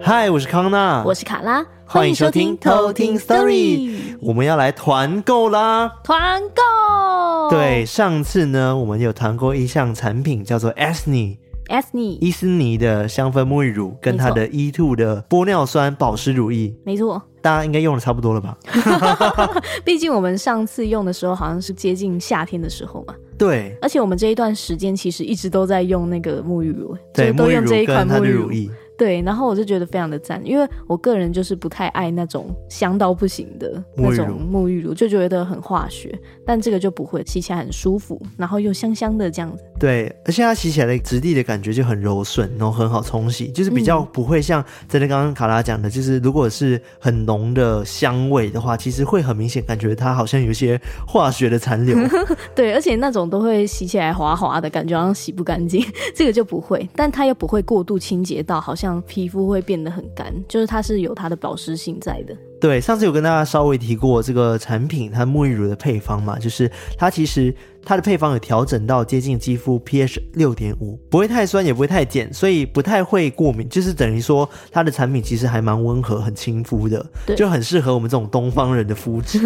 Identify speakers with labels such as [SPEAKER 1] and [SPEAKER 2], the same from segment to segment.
[SPEAKER 1] 嗨，我是康娜，
[SPEAKER 2] 我是卡拉，
[SPEAKER 1] 啊欢迎收听偷听 Story，我们要来团购啦。
[SPEAKER 2] 团购。
[SPEAKER 1] 对，上次呢，我们有团购一项产品，叫做 Esni
[SPEAKER 2] ，S 你，
[SPEAKER 1] 伊斯尼的香氛沐浴乳，跟它的 E Two 的玻尿酸保湿乳液，
[SPEAKER 2] 没错，
[SPEAKER 1] 大家应该用的差不多了吧？
[SPEAKER 2] 毕竟我们上次用的时候好像是接近夏天的时候嘛，
[SPEAKER 1] 对，
[SPEAKER 2] 而且我们这一段时间其实一直都在用那个沐浴乳，就
[SPEAKER 1] 对，
[SPEAKER 2] 是都
[SPEAKER 1] 沐浴
[SPEAKER 2] 用
[SPEAKER 1] 乳
[SPEAKER 2] 这一款
[SPEAKER 1] 跟它
[SPEAKER 2] 沐
[SPEAKER 1] 的
[SPEAKER 2] 浴
[SPEAKER 1] 乳
[SPEAKER 2] 乳。
[SPEAKER 1] 液，
[SPEAKER 2] 对，然后我就觉得非常的赞，因为我个人就是不太爱那种香到不行的
[SPEAKER 1] 沐
[SPEAKER 2] 那
[SPEAKER 1] 浴乳
[SPEAKER 2] 种沐浴乳，就觉得很化学，但这个就不会，洗起来很舒服，然后又香香的这样子。
[SPEAKER 1] 对，而且它洗起来的质地的感觉就很柔顺，然后很好冲洗，就是比较不会像真的刚刚卡拉讲的，就是如果是很浓的香味的话，其实会很明显感觉它好像有一些化学的残留。
[SPEAKER 2] 对，而且那种都会洗起来滑滑的感觉，好像洗不干净， 这个就不会，但它又不会过度清洁到，好像皮肤会变得很干，就是它是有它的保湿性在的。
[SPEAKER 1] 对，上次有跟大家稍微提过这个产品它沐浴乳的配方嘛，就是它其实它的配方有调整到接近肌肤 pH 六点五，不会太酸也不会太碱，所以不太会过敏，就是等于说它的产品其实还蛮温和、很亲肤的，
[SPEAKER 2] 对
[SPEAKER 1] 就很适合我们这种东方人的肤质。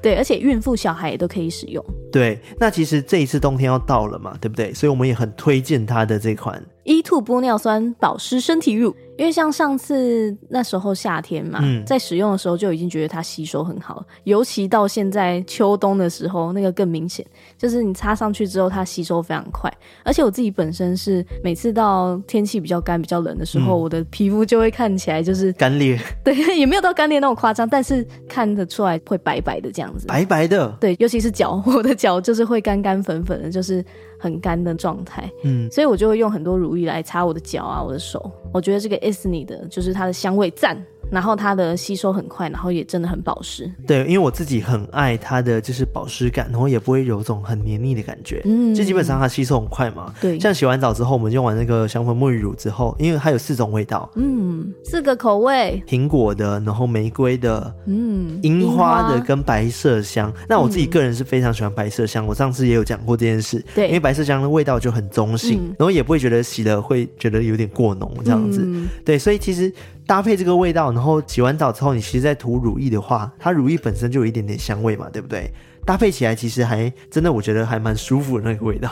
[SPEAKER 2] 对，而且孕妇、小孩也都可以使用。
[SPEAKER 1] 对，那其实这一次冬天要到了嘛，对不对？所以我们也很推荐它的这款。
[SPEAKER 2] E two 玻尿酸保湿身体乳，因为像上次那时候夏天嘛，
[SPEAKER 1] 嗯
[SPEAKER 2] 在使用的时候就已经觉得它吸收很好，尤其到现在秋冬的时候，那个更明显，就是你擦上去之后它吸收非常快。而且我自己本身是每次到天气比较干、比较冷的时候，我的皮肤就会看起来就是
[SPEAKER 1] 干裂
[SPEAKER 2] 对， 也没有到干裂那么夸张，但是看得出来会白白的这样子。
[SPEAKER 1] 白白的，
[SPEAKER 2] 对，尤其是脚， 我的脚就是会干干粉粉的，就是很干的状态。
[SPEAKER 1] 嗯，
[SPEAKER 2] 所以我就会用很多乳液来擦我的脚啊，我的手。我觉得这个 Esni 的就是它的香味赞，然后它的吸收很快，然后也真的很保湿。
[SPEAKER 1] 对，因为我自己很爱它的就是保湿感，然后也不会有种很黏腻的感觉。嗯，就基本上它吸收很快嘛。
[SPEAKER 2] 对
[SPEAKER 1] 像洗完澡之后，我们用完那个香氛沐浴乳之后，因为它有四种味道，
[SPEAKER 2] 嗯四个口味，
[SPEAKER 1] 苹果的，然后玫瑰的，
[SPEAKER 2] 嗯，
[SPEAKER 1] 樱花的
[SPEAKER 2] 樱
[SPEAKER 1] 跟白麝香。
[SPEAKER 2] 嗯
[SPEAKER 1] 那我自己个人是非常喜欢白麝香，我上次也有讲过这件事。
[SPEAKER 2] 对嗯
[SPEAKER 1] 因为白麝香的味道就很中性，然后也不会觉得洗了会觉得有点过浓这样子。
[SPEAKER 2] 嗯
[SPEAKER 1] 对，所以其实搭配这个味道，然后洗完澡之后，你其实再涂乳液的话，它乳液本身就有一点点香味嘛，对不对？搭配起来其实还真的，我觉得还蛮舒服的那个味道，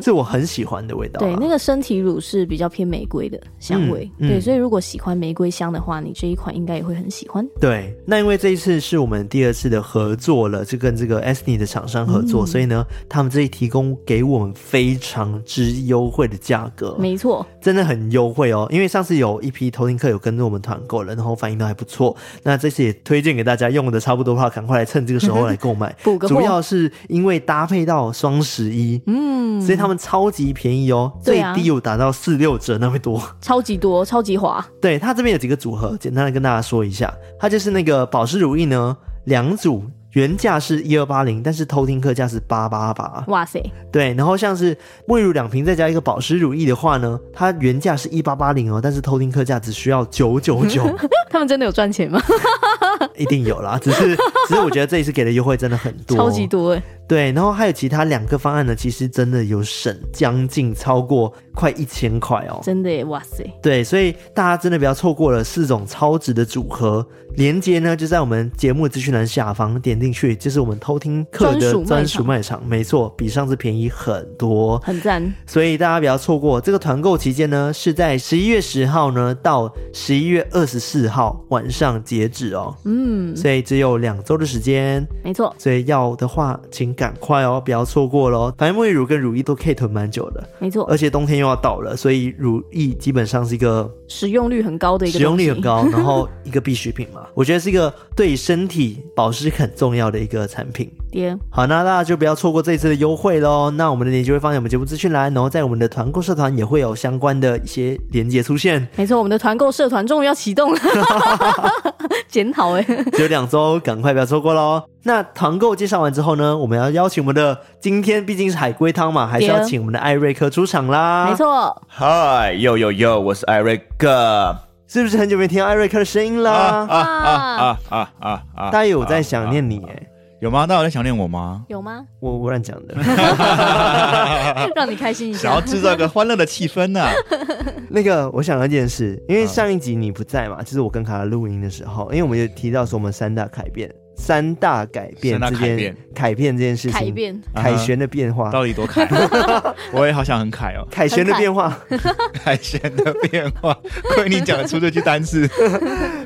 [SPEAKER 1] 是我很喜欢的味道啊、
[SPEAKER 2] 对，那个身体乳是比较偏玫瑰的香味，
[SPEAKER 1] 嗯嗯
[SPEAKER 2] 对，所以如果喜欢玫瑰香的话，你这一款应该也会很喜欢。
[SPEAKER 1] 对，那因为这一次是我们第二次的合作了，就跟这个 Esni 的厂商合
[SPEAKER 2] 嗯
[SPEAKER 1] 作，所以呢，他们这里提供给我们非常之优惠的价格，
[SPEAKER 2] 没错，
[SPEAKER 1] 真的很优惠哦。因为上次有一批投听客有跟着我们团购了，然后反应都还不错，那这次也推荐给大家，用的差不多的话，赶快来趁这个时候来购买
[SPEAKER 2] 。补个货
[SPEAKER 1] 主要是因为搭配到双十一，嗯，所以他们超级便宜哦，
[SPEAKER 2] 对
[SPEAKER 1] 最
[SPEAKER 2] 啊
[SPEAKER 1] 低有打到四六折那么多。
[SPEAKER 2] 超级多，超级滑，
[SPEAKER 1] 对，它这边有几个组合，简单的跟大家说一下，它就是那个保湿乳液呢，两组。原价是一二八零，但是偷听课价是八八八。
[SPEAKER 2] 哇塞，
[SPEAKER 1] 对，然后像是沐浴乳两瓶再加一个保湿乳液的话呢，它原价是一八八零哦，但是偷听课价只需要九九 九，
[SPEAKER 2] 他们真的有赚钱吗？
[SPEAKER 1] 一定有啦。只是只是我觉得这一次给的优惠真的很多，
[SPEAKER 2] 超级多哎、
[SPEAKER 1] 对，然后还有其他两个方案呢，其实真的有省将近超过快一千块哦。
[SPEAKER 2] 真的耶，哇塞，
[SPEAKER 1] 对，所以大家真的不要错过了四种超值的组合。连接呢就在我们节目资讯栏下方，点进去就是我们偷听课
[SPEAKER 2] 专属
[SPEAKER 1] 的
[SPEAKER 2] 卖
[SPEAKER 1] 专属
[SPEAKER 2] 场
[SPEAKER 1] 卖场，没错，比上次便宜很多。
[SPEAKER 2] 很赞，
[SPEAKER 1] 所以大家不要错过这个团购期间呢，是在十一月十号呢到十一月二十四号晚上截止哦。嗯，所以只有两周的时间，
[SPEAKER 2] 没错，
[SPEAKER 1] 所以要的话请赶快哦，不要错过喽。反正沐浴乳跟乳液都可以囤蛮久的，
[SPEAKER 2] 没错，
[SPEAKER 1] 而且冬天又要到了，所以乳液基本上是一个
[SPEAKER 2] 使用率很高的一个
[SPEAKER 1] 使用率
[SPEAKER 2] 东
[SPEAKER 1] 很
[SPEAKER 2] 西，
[SPEAKER 1] 高，然后一个必需品嘛，我觉得是一个对身体保湿很重要的一个产品。
[SPEAKER 2] 爹，
[SPEAKER 1] 好，那大家就不要错过这一次的优惠喽。那我们的链接会放在我们节目资讯栏，然后在我们的团购社团也会有相关的一些连接出现。
[SPEAKER 2] 没错，我们的团购社团终于要启 动了，检讨哎，
[SPEAKER 1] 只有两周，赶快不要错过喽。那团购介绍完之后呢，我们要邀请我们的今天毕竟是海龟汤嘛，还是要请我们的艾瑞克出场啦。
[SPEAKER 2] 没，错，
[SPEAKER 3] 嗨，呦呦呦，我是艾啊瑞克。
[SPEAKER 1] 是不是很
[SPEAKER 2] 啊
[SPEAKER 1] 久没听到艾瑞克的声音啦？
[SPEAKER 3] 啊啊啊啊啊！
[SPEAKER 1] 大家有在想念你哎、
[SPEAKER 4] 有吗？大家有在想念我吗？
[SPEAKER 2] 有吗？
[SPEAKER 1] 我我乱讲的。啊
[SPEAKER 2] 让你开心一
[SPEAKER 4] 想要
[SPEAKER 2] 下。
[SPEAKER 4] 制造一个欢乐的气氛呢、
[SPEAKER 1] 那个，我想到一件事，因
[SPEAKER 4] 啊
[SPEAKER 1] 为上一集你不在嘛，就是我跟卡拉录音的时候，因为我们有提到说我们三大改变，三大改变
[SPEAKER 4] 三大
[SPEAKER 1] 这
[SPEAKER 4] 改
[SPEAKER 1] 件
[SPEAKER 4] 变啊
[SPEAKER 1] 改变这件事情，
[SPEAKER 2] 改变，
[SPEAKER 1] 凯旋的变化，
[SPEAKER 4] 到底多 凯？我也好想很凯哦，
[SPEAKER 1] 凯旋的变化，
[SPEAKER 4] 凯旋的变化， 亏你讲得出这句单词。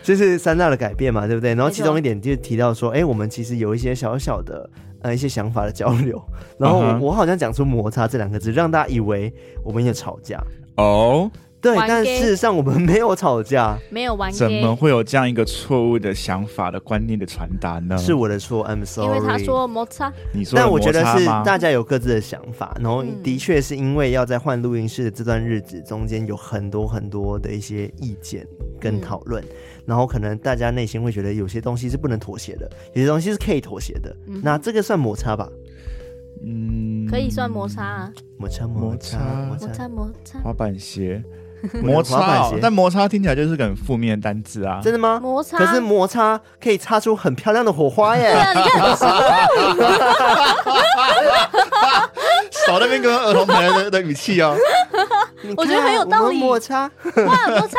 [SPEAKER 1] 就是三大的改变嘛，对不对？然后其
[SPEAKER 2] 没
[SPEAKER 1] 中
[SPEAKER 2] 错
[SPEAKER 1] 一点就提到说，哎，我们其实有一些小小的呃一些想法的交 流，然后我、
[SPEAKER 4] 嗯哼
[SPEAKER 1] 我好像讲出摩擦这两个字，让大家以为我们有吵架，
[SPEAKER 4] 哦，
[SPEAKER 1] 对，
[SPEAKER 2] 玩
[SPEAKER 1] 但
[SPEAKER 2] gay
[SPEAKER 1] 事实上我们没有吵架，
[SPEAKER 2] 没有玩 gay，
[SPEAKER 4] 怎么会有这样一个错误的想法的观念的传达呢？
[SPEAKER 1] 是我的错，I'm sorry。
[SPEAKER 2] 因为他说摩擦，
[SPEAKER 4] 你说
[SPEAKER 1] 但
[SPEAKER 4] 有
[SPEAKER 1] 我觉得
[SPEAKER 4] 摩擦
[SPEAKER 1] 是
[SPEAKER 4] 吗
[SPEAKER 1] 大家有各自的想法，然后
[SPEAKER 2] 嗯
[SPEAKER 1] 的确是因为要在换录音室的这段日子中间有很多很多的一些意见跟
[SPEAKER 2] 嗯
[SPEAKER 1] 讨论，然后可能大家内心会觉得有些东西是不能妥协的，有些东西是可以妥协的，
[SPEAKER 2] 嗯
[SPEAKER 1] 那这个算摩擦吧？
[SPEAKER 4] 嗯
[SPEAKER 2] 可以算摩擦啊，
[SPEAKER 1] 摩擦
[SPEAKER 4] 摩
[SPEAKER 1] 摩
[SPEAKER 4] 擦
[SPEAKER 1] 擦
[SPEAKER 2] 摩擦
[SPEAKER 1] 擦，
[SPEAKER 2] 摩擦
[SPEAKER 4] 滑板 鞋，摩
[SPEAKER 1] 摩
[SPEAKER 4] 擦
[SPEAKER 1] 擦
[SPEAKER 4] 哦
[SPEAKER 1] 滑板鞋
[SPEAKER 4] 但摩擦听起来就是个很负面的单字啊。
[SPEAKER 1] 真的吗？
[SPEAKER 2] 摩擦。
[SPEAKER 1] 可是摩擦可以擦出很漂亮的火花耶
[SPEAKER 2] 对！啊，你看，
[SPEAKER 4] 少在那边跟儿童牌的的语气哦。
[SPEAKER 1] 你
[SPEAKER 2] 我觉得
[SPEAKER 1] 看
[SPEAKER 2] 很有道理
[SPEAKER 1] 我们摩擦，
[SPEAKER 2] 哇，摩 擦，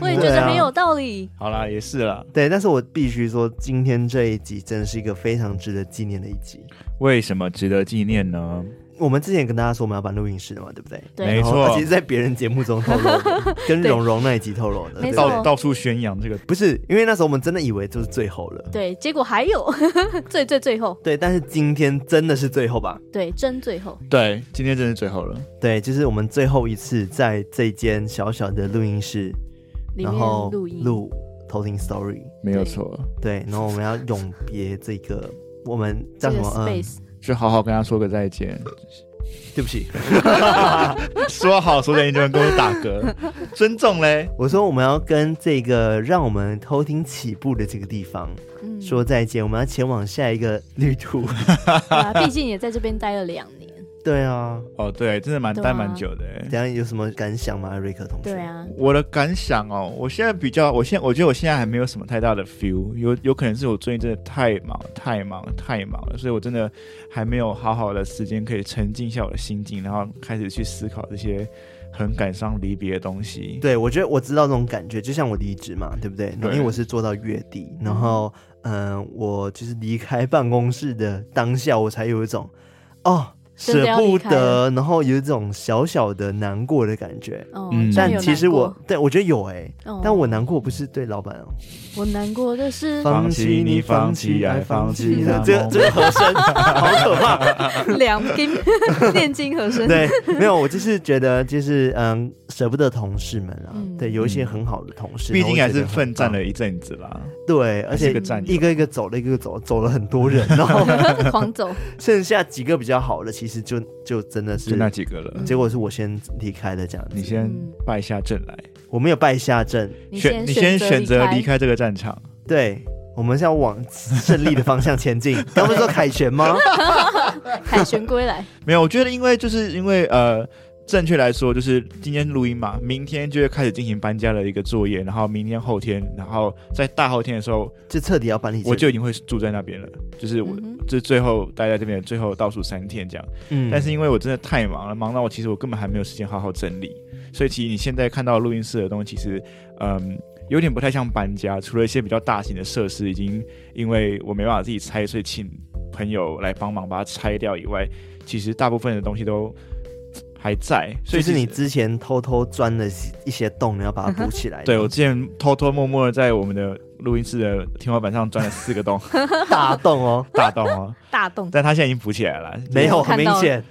[SPEAKER 2] 我也觉
[SPEAKER 1] 对
[SPEAKER 2] 得
[SPEAKER 1] 啊
[SPEAKER 2] 很有道理。
[SPEAKER 4] 好啦，也是啦。
[SPEAKER 1] 对，但是我必须说，今天这一集真是一个非常值得纪念的一集。
[SPEAKER 4] 为什么值得纪念呢？
[SPEAKER 1] 我们之前也跟大家说我们要搬录音室的嘛，对不对？
[SPEAKER 2] 对，
[SPEAKER 4] 没错
[SPEAKER 1] 然后其实在别人节目中透露 的，跟蓉蓉那一集透露的，
[SPEAKER 2] 没
[SPEAKER 1] 对
[SPEAKER 2] 错
[SPEAKER 4] 到到处宣扬这个
[SPEAKER 1] 不是因为那时候我们真的以为就是最后了，
[SPEAKER 2] 对，结果还有 最最最后，
[SPEAKER 1] 对，但是今天真的是最后吧？
[SPEAKER 2] 对，真最后，
[SPEAKER 4] 对，今天真是最后了。
[SPEAKER 1] 对，就是我们最后一次在这间小小的录音室，
[SPEAKER 2] 里
[SPEAKER 1] 然
[SPEAKER 2] 面
[SPEAKER 1] 后
[SPEAKER 2] 录音，
[SPEAKER 1] 录偷听 story，
[SPEAKER 4] 没有错，
[SPEAKER 1] 对，然后我们要永别这个我们叫
[SPEAKER 2] 这
[SPEAKER 1] 什
[SPEAKER 2] 个
[SPEAKER 1] 么？嗯，
[SPEAKER 2] space，
[SPEAKER 4] 就好好跟他说个 再见。
[SPEAKER 1] 对不起，
[SPEAKER 4] 说好说再见就能跟我打 嗝，尊重嘞。
[SPEAKER 1] 我说我们要跟这个让我们偷听起步的这个地方
[SPEAKER 2] 嗯，
[SPEAKER 1] 说再见，我们要前往下一个旅途。
[SPEAKER 2] 对啊，毕竟也在这边待了两 年。
[SPEAKER 1] 对啊，
[SPEAKER 4] 哦，对，真的蛮
[SPEAKER 2] 对啊
[SPEAKER 4] 待蛮久的欸。
[SPEAKER 1] 等一下有什么感想吗，瑞克同学？
[SPEAKER 2] 对啊，
[SPEAKER 4] 我的感想哦，我现在比较，我现在我觉得我现在还没有什么太大的 feel，有有可能是我最近真的太忙太忙太忙了，所以我真的还没有好好的时间可以沉浸一下我的心境，然后开始去思考这些很感伤离别的东西。
[SPEAKER 1] 对，我觉得我知道那种感觉，就像我离职嘛，对不对？
[SPEAKER 4] 对
[SPEAKER 1] 因为我是做到月底，然后嗯、呃我就是离开办公室的当下，我才有一种哦
[SPEAKER 2] 真
[SPEAKER 1] 舍
[SPEAKER 2] 的要
[SPEAKER 1] 不
[SPEAKER 2] 离开
[SPEAKER 1] 得，然后有一种小小的难过的感觉。
[SPEAKER 2] 哦终
[SPEAKER 4] 嗯，
[SPEAKER 2] 于
[SPEAKER 1] 但
[SPEAKER 2] 有
[SPEAKER 1] 其实
[SPEAKER 2] 难过
[SPEAKER 1] 我对我觉得有哎、
[SPEAKER 2] 哦
[SPEAKER 1] 但我难过不是对老板哦，
[SPEAKER 2] 我难过的是
[SPEAKER 4] 放弃你放弃爱放弃那
[SPEAKER 1] 这个这个和声好可怕。
[SPEAKER 2] 两金 炼金和声，
[SPEAKER 1] 对，没有，我就是觉得就是嗯舍不得同事们啊，
[SPEAKER 2] 嗯
[SPEAKER 1] 对，有一些很好的同事，
[SPEAKER 4] 毕竟还
[SPEAKER 1] 然后我觉
[SPEAKER 4] 是
[SPEAKER 1] 得很
[SPEAKER 4] 奋战
[SPEAKER 1] 棒
[SPEAKER 4] 了一阵子啦。
[SPEAKER 1] 对，而
[SPEAKER 4] 是
[SPEAKER 1] 且
[SPEAKER 4] 个战友
[SPEAKER 1] 一个一个走了，一个一个走，走了很多 人，然后
[SPEAKER 2] 狂走，
[SPEAKER 1] 剩下几个比较好的，其实就就真的，
[SPEAKER 4] 就是嗯那几个了。
[SPEAKER 1] 结果是我先离开了这样
[SPEAKER 4] 你
[SPEAKER 1] 子，
[SPEAKER 4] 先败下阵来，
[SPEAKER 1] 我没有败下阵，
[SPEAKER 2] 你
[SPEAKER 4] 嗯你先选择离
[SPEAKER 2] 离开，
[SPEAKER 4] 开这个战场。
[SPEAKER 1] 对。我们是要往胜利的方向前 进。刚不是说凯旋吗？
[SPEAKER 2] 凯旋归来，
[SPEAKER 4] 没有，我觉得因为就是因为呃，正确来说就是今天录音嘛，明天就会开始进行搬家的一个作业，然后明天后天，然后在大后天的时候，
[SPEAKER 1] 就彻底要搬离这里。
[SPEAKER 4] 我就已经会住在那边了，就是我。
[SPEAKER 2] 嗯哼
[SPEAKER 4] 这最后待在这边，最后倒数三天这样。
[SPEAKER 1] 嗯
[SPEAKER 4] 但是因为我真的太忙了，忙到我其实我根本还没有时间好好整理，所以其实你现在看到录音室的东西，其实嗯有点不太像搬家，除了一些比较大型的设施，已经因为我没办法自己拆，所以请朋友来帮忙把它拆掉以外，其实大部分的东西都还在，
[SPEAKER 1] 就
[SPEAKER 4] 所以
[SPEAKER 1] 是
[SPEAKER 4] 其实
[SPEAKER 1] 你之前偷偷钻了一些洞，你要把它补起来。
[SPEAKER 4] 对我之前偷偷摸摸的在我们的录音室的天花板上钻了四个洞，
[SPEAKER 1] 大洞 哦，
[SPEAKER 4] 大洞哦，
[SPEAKER 2] 大动，
[SPEAKER 4] 但它现在已经补起 来了，
[SPEAKER 1] 没有
[SPEAKER 2] 我
[SPEAKER 1] 很
[SPEAKER 2] 看
[SPEAKER 1] 明
[SPEAKER 2] 到了
[SPEAKER 1] 显。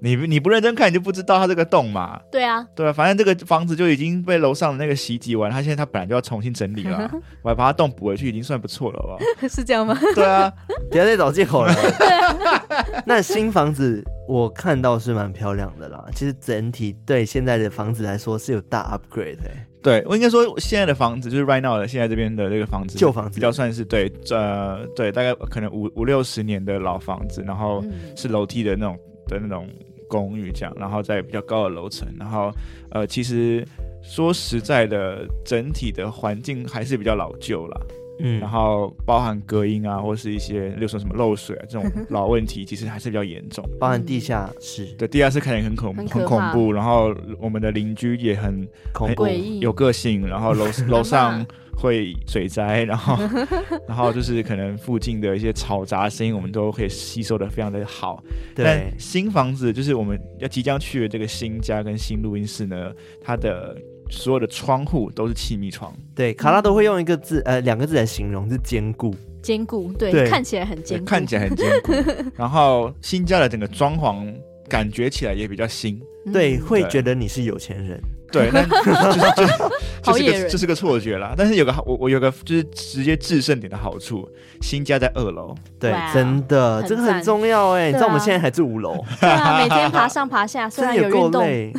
[SPEAKER 4] 你你不认真看你就不知道它这个洞嘛，
[SPEAKER 2] 对啊，
[SPEAKER 4] 对啊，反正这个房子就已经被楼上的那个袭击完，他现在他本来就要重新整理了啊，我还把它洞补回去，已经算不错了，好不好？
[SPEAKER 2] 是这样吗？
[SPEAKER 4] 对啊，
[SPEAKER 1] 不要再找借 口了。 那新房子我看到是蛮漂亮的啦，其实整体对现在的房子来说是有大 upgrade 的、
[SPEAKER 4] 对我应该说现在的房子就是 right now 的现在这边的这个房子，
[SPEAKER 1] 旧房子
[SPEAKER 4] 比较算是对，呃，对，大概可能五五六十年的老房子，然后
[SPEAKER 2] 嗯
[SPEAKER 4] 是楼梯的那种的那种公寓这样，然后在比较高的楼层，然后呃，其实说实在的，整体的环境还是比较老旧啦。
[SPEAKER 1] 嗯
[SPEAKER 4] 然后包含隔音啊，或是一些，例如说什么漏水啊 这种老问题，其实还是比较严重。
[SPEAKER 1] 包含地下室，
[SPEAKER 4] 对，地下室看起来很恐
[SPEAKER 2] 很可
[SPEAKER 4] 很恐
[SPEAKER 2] 怕
[SPEAKER 4] 怖，然后我们的邻居也很
[SPEAKER 1] 恐怖
[SPEAKER 2] 诡异
[SPEAKER 4] 有个性，然 后楼楼上会水灾，然后然后就是可能附近的一些嘈杂声音，我们都可以吸收的非常的好。
[SPEAKER 1] 对
[SPEAKER 4] 但，新房子就是我们要即将去的这个新家跟新录音室呢，它的所有的窗户都是气密窗，
[SPEAKER 1] 对，卡拉都会用一个字，呃，两个字来形容，是坚固。
[SPEAKER 2] 坚固，对，
[SPEAKER 1] 对
[SPEAKER 2] 看起来很坚固，
[SPEAKER 4] 看起来很坚 固。然后新家的整个装潢感觉起来也比较新，
[SPEAKER 2] 嗯
[SPEAKER 1] 对，会
[SPEAKER 4] 对
[SPEAKER 1] 觉得你是有钱人。
[SPEAKER 4] 对，但就是就
[SPEAKER 2] 好
[SPEAKER 4] 是
[SPEAKER 2] 野
[SPEAKER 4] 这是个
[SPEAKER 2] 人
[SPEAKER 4] 这是个错觉啦。但是有个好我我有个就是直接制胜点的好处，新家在二楼，
[SPEAKER 1] 对
[SPEAKER 2] 哇，哦
[SPEAKER 1] 真的，
[SPEAKER 2] 很
[SPEAKER 1] 这个很
[SPEAKER 2] 赞
[SPEAKER 1] 重要哎。你知道
[SPEAKER 2] 对啊
[SPEAKER 1] 我们现在还住五楼，
[SPEAKER 2] 对啊，每天爬上爬下，虽
[SPEAKER 1] 真的
[SPEAKER 2] 然
[SPEAKER 1] 也
[SPEAKER 2] 有
[SPEAKER 1] 够
[SPEAKER 2] 运动，
[SPEAKER 1] 累。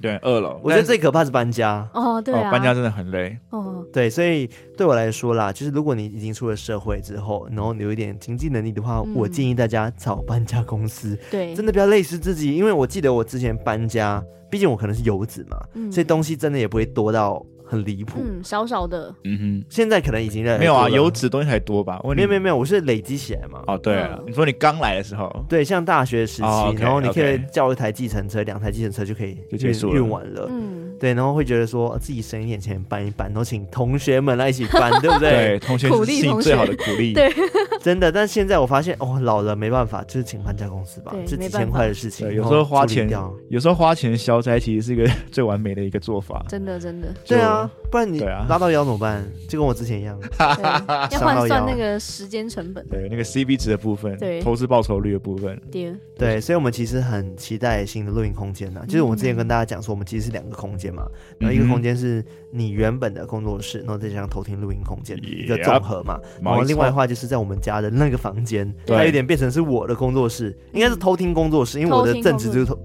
[SPEAKER 4] 对，二楼。
[SPEAKER 1] 我觉得最可怕是搬家。
[SPEAKER 2] 哦，对
[SPEAKER 4] 但
[SPEAKER 2] 啊，
[SPEAKER 4] 哦搬家真的很累，
[SPEAKER 2] 哦，
[SPEAKER 1] 对，所以对我来说啦，就是如果你已经出了社会之后，然后你有一点经济能力的话，
[SPEAKER 2] 嗯
[SPEAKER 1] 我建议大家找搬家公司，
[SPEAKER 2] 对，
[SPEAKER 1] 真的不要累死自己。因为我记得我之前搬家，毕竟我可能是游子嘛，
[SPEAKER 2] 嗯
[SPEAKER 1] 所以东西真的也不会多到很离谱。
[SPEAKER 2] 嗯，少少的，
[SPEAKER 4] 嗯
[SPEAKER 1] 现在可能已经越来
[SPEAKER 4] 哼，
[SPEAKER 1] 越
[SPEAKER 4] 没有
[SPEAKER 1] 多
[SPEAKER 4] 啊，
[SPEAKER 1] 了
[SPEAKER 4] 油脂东西还多吧？我问
[SPEAKER 1] 没
[SPEAKER 4] 你
[SPEAKER 1] 有没有没有，我是累积起来嘛。
[SPEAKER 4] 哦，对了
[SPEAKER 2] 嗯，
[SPEAKER 4] 你说你刚来的时候，
[SPEAKER 1] 对，像大学时期，
[SPEAKER 4] 哦，OK，
[SPEAKER 1] 然后你可以
[SPEAKER 4] OK
[SPEAKER 1] 叫一台计程车，两台计程车就可以
[SPEAKER 4] 就结
[SPEAKER 1] 运
[SPEAKER 4] 束了
[SPEAKER 1] 运完了。
[SPEAKER 2] 嗯，
[SPEAKER 1] 对，然后会觉得说呃自己省一点钱搬一搬，然后请同学们来一起搬，对不对？
[SPEAKER 4] 对，同学
[SPEAKER 2] 鼓
[SPEAKER 4] 是
[SPEAKER 2] 励
[SPEAKER 4] 你
[SPEAKER 2] 同
[SPEAKER 4] 最
[SPEAKER 2] 学
[SPEAKER 4] 好的鼓励，
[SPEAKER 2] 对
[SPEAKER 1] 真的。但现在我发现，哦，老了没办法，就是请搬家公司吧
[SPEAKER 2] 对，
[SPEAKER 1] 这几
[SPEAKER 2] 没办
[SPEAKER 1] 千
[SPEAKER 2] 法
[SPEAKER 1] 块的事情，
[SPEAKER 4] 对，
[SPEAKER 1] 然
[SPEAKER 4] 有时
[SPEAKER 1] 后
[SPEAKER 4] 候花
[SPEAKER 1] 处理
[SPEAKER 4] 钱
[SPEAKER 1] 掉，
[SPEAKER 4] 有时候花钱消灾其实是一个 最完美的一个做法。
[SPEAKER 2] 真的真的，
[SPEAKER 1] 对啊，不然你
[SPEAKER 4] 对啊
[SPEAKER 1] 拉到腰怎么办？就跟我之前一 样，
[SPEAKER 2] 对要换
[SPEAKER 1] 伤到腰
[SPEAKER 2] 算那个时间成本，
[SPEAKER 4] 对，那个 CB 值的部分，
[SPEAKER 2] 对
[SPEAKER 4] 投资报酬率的部分，
[SPEAKER 2] 爹，
[SPEAKER 1] 对，所以我们其实很期待新的录音空间呢、啊就是我们之
[SPEAKER 2] 嗯
[SPEAKER 1] 前跟大家讲说，我们其实是两个空间嘛，然后一个
[SPEAKER 4] 嗯哼
[SPEAKER 1] 空间是你原本的工作室，然后再加上偷听录音空间一个
[SPEAKER 4] Yep，
[SPEAKER 1] 综合嘛。然后
[SPEAKER 4] 没错
[SPEAKER 1] 另外的话就是在我们家的那个房间，
[SPEAKER 4] 对
[SPEAKER 1] 它有点变成是我的工作室，应该是偷听工作室，因为我的正职就是偷。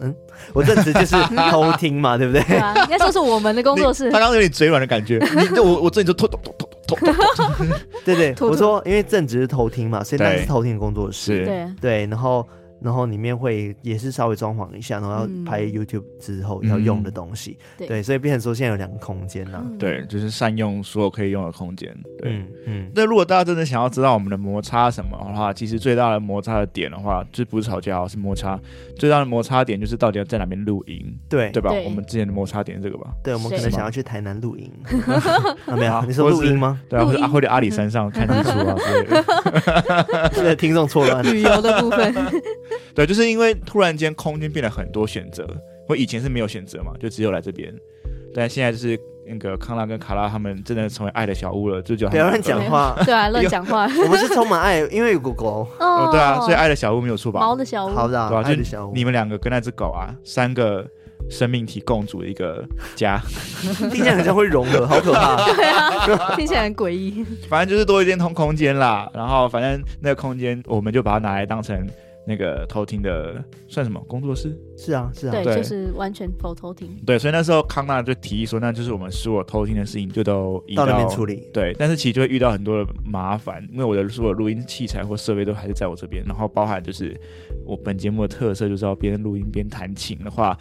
[SPEAKER 1] 嗯，我正职就是偷听嘛， 对不对？
[SPEAKER 2] 对啊，应该说是我们的工作室
[SPEAKER 4] 你他，刚刚有点嘴软的 感觉，你就我我这里就偷偷偷偷偷偷，
[SPEAKER 1] 对对，
[SPEAKER 2] 偷
[SPEAKER 1] 我
[SPEAKER 2] 偷
[SPEAKER 1] 说因为正职是偷听嘛，所以那个是
[SPEAKER 4] 对
[SPEAKER 1] 偷听工作室。
[SPEAKER 4] 是
[SPEAKER 2] 对，
[SPEAKER 1] 对，然后然后里面会也是稍微装潢一下，然后要
[SPEAKER 2] 嗯
[SPEAKER 1] 拍 YouTube 之后要用的东西，
[SPEAKER 2] 对
[SPEAKER 1] 对，所以变成说现在有两个空间啦、
[SPEAKER 2] 嗯
[SPEAKER 4] 对，就是善用所有可以用的空间，对。
[SPEAKER 1] 嗯嗯，
[SPEAKER 4] 那如果大家真的想要知道我们的摩擦什么的话，其实最大的摩擦的点的话，就不是吵架哦，是摩擦。最大的摩擦点就是到底要在哪边露营，
[SPEAKER 1] 对
[SPEAKER 4] 对吧？
[SPEAKER 2] 对
[SPEAKER 4] 我们之前的摩擦点是这个吧，
[SPEAKER 1] 对，我们可能
[SPEAKER 2] 谁
[SPEAKER 1] 想要去台南露 营， 啊没有啊，你说
[SPEAKER 4] 或
[SPEAKER 1] 露
[SPEAKER 4] 是
[SPEAKER 1] 营吗？
[SPEAKER 4] 对啊，
[SPEAKER 2] 露
[SPEAKER 4] 或
[SPEAKER 2] 营
[SPEAKER 4] 者啊或者阿里 山上看日出啊之类的。
[SPEAKER 1] 对，听众错 乱，
[SPEAKER 2] 旅游的部分，
[SPEAKER 4] 对，就是因为突然间空间变了很多选择，我以前是没有选择嘛，就只有来这边，但现在就是那个康拉跟卡拉他们真的成为爱的小屋了，就觉得
[SPEAKER 1] 不
[SPEAKER 4] 他
[SPEAKER 1] 要
[SPEAKER 4] 们
[SPEAKER 1] 乱讲话。
[SPEAKER 2] 对啊，乱讲话，
[SPEAKER 1] 我们是充满爱，因为有狗 狗，
[SPEAKER 2] 哦
[SPEAKER 4] 哦，对啊，所以爱的小屋没有错吧？
[SPEAKER 2] 毛的小屋，
[SPEAKER 1] 好的
[SPEAKER 4] 对吧、
[SPEAKER 1] 啊，
[SPEAKER 4] 就
[SPEAKER 1] 爱
[SPEAKER 4] 是
[SPEAKER 1] 的小屋，
[SPEAKER 4] 你们两个跟那只狗啊，三个生命体共组一个家，
[SPEAKER 1] 听起来很像会融合，好可 怕。
[SPEAKER 2] 对啊，听起来很诡异，
[SPEAKER 4] 反正就是多一间通空间啦。然后反正那个空间，我们就把它拿来当成那个偷听的，算什么工作室？
[SPEAKER 1] 是啊，是啊，
[SPEAKER 2] 对，
[SPEAKER 4] 对
[SPEAKER 2] 就是完全否头停，
[SPEAKER 4] 对，所以那时候康纳就提议说，那就是我们所有偷听的事情就都移
[SPEAKER 1] 到那边处理。
[SPEAKER 4] 对，但是其实就会遇到很多的麻烦，因为我的所有录音器材或设备都还是在我这边，然后包含就是我本节目的特色就是要边录音边弹琴的话，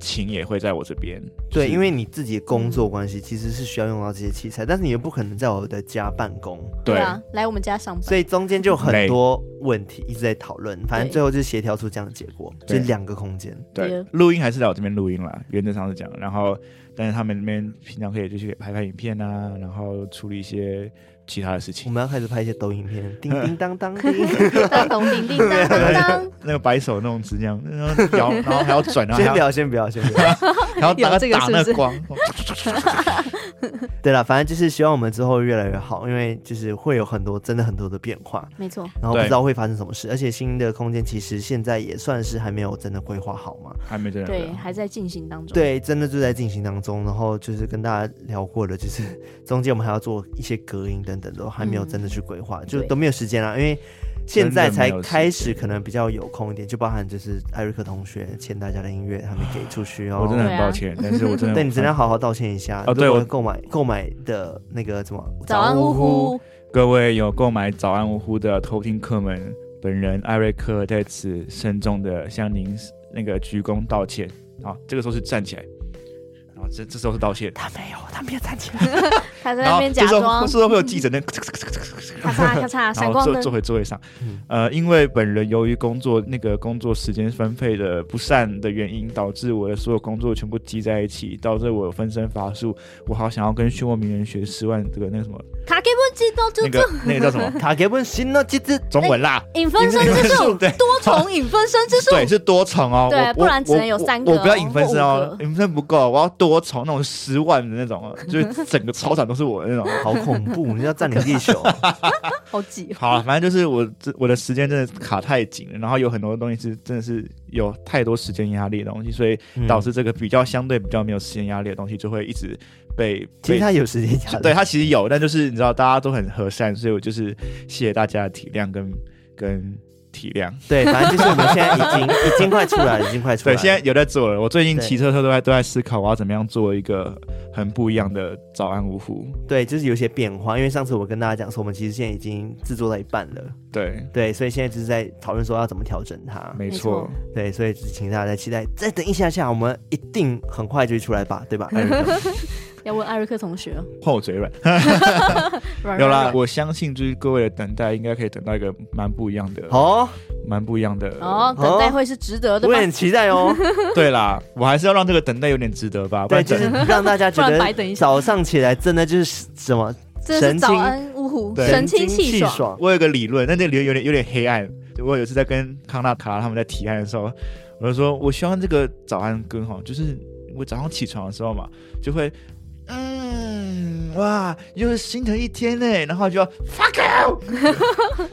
[SPEAKER 4] 琴也会在我这边。
[SPEAKER 1] 对，
[SPEAKER 4] 就是嗯
[SPEAKER 1] 因为你自己的工作关系，其实是需要用到这些器材，但是你又不可能在我的家办公，
[SPEAKER 4] 对
[SPEAKER 2] 啊，来我们家上班，
[SPEAKER 1] 所以中间就有很多问题一直在讨论，反正
[SPEAKER 2] 对
[SPEAKER 1] 最后就是协调出这样的结果，就
[SPEAKER 4] 对
[SPEAKER 1] 是两个空间。
[SPEAKER 4] 对
[SPEAKER 2] 对
[SPEAKER 4] 录音还是在我这边录音啦，原则上是这样。然后，但是他们那边平常可以就去拍拍影片啊，然后处理一些其他的事
[SPEAKER 1] 我
[SPEAKER 4] 情。
[SPEAKER 1] 们要开始拍一些抖影片， 叮叮当当叮，
[SPEAKER 2] 当咚叮叮当当当，
[SPEAKER 4] 那个摆手弄直这样，然后摇，然后还要转，然后
[SPEAKER 1] 先
[SPEAKER 4] 还
[SPEAKER 1] 不
[SPEAKER 4] 要
[SPEAKER 1] 要，先不要，先不要。
[SPEAKER 4] 还要打
[SPEAKER 2] 有这个是
[SPEAKER 4] 打
[SPEAKER 2] 不
[SPEAKER 4] 那
[SPEAKER 2] 是
[SPEAKER 4] 光，
[SPEAKER 1] 对了，反正就是希望我们之后越来越好，因为就是会有很多真的很多的变化，
[SPEAKER 2] 没错，
[SPEAKER 1] 然后不
[SPEAKER 4] 对
[SPEAKER 1] 知道会发生什么事，而且新的空间其实现在也算是还没有真的规划好嘛。
[SPEAKER 4] 还没真的
[SPEAKER 2] 对，还在进行当中，
[SPEAKER 1] 对，真的就在进行当中，然后就是跟大家聊过的，就是 中间我们还要做一些隔音等等的，都还没有真的去规
[SPEAKER 4] 嗯
[SPEAKER 1] 划，就
[SPEAKER 2] 对
[SPEAKER 1] 都没有时间啦，因为。现在才
[SPEAKER 4] 真的没有时间
[SPEAKER 1] 开始，可能比较有空一点，就包含就是艾瑞克同学欠大家的音乐还没给出去哦。
[SPEAKER 4] 我真的
[SPEAKER 2] 对
[SPEAKER 4] 很
[SPEAKER 2] 啊
[SPEAKER 4] 抱歉，但是 我真的
[SPEAKER 1] 对你真的要好好道歉一下。
[SPEAKER 4] 哦对
[SPEAKER 1] 如果
[SPEAKER 4] 我
[SPEAKER 1] 购买购买的那个什么
[SPEAKER 2] 早安呜呼，
[SPEAKER 4] 各位有购买《早安芜湖》的偷听客们，本人艾瑞克在此慎重的向您那个鞠躬道歉。好，这个时候是站起来，然后后这这时候是道歉，
[SPEAKER 1] 他没有，他没有站起来。
[SPEAKER 2] 他在
[SPEAKER 4] 然
[SPEAKER 2] 那
[SPEAKER 4] 后
[SPEAKER 2] 边
[SPEAKER 4] 这
[SPEAKER 2] 假
[SPEAKER 4] 时候
[SPEAKER 2] 装
[SPEAKER 4] 这时候会有记者那
[SPEAKER 2] 咔嚓咔嚓闪
[SPEAKER 4] 然后
[SPEAKER 2] 光
[SPEAKER 4] 坐
[SPEAKER 2] 灯
[SPEAKER 4] 坐，回座位上
[SPEAKER 1] 嗯。
[SPEAKER 4] 呃，因为本人由于工作那个工作时间分配的不善的原因，导致我的所有工作全部积在一起，导致我分身乏术。我好想要跟漩涡鸣人学十万这个那个什么
[SPEAKER 2] 卡给不知道就
[SPEAKER 4] 那
[SPEAKER 2] 这
[SPEAKER 4] 个那个叫 什么
[SPEAKER 1] 塔给问新的机制，
[SPEAKER 4] 中文啦。
[SPEAKER 2] 影分身之术，
[SPEAKER 4] 对
[SPEAKER 2] 多重影分身之术，
[SPEAKER 4] 对，是多重哦，
[SPEAKER 2] 对
[SPEAKER 4] 我我
[SPEAKER 2] 不然只能
[SPEAKER 4] 我
[SPEAKER 2] 有三个
[SPEAKER 4] 我不要
[SPEAKER 2] 哦
[SPEAKER 4] 影分身
[SPEAKER 2] 或
[SPEAKER 4] 哦
[SPEAKER 2] 五，个
[SPEAKER 4] 影分身不够，我要多重那种十万的那种哦，就是整个操场都是我的那 种。
[SPEAKER 1] 好恐怖！你要占领地 球，
[SPEAKER 2] 好挤哦。
[SPEAKER 4] 好了，反正就是我这我的时间真的卡太紧了，然后有很多东西是真的是有太多时间压力的东西，所以导
[SPEAKER 1] 嗯
[SPEAKER 4] 致这个比较相对比较没有时间压力的东西就会一直
[SPEAKER 2] 嗯
[SPEAKER 4] 被
[SPEAKER 1] 其
[SPEAKER 4] 被
[SPEAKER 1] 实他有时间压
[SPEAKER 4] 对
[SPEAKER 1] 力。
[SPEAKER 4] 它其实有，但就是你知道大家都很和善，所以我就是谢谢大家的体谅跟跟体谅。
[SPEAKER 1] 对，反正就是我们现在已经已经快出来了，已经快出来
[SPEAKER 4] 对，
[SPEAKER 1] 了。
[SPEAKER 4] 现在有在做了。我最近
[SPEAKER 1] 对
[SPEAKER 4] 骑车的时候都在都在思考我要怎么样做一个很不一样的早安芜湖。
[SPEAKER 1] 对，就是有一些变化，因为上次我跟大家讲说，我们其实现在已经制作到一半了，
[SPEAKER 4] 对，
[SPEAKER 1] 对，所以现在就是在讨论说要怎么调整它。
[SPEAKER 4] 没
[SPEAKER 2] 没
[SPEAKER 4] 错
[SPEAKER 2] 错。
[SPEAKER 1] 对，所以就是请大家再期待，再等一下下，我们一定很快就会出来吧，对吧？
[SPEAKER 4] 嗯
[SPEAKER 1] 艾瑞克
[SPEAKER 2] 要问艾瑞克同学哦，
[SPEAKER 4] 换我嘴软，
[SPEAKER 2] 软
[SPEAKER 4] 有
[SPEAKER 2] 软
[SPEAKER 4] 啦
[SPEAKER 2] 软。
[SPEAKER 4] 我相信就是各位的等待，应该可以等到一个蛮不一样的，
[SPEAKER 1] 哦，
[SPEAKER 4] 蛮不一样的。
[SPEAKER 2] 哦，等待会是值得的
[SPEAKER 1] 我
[SPEAKER 2] 吧
[SPEAKER 1] 也？很期待 哦。
[SPEAKER 4] 对啦，我还是要让这个等待有点值得吧，不
[SPEAKER 1] 对，
[SPEAKER 4] 然
[SPEAKER 1] 就是
[SPEAKER 4] 等
[SPEAKER 1] 让大家觉
[SPEAKER 2] 不然
[SPEAKER 1] 得
[SPEAKER 2] 白等一下
[SPEAKER 1] 早上起来真的就是什么
[SPEAKER 2] 这是早安芜湖，
[SPEAKER 4] 对
[SPEAKER 2] 神清
[SPEAKER 1] 气
[SPEAKER 2] 气爽。
[SPEAKER 1] 爽。
[SPEAKER 4] 我有个理论，但这个理论有点有点黑暗。我有一次在跟康纳卡拉他们在提案的时候，我就说，我希望这个早安歌哈，就是我早上起床的时候嘛，就会，嗯，哇，又是新的一天呢，然后就要 fuck you，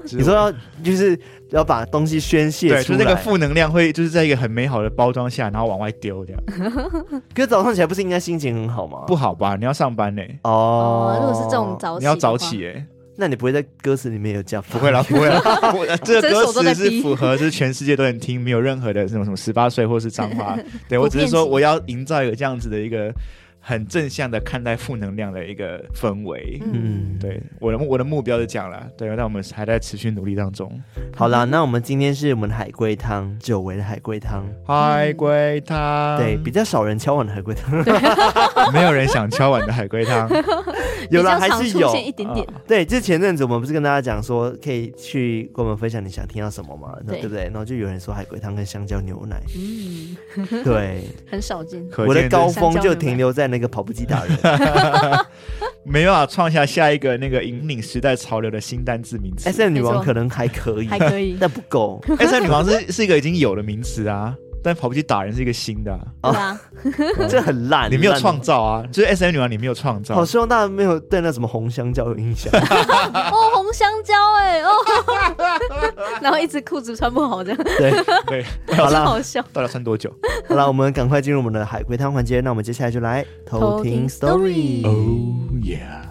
[SPEAKER 4] 就是
[SPEAKER 1] 你说要就是要把东西宣泄
[SPEAKER 4] 对，
[SPEAKER 1] 出
[SPEAKER 4] 就
[SPEAKER 1] 来，
[SPEAKER 4] 是那个负能量会就是在一个很美好的包装下，然后往外丢这样，
[SPEAKER 1] 可是早上起来不是应该心情很好吗？
[SPEAKER 4] 不好吧？你要上班呢，
[SPEAKER 1] 哦
[SPEAKER 2] 哦，，如果是这种，早起，
[SPEAKER 4] 你要早，起哎，
[SPEAKER 1] 那你不会在歌词里面有讲？
[SPEAKER 4] 不会啦， 不会啦，我这个
[SPEAKER 2] 整首
[SPEAKER 4] 歌
[SPEAKER 2] 都在
[SPEAKER 4] 词是
[SPEAKER 2] 逼
[SPEAKER 4] 符合，就是全世界都能听，没有任何的什么什么十八岁或是脏话。对我只是说，
[SPEAKER 2] 普遍性
[SPEAKER 4] 我要营造一个这样子的一个很正向的看待负能量的一个氛围。
[SPEAKER 1] 嗯，
[SPEAKER 4] 对，我的目我的目标是这样啦。对，但我们还在持续努力当中。
[SPEAKER 1] 好啦，那我们今天是我们的海龟汤，久违的海龟汤，
[SPEAKER 4] 海龟
[SPEAKER 2] 嗯
[SPEAKER 4] 汤，
[SPEAKER 1] 对，比较少人敲碗的海龟 汤，
[SPEAKER 4] 没有人想敲碗的海龟汤。
[SPEAKER 1] 有啦，
[SPEAKER 2] 比
[SPEAKER 1] 还
[SPEAKER 2] 较常
[SPEAKER 1] 是
[SPEAKER 2] 出
[SPEAKER 1] 有。啊
[SPEAKER 2] 现一点点。
[SPEAKER 1] 对，就是前阵子我们不是跟大家讲说，可以去跟我们分享你想听到什么嘛，那
[SPEAKER 2] 对
[SPEAKER 1] 对不对？然后就有人说海龟汤跟香蕉牛奶，
[SPEAKER 2] 嗯，
[SPEAKER 1] 对，
[SPEAKER 2] 很 少见。
[SPEAKER 4] 可
[SPEAKER 1] 我的
[SPEAKER 4] 见这
[SPEAKER 1] 高
[SPEAKER 4] 是
[SPEAKER 1] 峰就停留在那个跑步机打人。
[SPEAKER 4] 没办法创下下一个那个引领时代潮流的新单字名词。
[SPEAKER 1] S M 女
[SPEAKER 2] 没
[SPEAKER 1] 王
[SPEAKER 2] 错
[SPEAKER 1] 可能还可以，
[SPEAKER 2] 还可以
[SPEAKER 1] 但不够。
[SPEAKER 4] S M 女王是是一个已经有的名词啊，但跑步机打人是一个新的、啊。
[SPEAKER 2] 对啊，
[SPEAKER 1] 这很烂，
[SPEAKER 4] 你没有
[SPEAKER 1] 烂
[SPEAKER 4] 创。造啊，就是 S M 女王你没有创造
[SPEAKER 1] 好，，希望大家没有对那什么红香蕉有印 象。
[SPEAKER 2] 哦，红香蕉哎，哦， 然后一直裤子穿不好这样，
[SPEAKER 1] 对，
[SPEAKER 4] 对，
[SPEAKER 1] 好
[SPEAKER 2] 真
[SPEAKER 1] 啦，
[SPEAKER 2] 好笑。
[SPEAKER 4] 到底要 穿多久？
[SPEAKER 1] 好啦，我们赶快进入我们的海龟汤环节。那我们接下来就来偷听
[SPEAKER 2] 听
[SPEAKER 1] story。
[SPEAKER 2] story
[SPEAKER 4] yeah！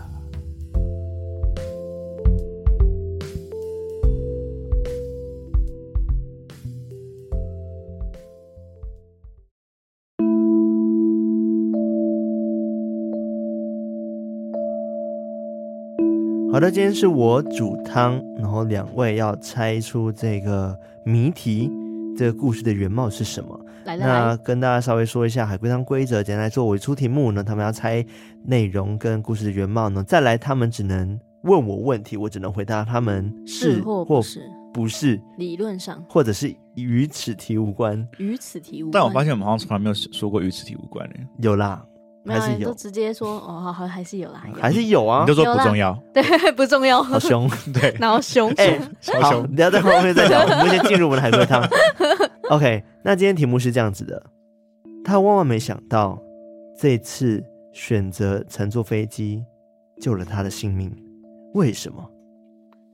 [SPEAKER 1] 好的，今天是我煮汤，然后两位要猜出这个谜题，这个故事的原貌是什么？
[SPEAKER 2] 来来
[SPEAKER 1] 那
[SPEAKER 2] 来，
[SPEAKER 1] 跟大家稍微说一下海龟汤规则，简单来说，我出题目呢，他们要猜内容跟故事的原貌呢，再来他们只能问我问题，我只能回答他们
[SPEAKER 2] 是或
[SPEAKER 1] 或
[SPEAKER 2] 不是？
[SPEAKER 1] 不是，
[SPEAKER 2] 理论上
[SPEAKER 1] 或者是与此题无关，
[SPEAKER 2] 与此题无关。
[SPEAKER 4] 但我发现我们好像从来没有说过与此题无关欸诶、
[SPEAKER 1] 有啦，
[SPEAKER 2] 没有啊，
[SPEAKER 1] 还是
[SPEAKER 2] 你
[SPEAKER 1] 有
[SPEAKER 2] 都直接说哦，好好还是有啦，
[SPEAKER 1] 还是有啊
[SPEAKER 4] 嗯你都，说不重要，
[SPEAKER 2] 对， 不重要。
[SPEAKER 1] 好凶，
[SPEAKER 4] 对，
[SPEAKER 2] 然后熊
[SPEAKER 1] 哎、
[SPEAKER 4] 超
[SPEAKER 1] 好，
[SPEAKER 4] 凶。
[SPEAKER 1] 你要在后面再 讲，我们先进入我们的海龟汤。OK，那今天题目是这样子的，他万万没想到，这次选择乘坐飞机救了他的性命，为什么？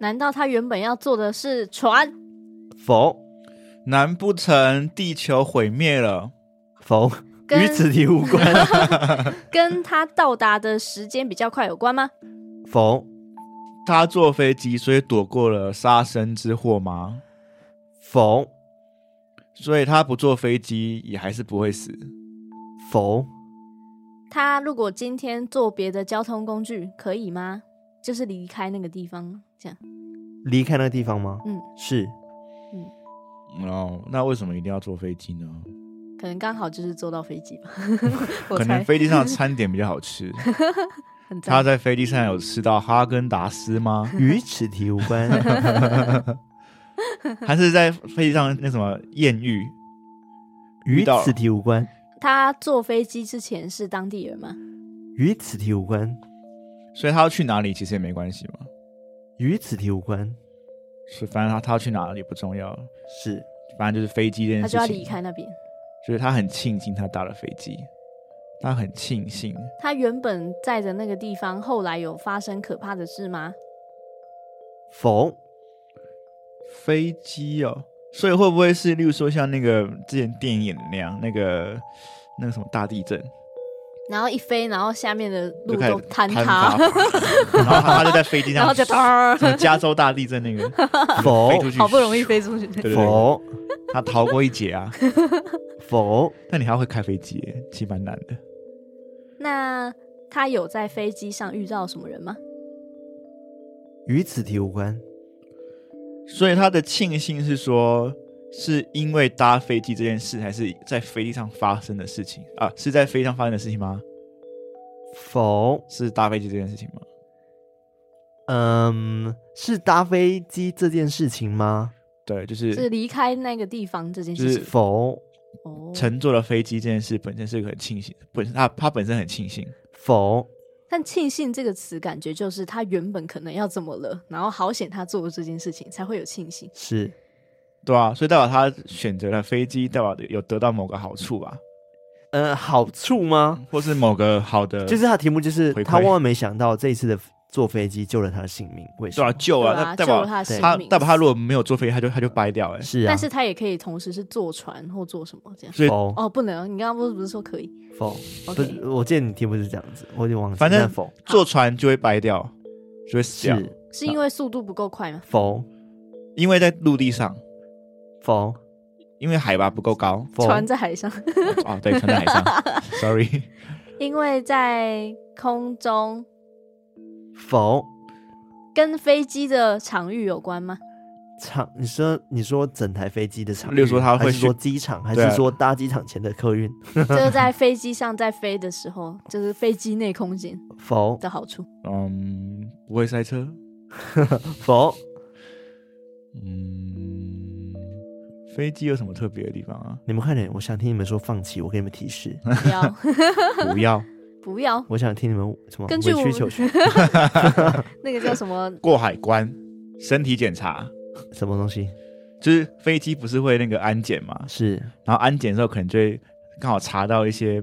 [SPEAKER 2] 难道他原本要坐的是船？
[SPEAKER 1] 否。
[SPEAKER 4] 难不成地球毁灭了？
[SPEAKER 1] 否，
[SPEAKER 2] 跟
[SPEAKER 1] 与此题无关。
[SPEAKER 2] 跟他到达的时间比较快有关吗？
[SPEAKER 1] 否，
[SPEAKER 4] 他坐飞机，所以躲过了杀身之祸吗？
[SPEAKER 1] 否，
[SPEAKER 4] 所以他不坐飞机也还是不会死。
[SPEAKER 1] 否，
[SPEAKER 2] 他如果今天坐别的交通工具，可以吗？就是离开那个地方，这样。
[SPEAKER 1] 离开那个地方吗？
[SPEAKER 2] 嗯，
[SPEAKER 1] 是
[SPEAKER 4] 哦，那为什么一定要坐飞机呢？
[SPEAKER 2] 可能刚好就是坐到飞机吧， 我
[SPEAKER 4] 可能
[SPEAKER 2] 猜
[SPEAKER 4] 飞机上的餐点比较 好吃。
[SPEAKER 2] 很
[SPEAKER 4] 他
[SPEAKER 2] 赞。
[SPEAKER 4] 在飞机上有吃到哈根达斯吗？
[SPEAKER 1] 与此题无关。
[SPEAKER 4] 还是在飞机上那什么艳遇？
[SPEAKER 1] 与
[SPEAKER 4] 遇到
[SPEAKER 1] 此题无关，
[SPEAKER 2] 他坐飞机之前是当地人吗？
[SPEAKER 1] 与此题无关，
[SPEAKER 4] 所以他要去哪里其实也没关系嘛，
[SPEAKER 1] 与此题无关，
[SPEAKER 4] 是反正他他要去哪里不重要，
[SPEAKER 1] 是
[SPEAKER 4] 反正就是飞机这件
[SPEAKER 2] 他
[SPEAKER 4] 事情。
[SPEAKER 2] 就要离开那边。
[SPEAKER 4] 就是他很庆幸他搭了飞机，他很庆幸。
[SPEAKER 2] 他原本在的那个地方，后来有发生可怕的事吗？
[SPEAKER 1] 否？
[SPEAKER 4] 飞机哦，所以会不会是，例如说像那个之前电影演的那样，那个那个什么大地震，
[SPEAKER 2] 然后一飞，然后下面的路
[SPEAKER 4] 就开始
[SPEAKER 2] 都坍塌，
[SPEAKER 4] 塌，然后他就在飞机上，
[SPEAKER 2] 然后就
[SPEAKER 4] 什
[SPEAKER 2] 哒，
[SPEAKER 4] 么加州大地震那个
[SPEAKER 1] 否
[SPEAKER 4] 飞出去，
[SPEAKER 2] 好不容易，飞出去。
[SPEAKER 4] 对对对，
[SPEAKER 1] 否？
[SPEAKER 4] 他逃过一劫啊。
[SPEAKER 1] 否？
[SPEAKER 4] 但你还会开飞机耶，其实蛮难的。
[SPEAKER 2] 那他有在飞机上遇到什么人吗？
[SPEAKER 1] 与此题无关，
[SPEAKER 4] 所以他的庆幸是说，是因为搭飞机这件事，还是在飞机上发生的事情啊？是在飞机上发生的事情吗？
[SPEAKER 1] 否？
[SPEAKER 4] 是搭飞机这件事情吗？
[SPEAKER 1] 嗯，是搭飞机这件事情吗？
[SPEAKER 4] 对，就是
[SPEAKER 2] 是离开那个地方这件事
[SPEAKER 4] 就是
[SPEAKER 2] 情。
[SPEAKER 1] 否？
[SPEAKER 2] 哦，
[SPEAKER 4] 乘坐了飞机这件事本身是个很庆幸，本身他他本身很庆幸，
[SPEAKER 1] 否？
[SPEAKER 2] 但庆幸这个词，感觉就是他原本可能要怎么了，然后好险他做了这件事情，才会有庆幸。
[SPEAKER 1] 是
[SPEAKER 4] 对啊，所以代表他选择了飞机，代表有得到某个好处吧，
[SPEAKER 1] 呃，好处吗？
[SPEAKER 4] 或是某个好的，
[SPEAKER 1] 就是他的题目就是
[SPEAKER 4] 呃回馈
[SPEAKER 1] 他万万没想到这一次的坐飞机救了他的性命，为什
[SPEAKER 4] 对
[SPEAKER 1] 么？
[SPEAKER 4] 啊救
[SPEAKER 2] 对
[SPEAKER 4] 啊，
[SPEAKER 2] 啊，
[SPEAKER 4] 那代
[SPEAKER 2] 救
[SPEAKER 4] 表
[SPEAKER 2] 了他的
[SPEAKER 1] 对
[SPEAKER 2] 性
[SPEAKER 4] 他
[SPEAKER 2] 命。
[SPEAKER 4] 代表他如果没有坐飞机，他就他就掰掉哎、
[SPEAKER 1] 是啊，
[SPEAKER 2] 但是他也可以同时是坐船或做什么这样。
[SPEAKER 4] 所以
[SPEAKER 1] 否
[SPEAKER 2] 哦，不能，你刚刚不是不是说可以
[SPEAKER 1] 否？不是，
[SPEAKER 2] ？OK，
[SPEAKER 1] 我记得你题目是这样子，我有点忘记。
[SPEAKER 4] 反正
[SPEAKER 1] 但否
[SPEAKER 4] 坐船就会掰掉，就会死掉，
[SPEAKER 1] 是
[SPEAKER 2] 是因为速度不够快吗？
[SPEAKER 1] 否
[SPEAKER 4] 因为在陆地上，
[SPEAKER 1] 否，
[SPEAKER 4] 因为海拔不够高
[SPEAKER 1] 否？
[SPEAKER 2] 船在海上，
[SPEAKER 4] 哦，对，船在海上，sorry，
[SPEAKER 2] 因为在空中
[SPEAKER 1] 否
[SPEAKER 2] 跟飞机的场域有 关吗？
[SPEAKER 1] 场？你说你说整台飞机的场域，
[SPEAKER 4] 例如说他会
[SPEAKER 1] 还是说
[SPEAKER 4] 去
[SPEAKER 1] 机场，还
[SPEAKER 4] 对
[SPEAKER 1] 是
[SPEAKER 4] 啊
[SPEAKER 1] 说搭机场前的客运？
[SPEAKER 2] 就是在飞机上在飞的时候，就是飞机内空间
[SPEAKER 1] 否
[SPEAKER 2] 的好处。
[SPEAKER 4] 嗯，不会塞车，
[SPEAKER 1] 否
[SPEAKER 4] 嗯，飞机有什么特别的地方啊？
[SPEAKER 1] 你们快点，我想听你们说放弃，我给你们提示，
[SPEAKER 2] 不要，
[SPEAKER 4] 不要。
[SPEAKER 2] 不要，
[SPEAKER 1] 我想听你们什么
[SPEAKER 2] 根
[SPEAKER 1] 委
[SPEAKER 2] 据我
[SPEAKER 1] 曲求全
[SPEAKER 2] 那个叫什么？
[SPEAKER 4] 过海关、身体检查，
[SPEAKER 1] 什么东西？
[SPEAKER 4] 就是飞机不是会那个安检嘛？
[SPEAKER 1] 是
[SPEAKER 4] 然后安检的时候可能就会刚好查到一些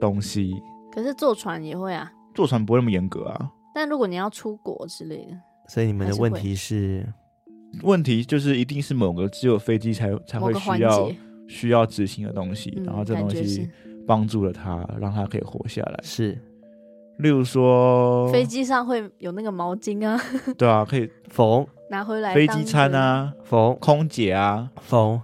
[SPEAKER 4] 东西。
[SPEAKER 2] 可是坐船也会啊。
[SPEAKER 4] 坐船不会那么严格啊。
[SPEAKER 2] 但如果你要出国之类的，
[SPEAKER 1] 所以你们
[SPEAKER 2] 还
[SPEAKER 1] 的
[SPEAKER 2] 是
[SPEAKER 1] 问
[SPEAKER 2] 会
[SPEAKER 1] 题是
[SPEAKER 4] 问题就是一定是某个只有飞机才才
[SPEAKER 2] 某
[SPEAKER 4] 会
[SPEAKER 2] 个环
[SPEAKER 4] 需要
[SPEAKER 2] 节，
[SPEAKER 4] 需要执行的东西，
[SPEAKER 2] 嗯
[SPEAKER 4] 然后这
[SPEAKER 2] 感
[SPEAKER 4] 东
[SPEAKER 2] 觉
[SPEAKER 4] 西
[SPEAKER 2] 是
[SPEAKER 4] 帮助了他，让他可以活下来。
[SPEAKER 1] 是
[SPEAKER 4] 例如说，
[SPEAKER 2] 飞机上会有那个毛巾啊，
[SPEAKER 4] 对啊，可以
[SPEAKER 1] 否
[SPEAKER 2] 拿回来
[SPEAKER 4] 飞
[SPEAKER 2] 当
[SPEAKER 4] 机
[SPEAKER 2] 个
[SPEAKER 4] 餐。啊，
[SPEAKER 1] 否
[SPEAKER 4] 空姐啊，
[SPEAKER 1] 否？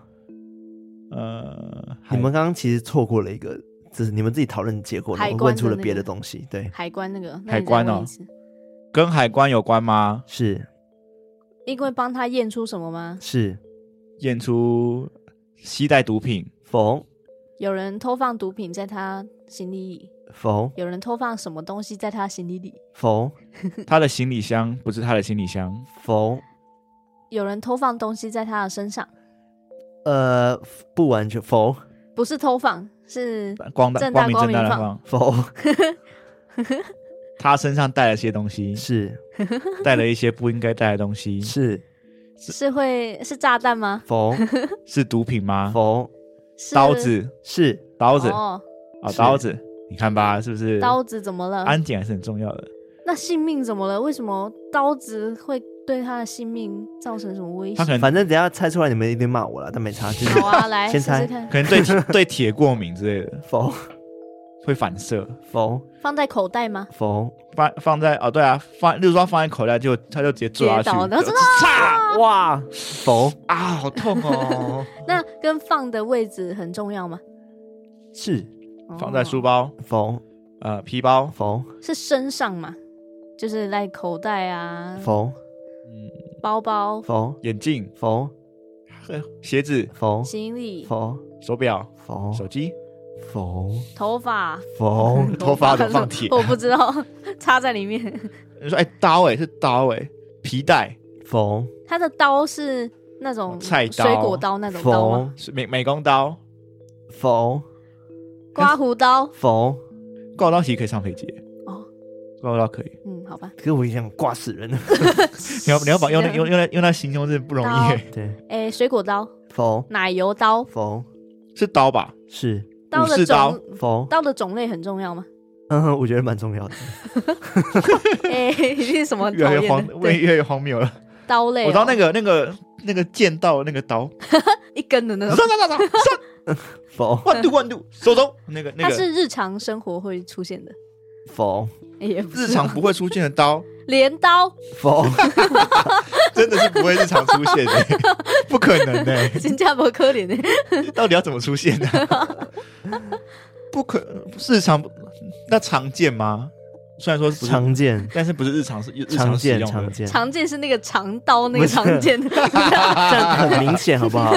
[SPEAKER 4] 呃，
[SPEAKER 1] 你们
[SPEAKER 4] 还
[SPEAKER 1] 刚刚其实错过了一个，就是你们自己讨论的结果，
[SPEAKER 2] 海
[SPEAKER 1] 然后
[SPEAKER 2] 关
[SPEAKER 1] 问出
[SPEAKER 2] 的
[SPEAKER 1] 了
[SPEAKER 2] 那
[SPEAKER 1] 别
[SPEAKER 2] 个
[SPEAKER 1] 的东西。对，
[SPEAKER 2] 海关那个那你
[SPEAKER 4] 海
[SPEAKER 2] 再
[SPEAKER 4] 关
[SPEAKER 2] 问
[SPEAKER 4] 哦
[SPEAKER 2] 一次
[SPEAKER 4] 跟海关有关吗？
[SPEAKER 1] 是
[SPEAKER 2] 因为帮他验出什么吗？
[SPEAKER 1] 是
[SPEAKER 4] 验出携带毒品，
[SPEAKER 1] 否
[SPEAKER 2] 有人偷放毒品在他行李里，
[SPEAKER 1] 否
[SPEAKER 2] 有人偷放什么东西在他行李里，
[SPEAKER 1] 否
[SPEAKER 4] 他的行李箱不是他的行李箱，
[SPEAKER 1] 否，
[SPEAKER 2] 有人偷放东西在他的身上，
[SPEAKER 1] 呃，不完全否
[SPEAKER 2] 不是偷放，是
[SPEAKER 4] 光大
[SPEAKER 2] 正大
[SPEAKER 4] 明
[SPEAKER 2] 光
[SPEAKER 4] 正大
[SPEAKER 2] 明
[SPEAKER 4] 的
[SPEAKER 2] 放
[SPEAKER 4] 放。
[SPEAKER 1] 否
[SPEAKER 4] 他身上带了些 东西，
[SPEAKER 1] 是
[SPEAKER 4] 带了一些不应该带的东西，
[SPEAKER 1] 是
[SPEAKER 2] 是会是炸弹吗？
[SPEAKER 1] 否
[SPEAKER 4] 是毒品吗？
[SPEAKER 1] 否
[SPEAKER 2] 是
[SPEAKER 4] 刀子，
[SPEAKER 1] 是
[SPEAKER 4] 刀子啊，
[SPEAKER 2] 哦，
[SPEAKER 1] 是
[SPEAKER 4] 刀子，你看吧，是不是？
[SPEAKER 2] 刀子怎么了？
[SPEAKER 4] 安检还是很重要的。
[SPEAKER 2] 那性命怎么了？为什么刀子会对他的性命造成什么威
[SPEAKER 4] 他
[SPEAKER 2] 胁？
[SPEAKER 4] 可能
[SPEAKER 1] 反正等一下猜出来你们一定骂我了，但没差，就是
[SPEAKER 2] 好啊，来试
[SPEAKER 1] 先
[SPEAKER 2] 试
[SPEAKER 1] 猜
[SPEAKER 2] 看，
[SPEAKER 4] 可能对铁对铁过敏之类的，
[SPEAKER 1] 否
[SPEAKER 4] 会反射。
[SPEAKER 1] 否
[SPEAKER 2] 放在口袋吗？
[SPEAKER 1] 否
[SPEAKER 4] 放放在哦，对啊，放，例如说放在口袋就他就直接坐下去，
[SPEAKER 2] 跌倒然后
[SPEAKER 4] 就
[SPEAKER 2] 真啊
[SPEAKER 4] 嚓
[SPEAKER 1] 哇否
[SPEAKER 4] 啊，好痛哦！
[SPEAKER 2] 那跟放的位置很重要吗？
[SPEAKER 1] 是
[SPEAKER 2] 哦
[SPEAKER 4] 放在书包、
[SPEAKER 1] 否
[SPEAKER 4] 呃皮包，
[SPEAKER 1] 否
[SPEAKER 2] 是身上吗？就是在口袋啊、
[SPEAKER 1] 否
[SPEAKER 2] 包包、
[SPEAKER 1] 否
[SPEAKER 4] 眼镜、
[SPEAKER 1] 否
[SPEAKER 4] 对，鞋子、
[SPEAKER 1] 佛
[SPEAKER 2] 行李、
[SPEAKER 1] 佛
[SPEAKER 4] 手表、
[SPEAKER 1] 佛
[SPEAKER 4] 手机、
[SPEAKER 1] 佛
[SPEAKER 2] 头发、
[SPEAKER 1] 佛，
[SPEAKER 4] 头发怎么放 铁？
[SPEAKER 2] 我不知道，插在里面。
[SPEAKER 4] 你说哎，刀哎，是刀哎，皮带
[SPEAKER 1] 佛
[SPEAKER 2] 他的刀是那种
[SPEAKER 4] 哦菜刀
[SPEAKER 2] 水果刀 那种刀吗？
[SPEAKER 1] 佛
[SPEAKER 4] 是美美工刀，
[SPEAKER 1] 佛
[SPEAKER 2] 刮胡刀。
[SPEAKER 1] 佛，
[SPEAKER 4] 刮刀其实可以上飞机欸
[SPEAKER 2] 哦，
[SPEAKER 4] 刮刀可以。
[SPEAKER 2] 嗯，好吧。
[SPEAKER 1] 可是我一想挂死人了。
[SPEAKER 4] 你要你要把
[SPEAKER 2] 啊
[SPEAKER 4] 用那用用那用那形容真的不容易欸耶，
[SPEAKER 1] 对，
[SPEAKER 2] 哎、水果刀、
[SPEAKER 1] 佛
[SPEAKER 2] 奶油刀，
[SPEAKER 1] 佛
[SPEAKER 4] 是刀吧？
[SPEAKER 1] 是
[SPEAKER 2] 刀
[SPEAKER 4] 武
[SPEAKER 2] 的
[SPEAKER 4] 士刀
[SPEAKER 2] 种
[SPEAKER 1] 佛，
[SPEAKER 2] 刀的种类很重要吗？
[SPEAKER 1] 嗯，我觉得蛮重 要的。
[SPEAKER 2] 哎、是什么很
[SPEAKER 4] 越
[SPEAKER 2] 讨
[SPEAKER 4] 来越
[SPEAKER 2] 厌
[SPEAKER 4] 荒
[SPEAKER 2] 的？，
[SPEAKER 4] 越
[SPEAKER 2] 对，
[SPEAKER 4] 越来越荒谬了。
[SPEAKER 2] 刀类哦、
[SPEAKER 4] 我知道那个那个那个剑道的那个刀，
[SPEAKER 2] 一根的那
[SPEAKER 4] 上
[SPEAKER 2] 种，
[SPEAKER 4] 上上上上，
[SPEAKER 1] 佛
[SPEAKER 4] 万度万度，手中那个那
[SPEAKER 2] 它
[SPEAKER 4] 个
[SPEAKER 2] 是日常生活会出现的，
[SPEAKER 1] 佛
[SPEAKER 2] 哎也不
[SPEAKER 4] 日
[SPEAKER 2] 是
[SPEAKER 4] 常不会出现的 刀，
[SPEAKER 2] 镰刀，
[SPEAKER 1] 佛，
[SPEAKER 4] 真的是不会日常出现的，不可能的。
[SPEAKER 2] 新加坡可怜的，
[SPEAKER 4] 到底要怎么出现呢、不可日常那常见吗？虽然说不是，
[SPEAKER 1] 常见
[SPEAKER 4] 但是不是日常是日
[SPEAKER 1] 常
[SPEAKER 4] 常使
[SPEAKER 1] 见
[SPEAKER 4] 用
[SPEAKER 1] 常
[SPEAKER 4] 的。
[SPEAKER 1] 见，
[SPEAKER 2] 常见是那个长刀那个
[SPEAKER 1] 不是
[SPEAKER 2] 常见，
[SPEAKER 1] 这样很明显好不好？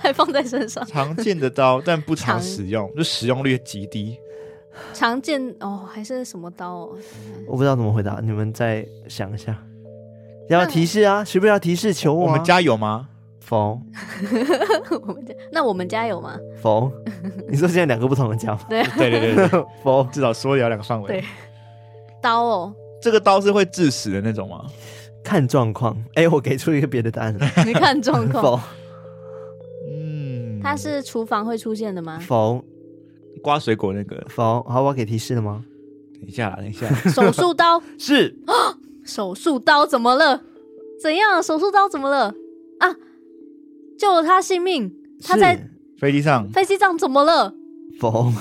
[SPEAKER 2] 还放在身上，
[SPEAKER 4] 常见的刀，但不常
[SPEAKER 2] 常
[SPEAKER 4] 使用，就使用率极低。
[SPEAKER 2] 常见哦，还是什么刀、哦？
[SPEAKER 1] 我不知道怎么回答，你们再想一下。要不要提示啊，随便要提示求
[SPEAKER 4] 我
[SPEAKER 1] 我啊。
[SPEAKER 4] 们家有吗？
[SPEAKER 1] 佛
[SPEAKER 2] 我们家那我们家有吗？
[SPEAKER 1] 佛，你说现在两个不同的家吗？
[SPEAKER 2] 对啊，
[SPEAKER 4] 对对对对，
[SPEAKER 1] 佛
[SPEAKER 4] 至少缩小两个范围
[SPEAKER 2] 对。刀哦，
[SPEAKER 4] 这个刀是会致死的那种吗？
[SPEAKER 1] 看状况。 哎，我给出一个别的答 案了。
[SPEAKER 2] 你看状 况，
[SPEAKER 1] 佛
[SPEAKER 4] 嗯，
[SPEAKER 2] 它是厨房会出现的吗？
[SPEAKER 1] 佛
[SPEAKER 4] 刮水果那个。
[SPEAKER 1] 佛，好，我要给提示了吗？
[SPEAKER 4] 等一下啦，等一下，
[SPEAKER 2] 手术刀，
[SPEAKER 1] 是
[SPEAKER 2] 手术刀怎么了？怎样？手术刀怎么了？啊，救了他性命，他在
[SPEAKER 1] 是
[SPEAKER 4] 飞机上。
[SPEAKER 2] 飞机上怎么了？
[SPEAKER 1] 佛，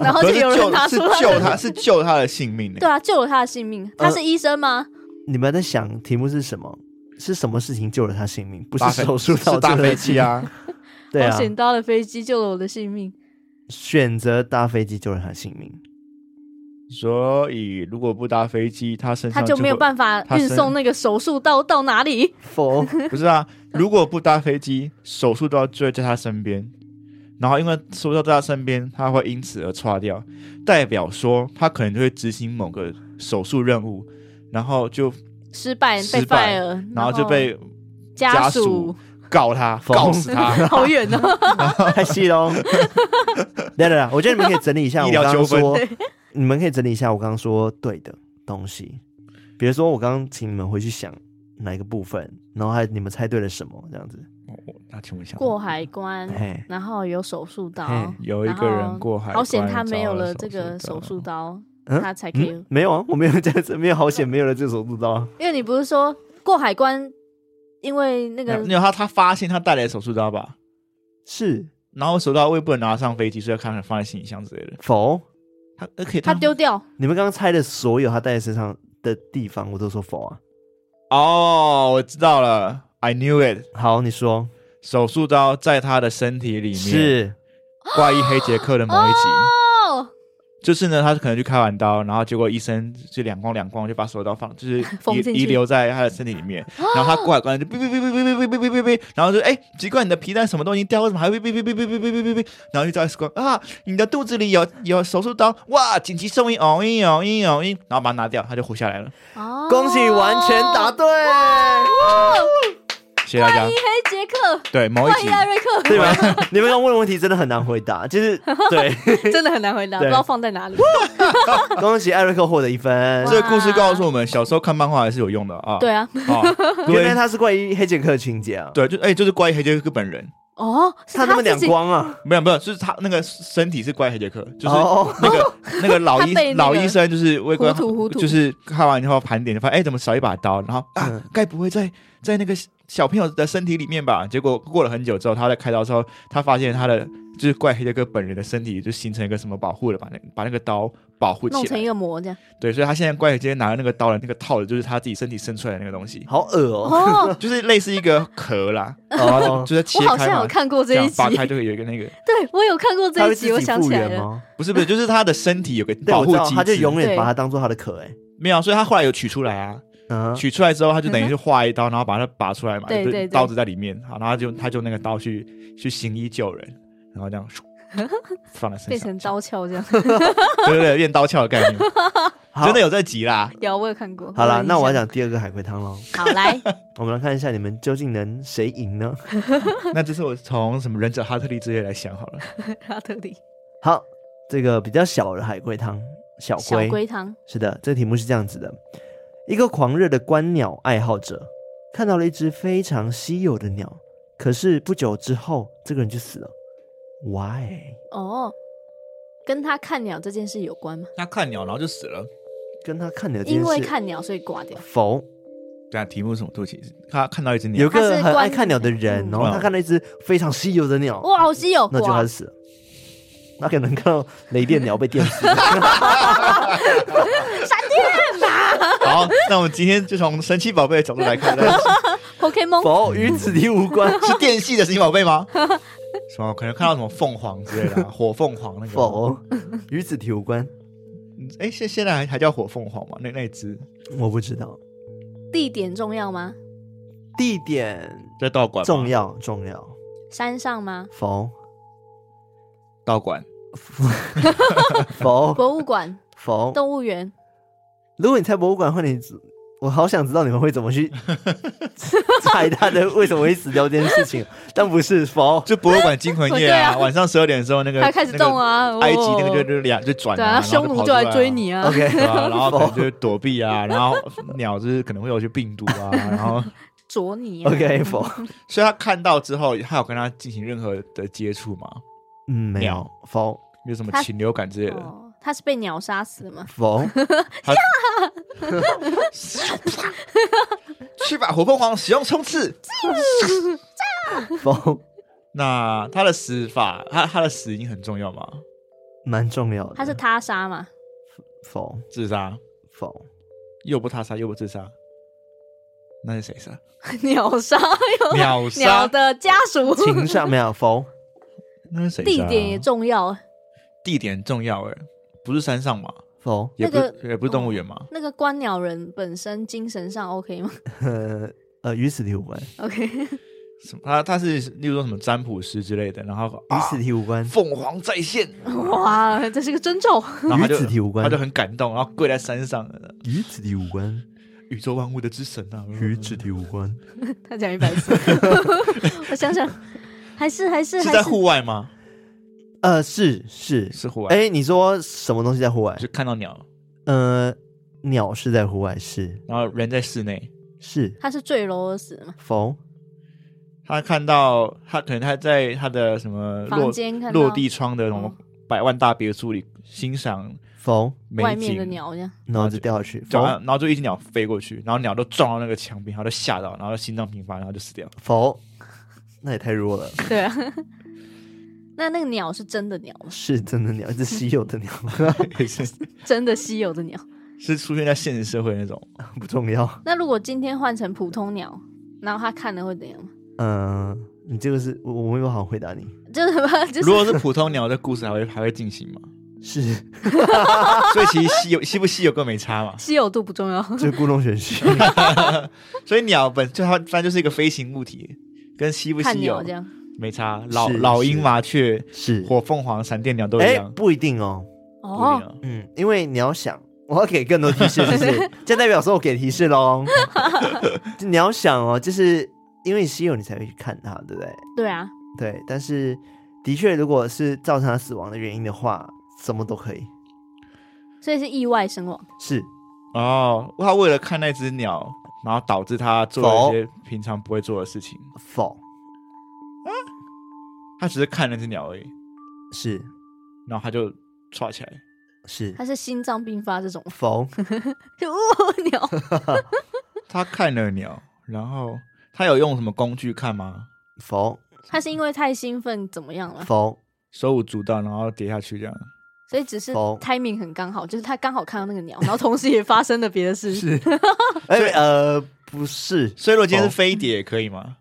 [SPEAKER 2] 然后
[SPEAKER 4] 可
[SPEAKER 2] 哦就是有人拿出
[SPEAKER 4] 救
[SPEAKER 2] 来
[SPEAKER 4] 是救他，是救他的性命呢、
[SPEAKER 2] 对啊，救了他的性命。他是医生吗？
[SPEAKER 1] 你们在想题目是什么？是什么事情救了他性命？不
[SPEAKER 4] 不
[SPEAKER 1] 是手术刀
[SPEAKER 4] 是搭
[SPEAKER 1] 救了
[SPEAKER 4] 飞
[SPEAKER 1] 他性
[SPEAKER 4] 机啊，
[SPEAKER 1] 命，对啊
[SPEAKER 2] 保，险刀的飞机哦救了我的性命。
[SPEAKER 1] 选择搭飞机救了他性命。
[SPEAKER 4] 所以如果不搭飞机，他身
[SPEAKER 2] 他
[SPEAKER 4] 上
[SPEAKER 2] 就没有
[SPEAKER 4] 法。
[SPEAKER 2] 办法
[SPEAKER 4] 他
[SPEAKER 2] 运
[SPEAKER 4] 身
[SPEAKER 2] 送那个手术刀到哪里？
[SPEAKER 1] 佛
[SPEAKER 4] 不是啊，如果不搭飞机，手术刀就会在他身边，然后因为手术刀在他身边，他会因此而岔掉，代表说他可能就会执行某个手术任务，然后就
[SPEAKER 2] 失败被
[SPEAKER 4] 失
[SPEAKER 2] f i
[SPEAKER 4] 败
[SPEAKER 2] r
[SPEAKER 4] 然后就被
[SPEAKER 2] 家
[SPEAKER 4] 家属 啊告他，
[SPEAKER 1] 疯
[SPEAKER 4] 告死他。
[SPEAKER 2] 好远哦。
[SPEAKER 1] 太细哦 喽。来来来，我觉得你们可以整理一下
[SPEAKER 4] 医
[SPEAKER 1] 我
[SPEAKER 4] 疗
[SPEAKER 1] 刚刚
[SPEAKER 4] 纠纷
[SPEAKER 1] 说，你们可以整理一下我刚刚说对的东西。比如说，我刚刚请你们回去想哪一个部分，然后还你们猜对了什么，这样子。
[SPEAKER 4] 那请问一下，
[SPEAKER 2] 过海关，
[SPEAKER 1] 嘿，
[SPEAKER 2] 然后有手术刀
[SPEAKER 1] 嘿，
[SPEAKER 4] 有一个人过海
[SPEAKER 2] 然
[SPEAKER 4] 关
[SPEAKER 2] 后好险他没有
[SPEAKER 4] 遭
[SPEAKER 2] 了
[SPEAKER 4] 了
[SPEAKER 2] 这个
[SPEAKER 4] 手
[SPEAKER 2] 手
[SPEAKER 4] 术
[SPEAKER 2] 术刀，
[SPEAKER 1] 嗯
[SPEAKER 2] 他才可以
[SPEAKER 1] 嗯，。没有啊，我没有这样子，没有好
[SPEAKER 2] 嗯
[SPEAKER 1] 险，没有了这手术刀啊。
[SPEAKER 2] 因为你不是说过海关，因为那个
[SPEAKER 4] 啊没有他，他发现他带来的手术刀吧，
[SPEAKER 1] 是
[SPEAKER 4] 然后手术刀我也不能拿上飞机，所以他可能放在行李箱之类的。
[SPEAKER 1] 否？
[SPEAKER 4] 他呃可以
[SPEAKER 2] 他丢掉，
[SPEAKER 1] 你们刚刚猜的所有他带在身上的地方，我都说否啊。
[SPEAKER 4] 哦，我知道了，I knew it。
[SPEAKER 1] 好，你说
[SPEAKER 4] 手术刀在他的身体里面，
[SPEAKER 1] 是
[SPEAKER 4] 怪医黑杰克的某一集，
[SPEAKER 2] 哦，
[SPEAKER 4] 就是呢，他可能去开完刀，然后结果医生就两光两光就把手术刀放，就是
[SPEAKER 2] 缝
[SPEAKER 4] 遗
[SPEAKER 2] 进去
[SPEAKER 4] 遗留在他的身体里面，然后他过来关就哔哔哔哔哔哔哔哔哔哔，然后就哎、奇怪你的皮带什么都已经掉，为什么还会哔哔哔哔哔哔哔哔哔，然后就照 X 光啊，你的肚子里有有手术刀，哇，紧急送医，哦医哦医哦医，然后把它拿掉，他就活下来了，
[SPEAKER 2] 哦
[SPEAKER 1] 恭喜完全答对，
[SPEAKER 4] 谢谢大家。
[SPEAKER 2] 黑杰克，
[SPEAKER 4] 对，某一
[SPEAKER 2] 怪
[SPEAKER 4] 集
[SPEAKER 2] 医艾瑞克，
[SPEAKER 1] 对吧？你们刚问的问题真的很难回答，就是对。
[SPEAKER 2] 真的很难回答，不
[SPEAKER 1] 对
[SPEAKER 2] 知道放在哪里。
[SPEAKER 1] 恭喜艾瑞克获得一分
[SPEAKER 2] 哇。
[SPEAKER 4] 这个故事告诉我们，小时候看漫画还是有用的啊。
[SPEAKER 2] 对啊，
[SPEAKER 4] 啊，
[SPEAKER 1] 原
[SPEAKER 4] 对
[SPEAKER 1] 来他是怪医黑杰克的情节啊，
[SPEAKER 4] 对，就哎、就是怪医黑杰克本人。
[SPEAKER 2] 哦，是
[SPEAKER 1] 他那么
[SPEAKER 2] 自
[SPEAKER 1] 两
[SPEAKER 2] 己，
[SPEAKER 1] 光啊，
[SPEAKER 4] 没有没有，就是他那个身体是怪黑杰克，就是
[SPEAKER 1] 哦
[SPEAKER 4] 那个、 那个老医、
[SPEAKER 2] 他被那个
[SPEAKER 4] 老医生就是为怪
[SPEAKER 2] 糊涂糊涂
[SPEAKER 4] 就是看完以后盘点，就发现哎怎么少一把刀，然后啊
[SPEAKER 1] 嗯
[SPEAKER 4] 该不会在在那个小朋友的身体里面吧？结果过了很久之后，他在开刀之后，他发现他的就是怪黑杰克本人的身体就形成一个什么保护了，把那把那个刀保护
[SPEAKER 2] 弄
[SPEAKER 4] 起
[SPEAKER 2] 成一
[SPEAKER 4] 来。
[SPEAKER 2] 个膜这样。
[SPEAKER 4] 对，所以他现在怪黑杰克拿的那个刀的那个套子，就是他自己身体生出来的那个东西，
[SPEAKER 1] 好恶哦。
[SPEAKER 2] 哦，
[SPEAKER 4] 就是类似一个壳啦，然后
[SPEAKER 1] 哦，
[SPEAKER 4] 就是 切
[SPEAKER 2] 我好
[SPEAKER 4] 开
[SPEAKER 2] 像
[SPEAKER 4] 嘛
[SPEAKER 2] 有，看过这一
[SPEAKER 4] 样
[SPEAKER 2] 集，
[SPEAKER 4] 扒开就会有一个那个。
[SPEAKER 2] 对我有看过
[SPEAKER 1] 他
[SPEAKER 2] 这
[SPEAKER 1] 会
[SPEAKER 2] 一
[SPEAKER 1] 自
[SPEAKER 2] 集，我
[SPEAKER 1] 己
[SPEAKER 2] 想
[SPEAKER 1] 复
[SPEAKER 2] 起来
[SPEAKER 1] 原
[SPEAKER 2] 了。
[SPEAKER 1] 吗？
[SPEAKER 4] 不是不是，就是他的身体有个
[SPEAKER 1] 对，
[SPEAKER 4] 保
[SPEAKER 1] 我知
[SPEAKER 4] 护
[SPEAKER 1] 道，
[SPEAKER 4] 机制，
[SPEAKER 1] 他就永远
[SPEAKER 2] 对
[SPEAKER 1] 把它当做他的壳，哎，
[SPEAKER 4] 没有啊，所以他后来有取出来啊，
[SPEAKER 1] 嗯哼，
[SPEAKER 4] 取出来之后，他就等于是划一刀，然后把它拔出来嘛，
[SPEAKER 2] 对
[SPEAKER 4] 就
[SPEAKER 2] 对对
[SPEAKER 4] 刀子在里面，好，然后他就他就那个刀去去行医救人，然后 这样咻放在身上，
[SPEAKER 2] 变成刀鞘这样。
[SPEAKER 4] 对对对，练刀鞘的概念，
[SPEAKER 1] 好
[SPEAKER 4] 真的有在急啦。
[SPEAKER 2] 有，我有看过。
[SPEAKER 1] 好
[SPEAKER 2] 我有
[SPEAKER 1] 啦，
[SPEAKER 2] 印
[SPEAKER 1] 那我要
[SPEAKER 2] 象。
[SPEAKER 1] 讲第二个海龟汤喽。
[SPEAKER 2] 好来，
[SPEAKER 1] 我们来看一下你们究竟能谁赢呢？
[SPEAKER 4] 那这是我从什么忍者哈特利之类来想好了。
[SPEAKER 2] 哈特利
[SPEAKER 1] 好，这个比较小的海龟汤，小
[SPEAKER 2] 小
[SPEAKER 1] 龟
[SPEAKER 2] 龟汤，
[SPEAKER 1] 是的，这题目是这样子的：一个狂热的观鸟爱好者看到了一只非常稀有的鸟，可是不久之后，这个人就死了。Why？
[SPEAKER 2] 哦，跟他看鸟这件事有关吗？
[SPEAKER 4] 他看鸟，然后就死了。
[SPEAKER 1] 跟他看鸟这件
[SPEAKER 2] 因为
[SPEAKER 1] 事
[SPEAKER 2] 看鸟所以挂掉。
[SPEAKER 1] 否？
[SPEAKER 4] 对啊，题目是什么？对不起，他看到一只鸟
[SPEAKER 1] 有，个
[SPEAKER 2] 他是
[SPEAKER 1] 很爱
[SPEAKER 2] 观
[SPEAKER 1] 看鸟的人，
[SPEAKER 2] 嗯
[SPEAKER 1] 然后他看到一只非常稀有的鸟，
[SPEAKER 2] 哇，好稀有！
[SPEAKER 1] 哦那就
[SPEAKER 2] 挂
[SPEAKER 1] 他是死了。那可能看到雷电鸟被电 死，
[SPEAKER 4] 好，那我们今天就从神奇宝贝的角度来 看，
[SPEAKER 2] Pokemon
[SPEAKER 1] 否？与此题无关。
[SPEAKER 4] 是电系的神奇宝贝吗？ 什么？可能看到什么凤凰之类的 啊、火凤凰那个？
[SPEAKER 1] 否，与此题无关。
[SPEAKER 4] 嗯？哎，现现在还还叫火凤凰吗？那那一只
[SPEAKER 1] 我不知道
[SPEAKER 2] 地点重要吗？
[SPEAKER 1] 地点
[SPEAKER 4] 在道馆吗
[SPEAKER 1] 重要重要
[SPEAKER 2] 山上吗？
[SPEAKER 1] 否
[SPEAKER 4] 道馆
[SPEAKER 1] 否
[SPEAKER 2] 博物馆、
[SPEAKER 1] 否。
[SPEAKER 2] 动物园，
[SPEAKER 1] 如果你猜博物馆，换你，我好想知道你们会怎么去猜他的为什么会死掉这件事情，但不是否。
[SPEAKER 4] 就博物馆惊魂 夜
[SPEAKER 2] 对啊
[SPEAKER 4] 晚上十二点的时候那个
[SPEAKER 2] 他开始动，啊！
[SPEAKER 4] 那个埃及那个就
[SPEAKER 2] 哦
[SPEAKER 4] 就俩就转
[SPEAKER 2] 对啊，
[SPEAKER 4] 啊，然
[SPEAKER 2] 匈奴
[SPEAKER 4] 后跑出
[SPEAKER 2] 就来
[SPEAKER 4] 啊
[SPEAKER 2] 追。你啊！
[SPEAKER 1] OK，
[SPEAKER 4] 对 啊，然后可能
[SPEAKER 1] 否
[SPEAKER 4] 就是躲避啊，然后鸟就是可能会有一些病毒啊，然后
[SPEAKER 2] 啄你啊。
[SPEAKER 1] OK 否，
[SPEAKER 4] 所以他看到之后，他有跟他进行任何的接触吗？
[SPEAKER 1] 嗯，没有
[SPEAKER 4] 鸟
[SPEAKER 1] 否
[SPEAKER 4] 有什么
[SPEAKER 2] 他
[SPEAKER 4] 禽流感之类的？
[SPEAKER 2] 哦，他是被鸟杀死的吗？
[SPEAKER 1] 否。
[SPEAKER 4] 去吧，火凤凰使用冲刺。
[SPEAKER 1] 否，
[SPEAKER 4] 那他的死法，他他的死因很重要吗？
[SPEAKER 1] 蛮重要的。
[SPEAKER 2] 他是他杀吗？
[SPEAKER 1] 否
[SPEAKER 4] 自杀，
[SPEAKER 1] 否，
[SPEAKER 4] 又不他杀，又不自杀，那是谁 杀？
[SPEAKER 2] 鸟杀有
[SPEAKER 4] 鸟
[SPEAKER 2] 鸟
[SPEAKER 4] 杀，
[SPEAKER 2] 的家属，
[SPEAKER 1] 情上没有否，
[SPEAKER 4] 那是谁
[SPEAKER 2] 地
[SPEAKER 4] 杀啊？
[SPEAKER 2] 点也重要。
[SPEAKER 4] 地点重要哎，不是山上嘛，
[SPEAKER 1] 否，
[SPEAKER 4] 也不
[SPEAKER 2] 那
[SPEAKER 4] 是
[SPEAKER 2] 个
[SPEAKER 4] 也不是动物园嘛。
[SPEAKER 2] 那个观鸟人本身精神上 OK 吗
[SPEAKER 1] 呃呃，与此题无关，
[SPEAKER 2] ？OK，
[SPEAKER 4] 什么？他他是例如说什么占卜师之类的，然后
[SPEAKER 1] 与
[SPEAKER 4] 啊，
[SPEAKER 1] 此题无关，
[SPEAKER 4] 凤凰在 线，
[SPEAKER 2] 哇，这是个征兆。
[SPEAKER 4] 然后他
[SPEAKER 1] 与此题
[SPEAKER 4] 就
[SPEAKER 1] 无关
[SPEAKER 4] 他就很感动，然后跪在山上，
[SPEAKER 1] 与此题无关，
[SPEAKER 4] 宇宙万物的之神啊，
[SPEAKER 1] 与此题无关。
[SPEAKER 2] 他讲一百次， 我想想，还是还是
[SPEAKER 4] 是
[SPEAKER 2] 还
[SPEAKER 4] 在
[SPEAKER 2] 是
[SPEAKER 4] 户外吗？
[SPEAKER 1] 呃，是是，
[SPEAKER 4] 是户外，
[SPEAKER 1] 哎，你说什么东西在户外
[SPEAKER 4] 就？看到鸟，
[SPEAKER 1] 呃，鸟是在户外，是
[SPEAKER 4] 然后人在室内，
[SPEAKER 1] 是
[SPEAKER 2] 他是坠楼而死吗？
[SPEAKER 1] 否？
[SPEAKER 4] 他看到他可能他在他的什么落
[SPEAKER 2] 房间看到嗯
[SPEAKER 4] 落地窗的什么百万大别墅里欣赏
[SPEAKER 1] 否，
[SPEAKER 4] 美景，
[SPEAKER 2] 外面的鸟这样，
[SPEAKER 1] 然
[SPEAKER 4] 啊
[SPEAKER 1] 后就掉下去。
[SPEAKER 4] 然后
[SPEAKER 1] 否
[SPEAKER 4] 然后就一只鸟飞过去，然后鸟都撞到那个墙壁，然后就吓到，然后心脏病发，然后就死掉。
[SPEAKER 1] 否，那也太弱了。
[SPEAKER 2] 对啊。那那个鸟是真的鸟吗？
[SPEAKER 1] 是真的鸟，一只稀有的鸟，
[SPEAKER 4] 是
[SPEAKER 2] 真的稀有的鸟？
[SPEAKER 4] 是出现在现实社会那种，
[SPEAKER 1] 不重要。
[SPEAKER 2] 那如果今天换成普通鸟，然后他看了会怎样吗？
[SPEAKER 1] 嗯、你这个是我我没有办法回答你。
[SPEAKER 2] 就是就是
[SPEAKER 4] 如果是普通鸟的故事还会还会进行 吗？
[SPEAKER 1] 是，
[SPEAKER 4] 所以其实稀有稀不稀有更没 差嘛。
[SPEAKER 2] 稀有度不重要。
[SPEAKER 1] 这故弄玄 虚。
[SPEAKER 4] 所以鸟本就它反正就是一个飞行物体，跟稀不
[SPEAKER 2] 看
[SPEAKER 4] 稀
[SPEAKER 2] 鸟
[SPEAKER 4] 有
[SPEAKER 2] 这样，
[SPEAKER 4] 没差。老
[SPEAKER 1] 是
[SPEAKER 4] 老鹰、
[SPEAKER 1] 是
[SPEAKER 4] 麻雀、
[SPEAKER 1] 是，
[SPEAKER 4] 火凤凰、闪电鸟都一
[SPEAKER 1] 哎、
[SPEAKER 4] 样。
[SPEAKER 1] 不一定哦。
[SPEAKER 4] 不一
[SPEAKER 2] 哦
[SPEAKER 4] 定，啊
[SPEAKER 1] 嗯，因为你要想，我要给更多提示，是不是？这代表说我给提示喽。 你要想哦，就是因为稀有你才会去看它，对不对？
[SPEAKER 2] 对啊，
[SPEAKER 1] 对，但是的确，如果是造成它死亡的原因的话，什么都可以。
[SPEAKER 2] 所以是意外身亡。
[SPEAKER 1] 是
[SPEAKER 4] 哦，他为了看那只鸟，然后导致他做了一些平常不会做的事情。
[SPEAKER 1] 否？
[SPEAKER 4] 他只是看那只鸟而已，
[SPEAKER 1] 是
[SPEAKER 4] 然后他就抓起来。
[SPEAKER 1] 是
[SPEAKER 2] 他是心脏病发这种，
[SPEAKER 1] 否？
[SPEAKER 2] 就哦鸟，
[SPEAKER 4] 他看了鸟，然后他有用什么工具看吗？
[SPEAKER 1] 否？
[SPEAKER 2] 他是因为太兴奋怎么样 了？
[SPEAKER 1] 否？
[SPEAKER 4] 手舞足蹈，然后跌下去这样。
[SPEAKER 2] 所以只是
[SPEAKER 1] 否
[SPEAKER 2] timing 很刚好，就是他刚好看到那个鸟，然后同时也发生了别 的事。
[SPEAKER 1] 是。哎、呃，不是，
[SPEAKER 4] 所以如果
[SPEAKER 1] 哦
[SPEAKER 4] 今天是飞碟，也可以吗？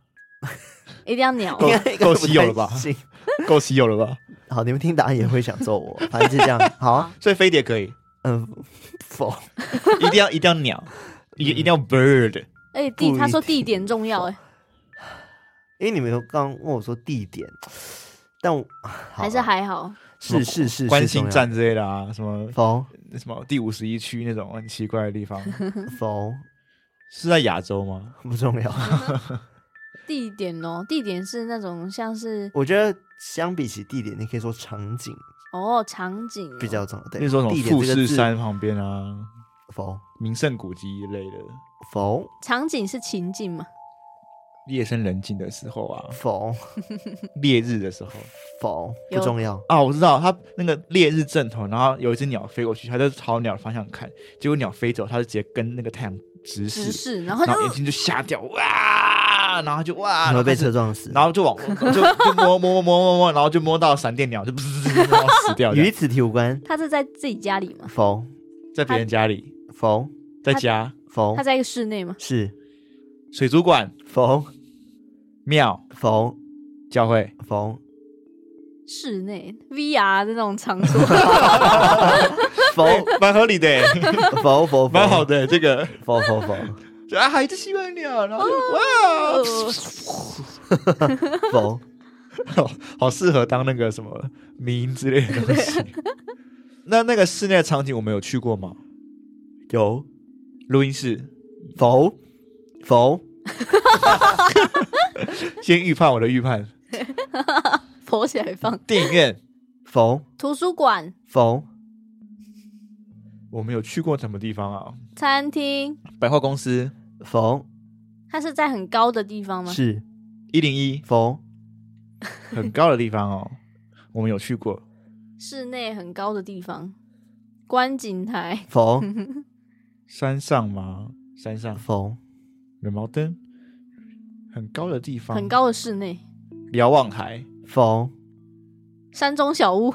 [SPEAKER 2] 一定要鸟
[SPEAKER 4] 够
[SPEAKER 1] 应该
[SPEAKER 4] 够稀有了吧
[SPEAKER 1] 应该不太行
[SPEAKER 4] 够稀有了吧？
[SPEAKER 1] 好，你们听答案也会想揍我，反 正就这样。好，啊
[SPEAKER 4] 所以飞碟可以，
[SPEAKER 1] 嗯，否？嗯
[SPEAKER 4] 一定要一定要鸟。一一定要 bird，
[SPEAKER 2] 哎、地他说
[SPEAKER 1] 故意
[SPEAKER 2] 地点重要、哎，
[SPEAKER 1] 因为你们有刚刚问我说地点，但我
[SPEAKER 2] 还是还好。
[SPEAKER 1] 是是是
[SPEAKER 4] 关
[SPEAKER 1] 是
[SPEAKER 4] 心
[SPEAKER 1] 重要
[SPEAKER 4] 站之类的啊，什么
[SPEAKER 1] 否
[SPEAKER 4] 什么第五十一区那种很奇怪的地 方，
[SPEAKER 1] 否
[SPEAKER 4] 是在亚洲吗？
[SPEAKER 1] 不重要。
[SPEAKER 2] 地点哦，地点是那种像是
[SPEAKER 1] 我觉得相比起地点，你可以说场景
[SPEAKER 2] 哦场景哦
[SPEAKER 1] 比较重要。对，
[SPEAKER 4] 那时候
[SPEAKER 1] 地
[SPEAKER 4] 什么
[SPEAKER 1] 点
[SPEAKER 4] 富
[SPEAKER 1] 这个
[SPEAKER 4] 士
[SPEAKER 1] 字
[SPEAKER 4] 山旁边啊，
[SPEAKER 1] 否
[SPEAKER 4] 名胜古迹一类的，
[SPEAKER 1] 否
[SPEAKER 2] 场景是情境嘛？
[SPEAKER 4] 夜深人静的时候啊，
[SPEAKER 1] 否
[SPEAKER 4] 烈日的时候
[SPEAKER 1] 否不
[SPEAKER 2] 有
[SPEAKER 1] 重要。
[SPEAKER 4] 啊，我知道他那个烈日正头，然后有一只鸟飞过去，他就朝鸟方向看，结果鸟飞走，他就直接跟那个太阳直
[SPEAKER 2] 直
[SPEAKER 4] 视，
[SPEAKER 2] 视，然后
[SPEAKER 4] 然
[SPEAKER 2] 就
[SPEAKER 4] 后眼睛就瞎掉，哇，然后就哇，
[SPEAKER 1] 你会被
[SPEAKER 4] 然后
[SPEAKER 1] 车撞死。
[SPEAKER 4] 然后就往就就摸摸摸摸摸摸，然后就摸到闪电鸟，就噗噗噗噗然后死掉这
[SPEAKER 1] 与
[SPEAKER 4] 样，
[SPEAKER 1] 此题无关。
[SPEAKER 2] 他是在自己家里嘛？
[SPEAKER 1] 否
[SPEAKER 4] 在别人家里，
[SPEAKER 1] 否
[SPEAKER 4] 在家
[SPEAKER 1] 否
[SPEAKER 2] 他在一个室内嘛？
[SPEAKER 1] 是
[SPEAKER 4] 水族馆、
[SPEAKER 1] 否
[SPEAKER 4] 庙、
[SPEAKER 1] 否
[SPEAKER 4] 教会，
[SPEAKER 1] 否
[SPEAKER 2] 室内 VR 的那种场所，
[SPEAKER 1] 否
[SPEAKER 4] 蛮合理的，
[SPEAKER 1] 否否
[SPEAKER 4] 蛮好
[SPEAKER 1] 否
[SPEAKER 4] 的这个。
[SPEAKER 1] 否否否
[SPEAKER 4] 就啊，还有一只西班鸟，然后就哇，
[SPEAKER 1] 否
[SPEAKER 4] 好好适合当那个什么名之类的东西。 那那个室内的场景我们有去过吗？
[SPEAKER 1] 有
[SPEAKER 4] 录音室，
[SPEAKER 1] 否否
[SPEAKER 4] 先预判我的预判。
[SPEAKER 2] 佛起来放。
[SPEAKER 4] 电影院
[SPEAKER 1] 否
[SPEAKER 2] 图书馆、
[SPEAKER 1] 否
[SPEAKER 4] 我们有去过什么地方啊？
[SPEAKER 2] 餐厅，
[SPEAKER 4] 百货公司
[SPEAKER 1] 否
[SPEAKER 2] 它是在很高的地方吗？
[SPEAKER 1] 是
[SPEAKER 4] 一零一
[SPEAKER 1] 否
[SPEAKER 4] 很高的地方哦，我们有去过。
[SPEAKER 2] 室内很高的地方，观景台、
[SPEAKER 1] 否
[SPEAKER 4] 山上吗？山上
[SPEAKER 1] 否
[SPEAKER 4] 有毛灯，很高的地方，
[SPEAKER 2] 很高的室内、
[SPEAKER 4] 瞭望台，
[SPEAKER 1] 否
[SPEAKER 2] 山中小屋、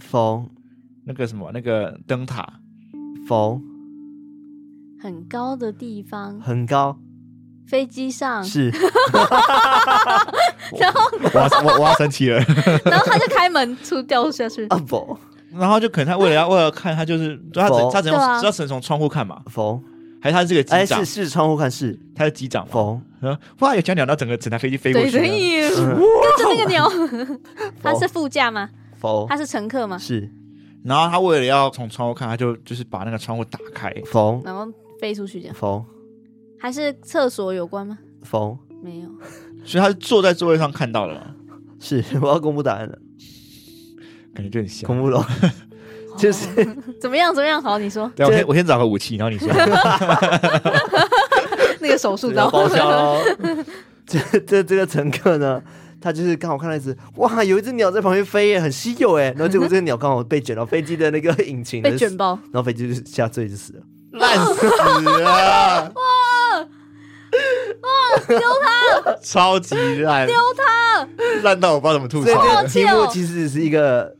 [SPEAKER 1] 否
[SPEAKER 4] 那个什么那个灯塔，
[SPEAKER 1] 否
[SPEAKER 2] 很高的地方、
[SPEAKER 1] 很高
[SPEAKER 2] 飞机上，
[SPEAKER 1] 是
[SPEAKER 2] 然后
[SPEAKER 4] 我要我我要生气了。
[SPEAKER 2] 然后他就开门出掉下去
[SPEAKER 1] 啊。否
[SPEAKER 4] 然后就可能他为了要为了看，他就是就他
[SPEAKER 1] 否
[SPEAKER 4] 只他只能
[SPEAKER 2] 对啊
[SPEAKER 4] 用他只能从窗户看嘛，
[SPEAKER 1] 否
[SPEAKER 4] 还是他是个机
[SPEAKER 1] 哎
[SPEAKER 4] 长
[SPEAKER 1] 是，是窗户看是
[SPEAKER 4] 他是机长嘛。
[SPEAKER 1] 否
[SPEAKER 4] 然后哇，有小鸟，然后整个整台飞机飞过
[SPEAKER 2] 对
[SPEAKER 4] 去
[SPEAKER 2] 对，
[SPEAKER 4] 了，
[SPEAKER 2] 耶跟着那个鸟， 它是副驾吗？
[SPEAKER 1] 否
[SPEAKER 2] 它是乘客吗？
[SPEAKER 1] 是
[SPEAKER 4] 然后他为了要从窗户看，他就就是把那个窗户打开，
[SPEAKER 1] 否
[SPEAKER 2] 然后飞出去这样，
[SPEAKER 1] 否
[SPEAKER 2] 还是厕所有关吗？
[SPEAKER 1] 否
[SPEAKER 2] 没有，
[SPEAKER 4] 所以他是坐在座位上看到了嘛，
[SPEAKER 1] 是 我要公布答案了
[SPEAKER 4] 感觉就很像。
[SPEAKER 1] 公布了
[SPEAKER 2] 哦
[SPEAKER 1] 就是
[SPEAKER 2] 怎么样？怎么样？好，你说
[SPEAKER 4] 对，我
[SPEAKER 1] 这
[SPEAKER 4] 先我先找个武器，然后你说
[SPEAKER 2] 那个手术
[SPEAKER 1] 这个
[SPEAKER 2] 刀，
[SPEAKER 1] 包厢 哦。这这这个乘客呢，他就是刚好看到一只，哇，有一只鸟在旁边飞耶，很稀有哎。然后结果这个鸟刚好被卷到飞机的那个引擎的，
[SPEAKER 2] 被卷爆，
[SPEAKER 1] 然后飞机就是下坠就死了。
[SPEAKER 4] 烂死了，哇丢他，超级烂，丢他，烂到我不知道怎么吐
[SPEAKER 1] 所以这
[SPEAKER 4] 槽
[SPEAKER 1] 个
[SPEAKER 4] 了，
[SPEAKER 1] 题
[SPEAKER 2] 好
[SPEAKER 1] 目
[SPEAKER 2] 好笑哦
[SPEAKER 1] 其实是一个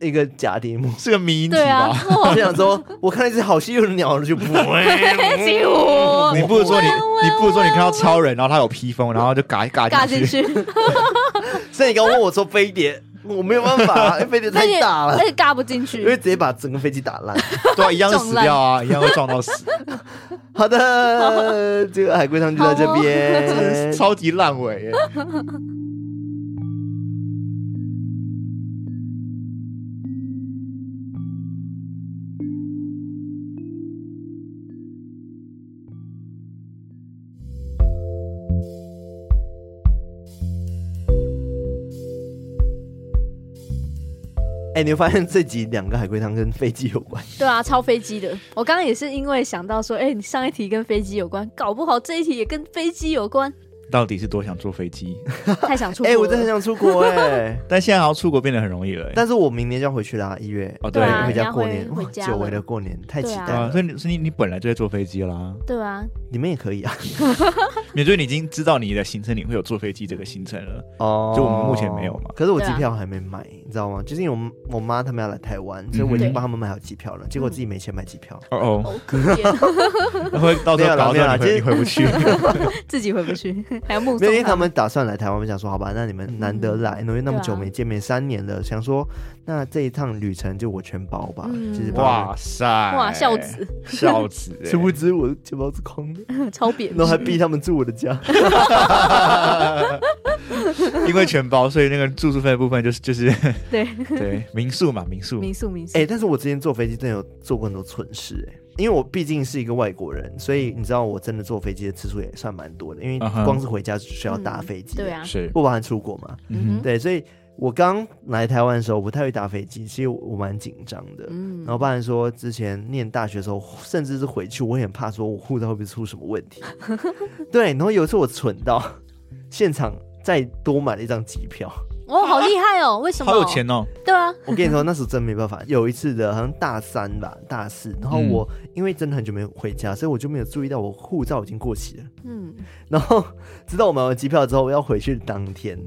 [SPEAKER 1] 一个假题目。
[SPEAKER 4] 是个谜题
[SPEAKER 2] 对啊，
[SPEAKER 4] 吧？
[SPEAKER 1] 我
[SPEAKER 2] 哇，
[SPEAKER 1] 就想说，我看到一只好稀有的鸟，就不
[SPEAKER 2] 飞起我
[SPEAKER 4] 你不如说你，你不如说你看到超人，然后他有披风，然后就嘎嘎
[SPEAKER 2] 尬进
[SPEAKER 4] 去。
[SPEAKER 2] 去，
[SPEAKER 1] 所以你刚问我说飞碟，我没有办法，因为飞碟
[SPEAKER 2] 那
[SPEAKER 1] 太
[SPEAKER 2] 也
[SPEAKER 1] 大了
[SPEAKER 2] 那，个尬不进
[SPEAKER 1] 因为
[SPEAKER 2] 去，
[SPEAKER 1] 直接把整个飞机打 烂。
[SPEAKER 4] 对、啊，一样是死掉啊，一样会撞到死，
[SPEAKER 1] 好的，这个海龟汤就到这边。
[SPEAKER 4] 超级烂尾耶。
[SPEAKER 1] 哎、你会发现这集两个海龟汤跟飞机有 关，
[SPEAKER 2] 对啊，超飞机的。我刚刚也是因为想到说，哎，你上一题跟飞机有关，搞不好这一题也跟飞机有关，
[SPEAKER 4] 到底是多想坐飞机？
[SPEAKER 2] 太想出
[SPEAKER 1] 哎、
[SPEAKER 2] 国
[SPEAKER 1] 我真的很
[SPEAKER 2] 了。
[SPEAKER 1] 想出国哎、
[SPEAKER 4] 但现在好像出国变得很容易了耶。
[SPEAKER 1] 但是我明年就要回去啦，一月
[SPEAKER 4] 哦，
[SPEAKER 2] 对啊
[SPEAKER 1] 回
[SPEAKER 4] 对，
[SPEAKER 1] 家过年，
[SPEAKER 2] 你要回回家
[SPEAKER 1] 久违的过年，太期待
[SPEAKER 2] 对
[SPEAKER 1] 了。
[SPEAKER 4] 啊，所以你所以你你本来就在坐飞机啦，
[SPEAKER 2] 对啊，
[SPEAKER 1] 你们也可 以啊，
[SPEAKER 4] 也就是你已经知道你的行程你会有坐飞机这个行程了。
[SPEAKER 1] 哦
[SPEAKER 4] 就我们目前没有嘛
[SPEAKER 1] 可是我
[SPEAKER 2] 对
[SPEAKER 1] 机
[SPEAKER 2] 啊
[SPEAKER 1] 票还没买，你知道吗？就是因为我我妈他们要来台
[SPEAKER 4] 嗯
[SPEAKER 1] 湾，所以我已经帮他们买好机票了，结果自己没钱买机票。
[SPEAKER 4] 哦哦，
[SPEAKER 2] 好可怜，
[SPEAKER 4] 会到时候搞
[SPEAKER 1] 没有啦
[SPEAKER 4] 到你
[SPEAKER 1] 没有啦
[SPEAKER 4] 回
[SPEAKER 1] 其
[SPEAKER 4] 你
[SPEAKER 1] 实
[SPEAKER 4] 回不去。
[SPEAKER 2] 自己回不去。 嗯还要目
[SPEAKER 1] 没有，因
[SPEAKER 2] 送
[SPEAKER 1] 为他
[SPEAKER 2] 们。
[SPEAKER 1] 们打算来台湾，我们想说，好吧，那你们难得来，因为那么
[SPEAKER 2] 啊
[SPEAKER 1] 久没见面，三年了，想说那这一趟旅程就我全包吧，
[SPEAKER 2] 嗯
[SPEAKER 1] 就是把
[SPEAKER 4] 哇塞！
[SPEAKER 1] 哎
[SPEAKER 2] 哇，孝，子
[SPEAKER 4] 孝子、
[SPEAKER 1] 殊
[SPEAKER 4] 欸，
[SPEAKER 1] 不知我的钱包是空的，
[SPEAKER 2] 超扁
[SPEAKER 1] 然后还逼他们住我的 家。
[SPEAKER 4] 因为全包，所以那个住宿费的部分就是就是
[SPEAKER 2] 对，
[SPEAKER 4] 对民宿嘛，民宿。
[SPEAKER 2] 民宿民宿
[SPEAKER 1] 哎、，但是我之前坐飞机真的有做过很多蠢事、哎，因为我毕竟是一个外国人，所以你知道我真的坐飞机的次数也算蛮多的，因为
[SPEAKER 4] 嗯哼
[SPEAKER 1] 光是回家就需要搭飞机、哎
[SPEAKER 2] 对，啊，
[SPEAKER 4] 是，
[SPEAKER 1] 不包含出国嘛，
[SPEAKER 2] 嗯哼
[SPEAKER 1] 对，所以我刚来台湾的时候我不太会搭飞机，其实我我蛮紧张的，
[SPEAKER 2] 嗯
[SPEAKER 1] 然后包含说之前念大学的时候，甚至是回去，我也很怕说我护照会不会出什么问题。 对，然后有一次我蠢到现场再多买了一张机票。
[SPEAKER 2] 哦，好厉害哦，为什么？
[SPEAKER 4] 好有钱哦，
[SPEAKER 2] 对啊，
[SPEAKER 1] 我跟你说，那时候真没办法。有一次的好像大三吧，大四，然后我、因为真的很久没有回家，所以我就没有注意到我护照已经过期了。
[SPEAKER 2] 嗯，
[SPEAKER 1] 然后直到我买完机票之后，我要回去的当天，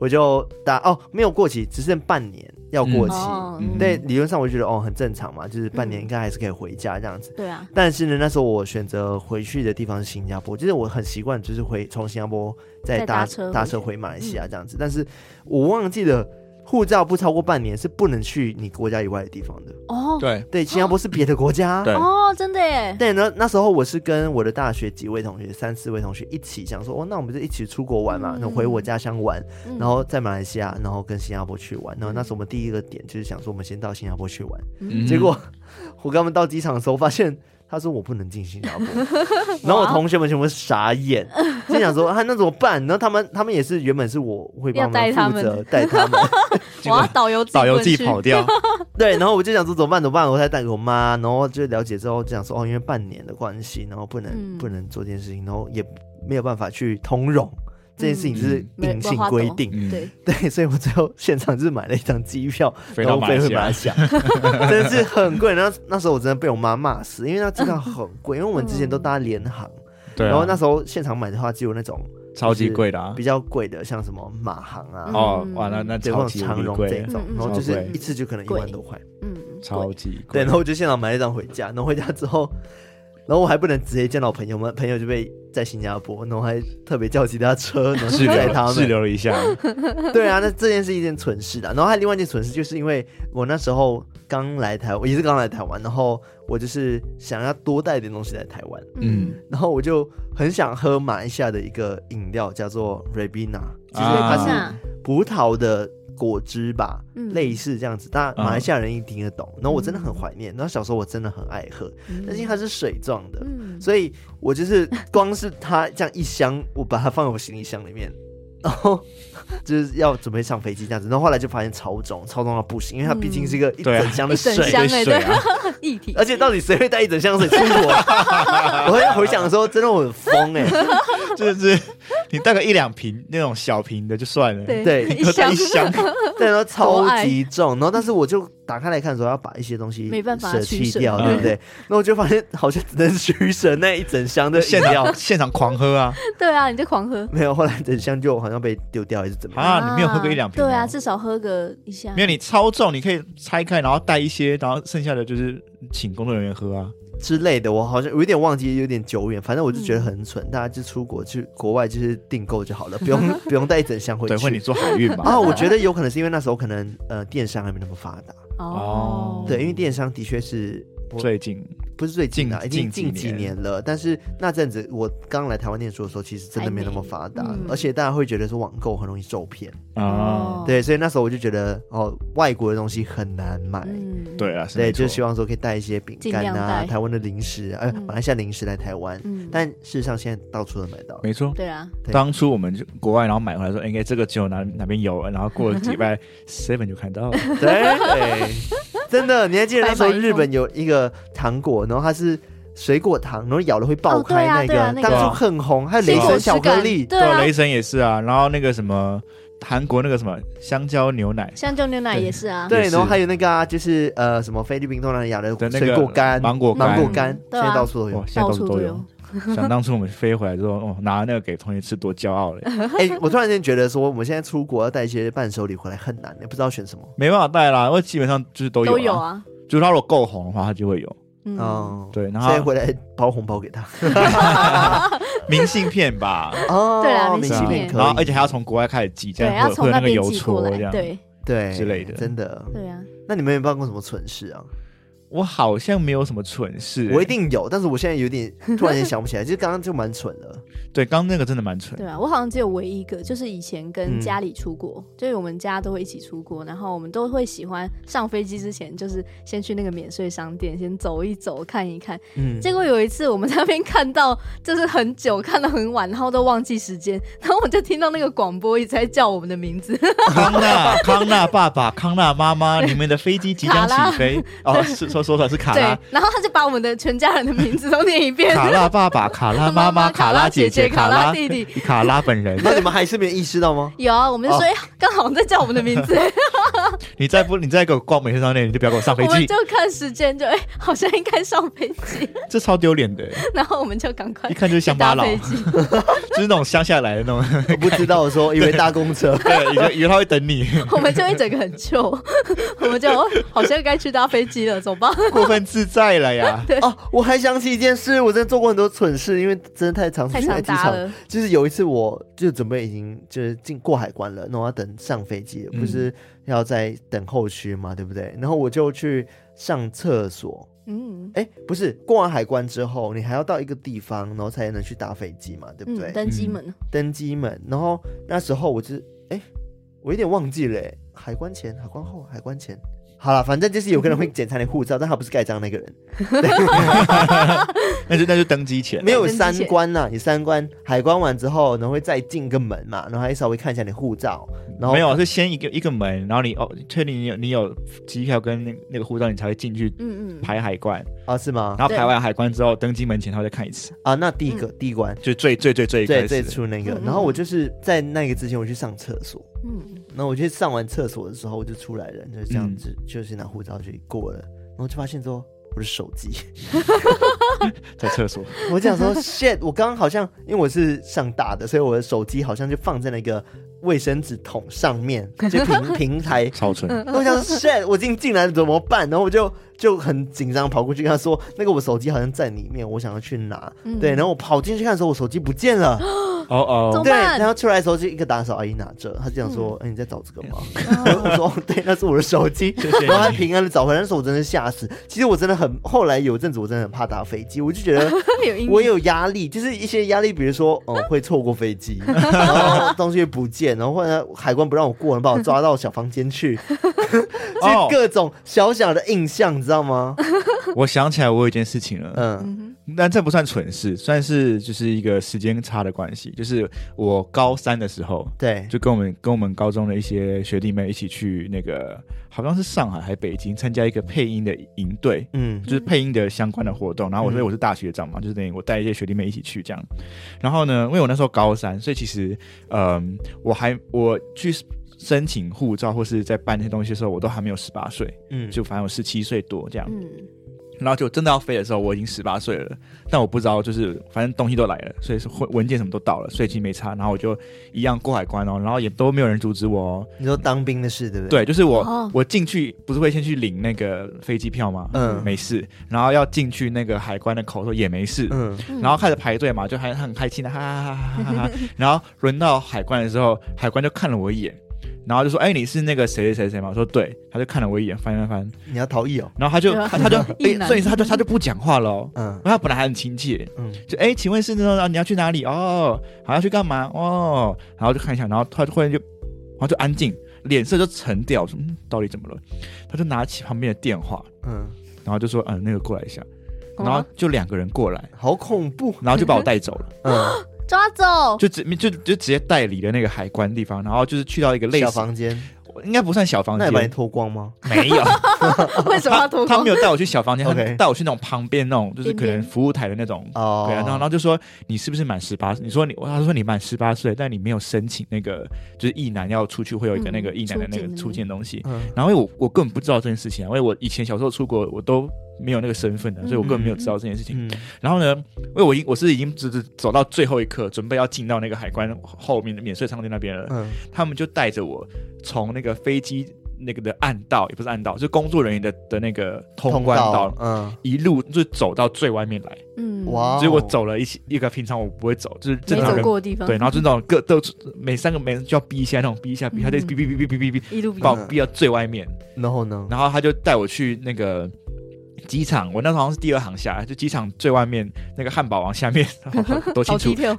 [SPEAKER 1] 我就打哦没有过期，只剩半年要过期。
[SPEAKER 2] 哦，
[SPEAKER 4] 嗯
[SPEAKER 1] 对，理论上我就觉得哦很正常嘛，就是半年应该还是可以回家这样子。
[SPEAKER 2] 对啊，
[SPEAKER 1] 但是呢，那时候我选择回去的地方是新加坡，就是我很习惯就是回从新加坡再
[SPEAKER 2] 再
[SPEAKER 1] 搭
[SPEAKER 2] 搭车回嗯
[SPEAKER 1] 搭车回马来西亚这样子。但是我忘记了护照不超过半年是不能去你国家以外的地方的。
[SPEAKER 2] 哦，
[SPEAKER 4] 对，
[SPEAKER 1] 对，新加坡是别的国家。
[SPEAKER 4] 对
[SPEAKER 2] 哦，真的耶，
[SPEAKER 1] 对，那那时候我是跟我的大学几位同学，三四位同学一起想说，哦，那我们就一起出国玩嘛，
[SPEAKER 2] 嗯
[SPEAKER 1] 那回我家乡玩，
[SPEAKER 2] 嗯
[SPEAKER 1] 然后在马来西亚，然后跟新加坡去玩。然后那时候我们第一个点就是想说，我们先到新加坡去玩。
[SPEAKER 4] 嗯
[SPEAKER 1] 结果 我跟他们到机场的时候，发现他说我不能进新加 坡，然后我同学们全部傻眼，心想说啊那怎么办？然后他们他们也是原本是我会帮
[SPEAKER 2] 要带他
[SPEAKER 1] 忙负
[SPEAKER 2] 们
[SPEAKER 1] 责带 他们，
[SPEAKER 4] 结
[SPEAKER 2] 哇
[SPEAKER 4] 果，
[SPEAKER 2] 导游
[SPEAKER 4] 导游
[SPEAKER 2] 滚
[SPEAKER 4] 自己
[SPEAKER 2] 去
[SPEAKER 4] 跑掉，
[SPEAKER 1] 对，然后我就想说怎么办怎么办？我才打给我妈，然后就了解之后就想说哦因为半年的关系，然后不能、
[SPEAKER 2] 嗯
[SPEAKER 1] 不能做这件事情，然后也没有办法去通融。这件事情就是
[SPEAKER 2] 嗯没
[SPEAKER 1] 硬
[SPEAKER 2] 没
[SPEAKER 1] 性
[SPEAKER 2] 法
[SPEAKER 1] 规
[SPEAKER 2] 懂
[SPEAKER 1] 定，
[SPEAKER 4] 嗯
[SPEAKER 2] 对，
[SPEAKER 1] 对，所以我最后现场就是买了一张机票，
[SPEAKER 4] 飞
[SPEAKER 1] 然
[SPEAKER 4] 到
[SPEAKER 1] 后
[SPEAKER 4] 马
[SPEAKER 1] 飞
[SPEAKER 4] 来
[SPEAKER 1] 回
[SPEAKER 4] 西
[SPEAKER 1] 马来
[SPEAKER 4] 亚，
[SPEAKER 1] 西亚， 真的是很贵。然后那时候我真的被我妈骂死，因为那真的很贵，因为我们之前都搭联航，
[SPEAKER 4] 对啊，
[SPEAKER 1] 然后那时候现场买的话只有那种
[SPEAKER 4] 超级贵的啊
[SPEAKER 1] 比，较贵的，像什么马航啊，
[SPEAKER 2] 嗯
[SPEAKER 4] 哦，哇，那那
[SPEAKER 1] 对，或
[SPEAKER 4] 超
[SPEAKER 1] 者
[SPEAKER 4] 级
[SPEAKER 1] 长
[SPEAKER 4] 无敌
[SPEAKER 1] 荣这
[SPEAKER 4] 贵
[SPEAKER 1] 一，种，
[SPEAKER 2] 嗯嗯
[SPEAKER 1] 然后就是一次就可能一
[SPEAKER 2] 贵
[SPEAKER 1] 万多块，
[SPEAKER 2] 嗯，
[SPEAKER 4] 超级贵，
[SPEAKER 1] 对，然后我就现场买了一张回家，然后回家之后。然后我还不能直接见到朋友们，朋友就被在新加坡，然后还特别叫其他车，然后
[SPEAKER 4] 滞
[SPEAKER 1] 去载他们，
[SPEAKER 4] 留 滞留了 一下，
[SPEAKER 1] 对啊，那这件是一件蠢事的。然后还有另外一件蠢事，就是因为我那时候刚来台，我也是刚来台湾，然后我就是想要多带一点东西来台湾，
[SPEAKER 2] 嗯，
[SPEAKER 1] 然后我就很想喝马来西亚的一个饮料，叫做
[SPEAKER 2] 嗯
[SPEAKER 1] Rebina，就是
[SPEAKER 4] 啊
[SPEAKER 1] 它是
[SPEAKER 2] 是啊，
[SPEAKER 1] 葡萄的果汁吧，
[SPEAKER 2] 嗯
[SPEAKER 1] 类似这样子。但马来西亚人一定听得懂。然后我真的很怀念，然后小时候我真的很爱喝，
[SPEAKER 2] 嗯
[SPEAKER 1] 但是它是水状的，
[SPEAKER 2] 嗯，
[SPEAKER 1] 所以我就是光是它这样一箱，我把它放在我行李箱里面， 然后就是要准备上飞机这样子。然后后来就发现超重，超重到不行，因为它毕竟是一个一
[SPEAKER 4] 对啊
[SPEAKER 1] 整箱的
[SPEAKER 2] 一整
[SPEAKER 1] 水，
[SPEAKER 2] 箱哎，
[SPEAKER 4] 对水
[SPEAKER 2] 对
[SPEAKER 4] 啊，
[SPEAKER 2] 一体，
[SPEAKER 1] 而且到底谁会带一整箱水出国？ 我在回想的时候，真的我很疯哎、
[SPEAKER 4] 就是你带个一两瓶那种小瓶的就算了，
[SPEAKER 2] 对
[SPEAKER 1] 对
[SPEAKER 2] 一
[SPEAKER 4] 你都带
[SPEAKER 2] 箱
[SPEAKER 4] 嗯一箱，
[SPEAKER 1] 对，然后
[SPEAKER 2] 多
[SPEAKER 1] 超
[SPEAKER 2] 爱
[SPEAKER 1] 级重，然后但是我就打开来看的时候，要把一些东西
[SPEAKER 2] 没办法
[SPEAKER 1] 舍
[SPEAKER 2] 取
[SPEAKER 1] 弃
[SPEAKER 2] 舍
[SPEAKER 1] 掉，
[SPEAKER 4] 嗯
[SPEAKER 1] 对不对？ 那我就发现好像只能取舍那一整箱的饮
[SPEAKER 4] 现
[SPEAKER 1] 料，
[SPEAKER 4] 场现场狂喝啊
[SPEAKER 2] 对啊，你就狂喝
[SPEAKER 1] 没有，后来整箱就好像被丢掉还是怎么样。
[SPEAKER 4] 啊！你没有喝过一两瓶哦，
[SPEAKER 2] 对啊，至少喝个一下
[SPEAKER 4] 没，有，你超重，你可以拆开，然后带一些，然后剩下的就是请工作人员喝啊。
[SPEAKER 1] 之类的，我好像有点忘记，有点久远。反正我就觉得很蠢，大家就出国去国外就是订购就好了，不用不用带一整箱回
[SPEAKER 4] 对，或者你
[SPEAKER 1] 去。
[SPEAKER 4] 做海运嘛。
[SPEAKER 1] 啊，我觉得有可能是因为那时候可能呃电商还没那么发达，
[SPEAKER 2] 哦，
[SPEAKER 1] 对，因为电商的确是我
[SPEAKER 4] 最近
[SPEAKER 1] 不是最近啊的，已经
[SPEAKER 4] 近
[SPEAKER 1] 近
[SPEAKER 4] 近
[SPEAKER 1] 几
[SPEAKER 4] 几年
[SPEAKER 1] 年了。但是那阵子我刚来台湾念书的时候，其实真的没那么发达
[SPEAKER 2] 还没嗯，
[SPEAKER 1] 而且大家会觉得说网购很容易受骗，
[SPEAKER 2] 哦
[SPEAKER 4] 啊，
[SPEAKER 1] 对，所以那时候我就觉得哦，外国的东西很难买。
[SPEAKER 2] 嗯，
[SPEAKER 4] 对啊，是
[SPEAKER 1] 对，
[SPEAKER 4] 没
[SPEAKER 1] 就
[SPEAKER 4] 错
[SPEAKER 1] 希望说可以带一些饼
[SPEAKER 2] 尽
[SPEAKER 1] 干
[SPEAKER 2] 量
[SPEAKER 1] 啊
[SPEAKER 2] 带，
[SPEAKER 1] 台湾的零食啊，呃，马来西亚零食来台湾，
[SPEAKER 4] 啊
[SPEAKER 2] 嗯，
[SPEAKER 1] 但事实上现在到处都买到了。
[SPEAKER 4] 没错。
[SPEAKER 2] 对啊，
[SPEAKER 1] 对
[SPEAKER 4] 当初我们就国外，然后买回来说，哎应该这个只有哪哪边有，然后过了几礼拜 seven 就看到了，
[SPEAKER 1] 对， 真的，你还记得那时候
[SPEAKER 2] 白白一封
[SPEAKER 1] 日本有一个糖果，然后它是水果糖，然后咬了会爆开
[SPEAKER 2] 哦
[SPEAKER 1] 那
[SPEAKER 2] 对
[SPEAKER 1] 个，
[SPEAKER 2] 啊对啊那个
[SPEAKER 1] 当初很红，还有
[SPEAKER 2] 水
[SPEAKER 1] 雷
[SPEAKER 2] 果
[SPEAKER 1] 神
[SPEAKER 2] 质
[SPEAKER 1] 巧克
[SPEAKER 2] 感
[SPEAKER 1] 力，
[SPEAKER 2] 对啊，
[SPEAKER 4] 雷神也是啊，然后那个什么韩国那个什么香蕉牛奶
[SPEAKER 2] 香蕉牛奶也是啊，
[SPEAKER 1] 对，
[SPEAKER 4] 也是
[SPEAKER 1] 然后还有那个啊，就是呃什么菲律宾东南亚的
[SPEAKER 4] 的那个
[SPEAKER 1] 水果干、
[SPEAKER 4] 芒果
[SPEAKER 1] 芒
[SPEAKER 4] 干
[SPEAKER 1] 果干，
[SPEAKER 2] 对
[SPEAKER 1] 现
[SPEAKER 2] 啊
[SPEAKER 1] 在到处都有
[SPEAKER 4] 哇，。现在
[SPEAKER 2] 到
[SPEAKER 4] 到
[SPEAKER 2] 处
[SPEAKER 4] 处都
[SPEAKER 2] 都
[SPEAKER 4] 有。。 想当初我们飞回来之后，哦，拿那个给同学吃，多骄傲嘞！
[SPEAKER 1] 哎，我突然间觉得说，我们现在出国要带一些伴手礼回来很难，也不知道选什么。
[SPEAKER 4] 没办法带啦，因为基本上就是都有
[SPEAKER 2] 都
[SPEAKER 4] 啊，
[SPEAKER 2] 有啊，
[SPEAKER 4] 就是他如果够红的话，他就会有。
[SPEAKER 2] 嗯，
[SPEAKER 1] 嗯，
[SPEAKER 4] 对，然后
[SPEAKER 1] 所以回来包红包给他。
[SPEAKER 4] 明信片吧，啊
[SPEAKER 1] 哦，
[SPEAKER 2] 对啦 明
[SPEAKER 1] 明
[SPEAKER 2] 信
[SPEAKER 1] 信
[SPEAKER 2] 片
[SPEAKER 1] 片可以，
[SPEAKER 4] 然后而且还要从国外开始寄，这
[SPEAKER 2] 对，
[SPEAKER 4] 样
[SPEAKER 2] 要
[SPEAKER 4] 会会
[SPEAKER 2] 从
[SPEAKER 4] 有
[SPEAKER 2] 那
[SPEAKER 4] 那个
[SPEAKER 2] 边
[SPEAKER 4] 邮
[SPEAKER 2] 寄过
[SPEAKER 4] 戳
[SPEAKER 2] 来
[SPEAKER 4] 这，样。
[SPEAKER 2] 对
[SPEAKER 1] 对
[SPEAKER 4] 之类的
[SPEAKER 1] 真的。
[SPEAKER 2] 对啊，
[SPEAKER 1] 那你们有没有办过什么蠢事啊？
[SPEAKER 4] 我好像没有什么蠢事，
[SPEAKER 1] 我一定有，但是我现在有 点突然间想不起来，就是刚刚就蛮蠢的。
[SPEAKER 4] 欸对刚刚那个真的蛮蠢，
[SPEAKER 2] 对啊，我好像只有唯一一个，就是以前跟
[SPEAKER 1] 嗯
[SPEAKER 2] 家里出国，就是我们家都会一起出国，然后我们都会喜欢上飞机之前，就是先去那个免税商店先走一走看一看。
[SPEAKER 1] 嗯，
[SPEAKER 2] 结果有一次我们在那边看到，就是很久看到很晚，然后都忘记时间， 然后我就听到那个广播一直在叫我们的名字，
[SPEAKER 4] 康纳康纳爸爸康纳妈妈，你们的飞机即将
[SPEAKER 2] 卡拉
[SPEAKER 4] 起飞哦，是说说出来是卡
[SPEAKER 2] 对
[SPEAKER 4] 拉，
[SPEAKER 2] 然后他就把我们的全家人的名字都念一遍。
[SPEAKER 4] 卡拉 爸爸卡拉妈
[SPEAKER 2] 妈妈
[SPEAKER 4] 妈
[SPEAKER 2] 卡
[SPEAKER 4] 卡
[SPEAKER 2] 拉
[SPEAKER 4] 拉
[SPEAKER 2] 姐
[SPEAKER 4] 姐
[SPEAKER 2] 姐卡
[SPEAKER 4] 姐卡
[SPEAKER 2] 拉
[SPEAKER 4] 拉
[SPEAKER 2] 弟弟
[SPEAKER 4] 卡拉本人，
[SPEAKER 1] 那你们还是没有意识到 吗？
[SPEAKER 2] 有啊，我们
[SPEAKER 4] 哦
[SPEAKER 2] 就说哎刚、好在叫我们的名字，
[SPEAKER 4] 你再不你再给我逛美食商店，你就不要给我 上飞
[SPEAKER 2] 我们
[SPEAKER 4] 机
[SPEAKER 2] 就，看时间就哎、好像应该上飞机，
[SPEAKER 4] 这超丢脸的，
[SPEAKER 2] 然后我们就赶快
[SPEAKER 4] 一看就是乡
[SPEAKER 2] 搭
[SPEAKER 4] 巴佬，
[SPEAKER 2] 飞
[SPEAKER 4] 就
[SPEAKER 2] 机。
[SPEAKER 4] 是那种乡下来的那 种，。
[SPEAKER 1] 我不知道，我说以为搭公车
[SPEAKER 4] 对，以为以为他会等 你，
[SPEAKER 2] 我们就一整个很旧， 我们就哦好像该去搭飞机了，走吧。
[SPEAKER 4] 过分自在了呀。
[SPEAKER 1] 哦，我还想起一件事，我真的做过很多蠢事，因为真 的太常出
[SPEAKER 2] 太
[SPEAKER 1] 去
[SPEAKER 2] 常
[SPEAKER 1] 在机
[SPEAKER 2] 搭
[SPEAKER 1] 场。
[SPEAKER 2] 了，
[SPEAKER 1] 就是有一次，我就准备已经就是进过海关了，然后要等上飞机了，
[SPEAKER 4] 嗯
[SPEAKER 1] 不是要在等候区嘛，对不对？然后我就去上厕所，
[SPEAKER 2] 嗯
[SPEAKER 1] 哎，不是过完海关之后，你还要到一个地方，然后才能去搭飞机嘛，对不对？
[SPEAKER 2] 嗯，登机门
[SPEAKER 1] 登机门，然后那时候我就是，哎，我有点忘记了，诶海关前、海关后、海关前。好了，反正就是有个人会检查你护照，但他不是盖章那个人，
[SPEAKER 4] 那就那就登机前，
[SPEAKER 1] 没有
[SPEAKER 2] 登机
[SPEAKER 1] 三
[SPEAKER 2] 前
[SPEAKER 1] 关呐、你三关海关完之后，然后会再进个门嘛，然后还稍微看一下你护照，然后
[SPEAKER 4] 没有是先一个一个门，然后你哦确定你有你有机票跟那那个护照，你才会进去
[SPEAKER 2] 嗯嗯，
[SPEAKER 4] 排海关，
[SPEAKER 1] 啊是吗？
[SPEAKER 4] 然后
[SPEAKER 2] 对
[SPEAKER 4] 排完海关之后登机门前他会再看一次，
[SPEAKER 1] 啊，那第一个、第一关
[SPEAKER 4] 就最最最最一
[SPEAKER 1] 最
[SPEAKER 4] 开
[SPEAKER 1] 最
[SPEAKER 4] 始。
[SPEAKER 1] 初那个，
[SPEAKER 2] 嗯
[SPEAKER 1] 然后我就是在那个之前我去上厕所，
[SPEAKER 2] 嗯，
[SPEAKER 1] 然后我去上完厕所的时候我就出来了，就这样子、就是拿护照去过了，然后就发现说我的手机。
[SPEAKER 4] 在厕所，
[SPEAKER 1] 我讲 说 shit，我刚刚好像因为我是上大的，所以我的手机好像就放在那个卫生纸桶上面，就 平平台。
[SPEAKER 4] 超蠢。
[SPEAKER 1] 我想说 shit，我已经进来了怎么办？然后我就就很紧张跑过去跟他说，那个我手机好像在里面，我想要去拿。
[SPEAKER 2] 嗯
[SPEAKER 1] 对，然后我跑进去看的时候，我手机不见了。
[SPEAKER 4] 哦
[SPEAKER 2] 怎
[SPEAKER 4] 哦
[SPEAKER 2] 么，
[SPEAKER 1] 对，
[SPEAKER 2] 办嗯
[SPEAKER 1] 然后出来的时候就一个打扫阿姨拿着，她就想说：“哎、你在找这个 吗？”然后我说：“哦，对，那是我的手机。”
[SPEAKER 4] 谢谢
[SPEAKER 1] 然后她
[SPEAKER 4] 你
[SPEAKER 1] 平安的找回来，那时候我真的吓死。其实我真的很，后来有一阵子我真的很怕搭飞机，我就觉得
[SPEAKER 2] 有阴
[SPEAKER 1] 我
[SPEAKER 2] 影，
[SPEAKER 1] 有压力，就是一些压力，比如说，哦、 会错过飞机，然后东西不见，然后或者海关不让我过，把我抓到小房间去，就
[SPEAKER 4] 哦，
[SPEAKER 1] 各种小小的印象，你知道 吗？
[SPEAKER 4] 我想起来我有一件事情了，
[SPEAKER 1] 嗯
[SPEAKER 4] 但这不算蠢事，算是就是一个时间差的关系。就是我高三的时候，
[SPEAKER 1] 对，
[SPEAKER 4] 就跟我们跟我们高中的一些学弟妹一起去那个好像是上海还北京参加一个配音的营队，
[SPEAKER 1] 嗯
[SPEAKER 4] 就是配音的相关的活动。然后我因为我是大学长嘛，就是等于我带一些学弟妹一起去这样。然后呢，因为我那时候高三，所以其实嗯、我还我去申请护照或是在办那些东西的时候，我都还没有十八岁，
[SPEAKER 1] 嗯，
[SPEAKER 4] 就反正我十七岁多这样。
[SPEAKER 2] 嗯，
[SPEAKER 4] 然后就真的要飞的时候，我已经十八岁了，但我不知道，就是反正东西都来了，所以是文文件什么都到了，所以其实没差。然后我就一样过海关哦，然后也都没有人阻止我哦。
[SPEAKER 1] 你说当兵的事，对不对？
[SPEAKER 4] 对，就是我、
[SPEAKER 2] 哦
[SPEAKER 4] 我进去不是会先去领那个飞机票吗？
[SPEAKER 1] 嗯
[SPEAKER 4] 没事。然后要进去那个海关的口的时候也没事。
[SPEAKER 1] 嗯，
[SPEAKER 2] 嗯
[SPEAKER 4] 然后开始排队嘛，就还很开心的哈哈哈哈 哈哈。然后轮到海关的时候，海关就看了我一眼，然后就说：“哎，你是那个谁谁谁谁吗？”我说：“对。”他就看了我一眼，翻翻翻，
[SPEAKER 1] 你要逃逸哦，
[SPEAKER 4] 然后他就
[SPEAKER 2] 对啊
[SPEAKER 4] 他他就
[SPEAKER 2] 一
[SPEAKER 4] 哎，
[SPEAKER 2] 男
[SPEAKER 4] 所以他就他就不讲话了哦。
[SPEAKER 1] 嗯
[SPEAKER 4] 他本来还很亲切，
[SPEAKER 1] 嗯，
[SPEAKER 4] 就哎、请问是那种啊你要去哪里？哦，好要去干嘛？哦，然后就看一下，然后突然突然就，然后就安静，脸色就沉掉，我说嗯，到底怎么了？他就拿起旁边的电话，
[SPEAKER 1] 嗯，
[SPEAKER 4] 然后就说嗯，那个过来一下，
[SPEAKER 2] 哦
[SPEAKER 4] 然后就两个人过来，
[SPEAKER 1] 好恐怖，
[SPEAKER 4] 然后就把我带走了，
[SPEAKER 1] 嗯，
[SPEAKER 2] 抓走，
[SPEAKER 4] 就直就就直接带离了那个海关地方，然后就是去到一个类
[SPEAKER 1] 小
[SPEAKER 4] 似，
[SPEAKER 1] 房间，
[SPEAKER 4] 应该不算小房
[SPEAKER 1] 那你把你
[SPEAKER 4] 间，
[SPEAKER 1] 脱光吗？
[SPEAKER 4] 没有，
[SPEAKER 2] 为什么要脱
[SPEAKER 4] 他
[SPEAKER 2] 光
[SPEAKER 4] 没？有带我去小房间，他
[SPEAKER 1] OK
[SPEAKER 4] 带我去那种旁边那种就是可
[SPEAKER 2] 边
[SPEAKER 4] 能
[SPEAKER 2] 边
[SPEAKER 4] 服务台的那种
[SPEAKER 1] 哦，
[SPEAKER 4] 对啊，然后然后就说你是不是满十八？你说你，他说你满十八岁，但你没有申请那个，就是一男要出去会有一个
[SPEAKER 2] 嗯
[SPEAKER 4] 那个一男的那
[SPEAKER 2] 出境
[SPEAKER 4] 个
[SPEAKER 2] 的
[SPEAKER 4] 出境的东西。
[SPEAKER 1] 嗯
[SPEAKER 4] 然后因为我我根本不知道这件事情啊，因为我以前小时候出国我都没有那个身份的，啊
[SPEAKER 2] 嗯
[SPEAKER 4] 所以我根本没有知道这件事情。
[SPEAKER 1] 嗯
[SPEAKER 4] 然后呢，因为我已经我是已经只是走到最后一刻，准备要进到那个海关后面的免税商店那边了，
[SPEAKER 1] 嗯，
[SPEAKER 4] 他们就带着我从那个飞机。那个的暗道，也不是暗道，就是工作人员的的那个通关道，
[SPEAKER 1] 道，嗯，
[SPEAKER 4] 一路就走到最外面来。
[SPEAKER 2] 嗯，
[SPEAKER 1] 哇、哦，
[SPEAKER 4] 所以我走了一些一个平常我不会走，就是正
[SPEAKER 2] 没
[SPEAKER 4] 常
[SPEAKER 2] 走
[SPEAKER 4] 人
[SPEAKER 2] 过的地方，
[SPEAKER 4] 对，然后就那种各都每三个每人就要逼一下那种逼一下逼一下，
[SPEAKER 2] 嗯
[SPEAKER 4] 他就逼逼逼逼逼逼逼，
[SPEAKER 2] 一路比
[SPEAKER 4] 把我逼到最外面，
[SPEAKER 1] 然后呢？
[SPEAKER 4] 然后他就带我去那个。机场，我那时候好像是第二航厦，就机场最外面那个汉堡王下面，多
[SPEAKER 2] 好
[SPEAKER 4] 清楚
[SPEAKER 2] 低，调，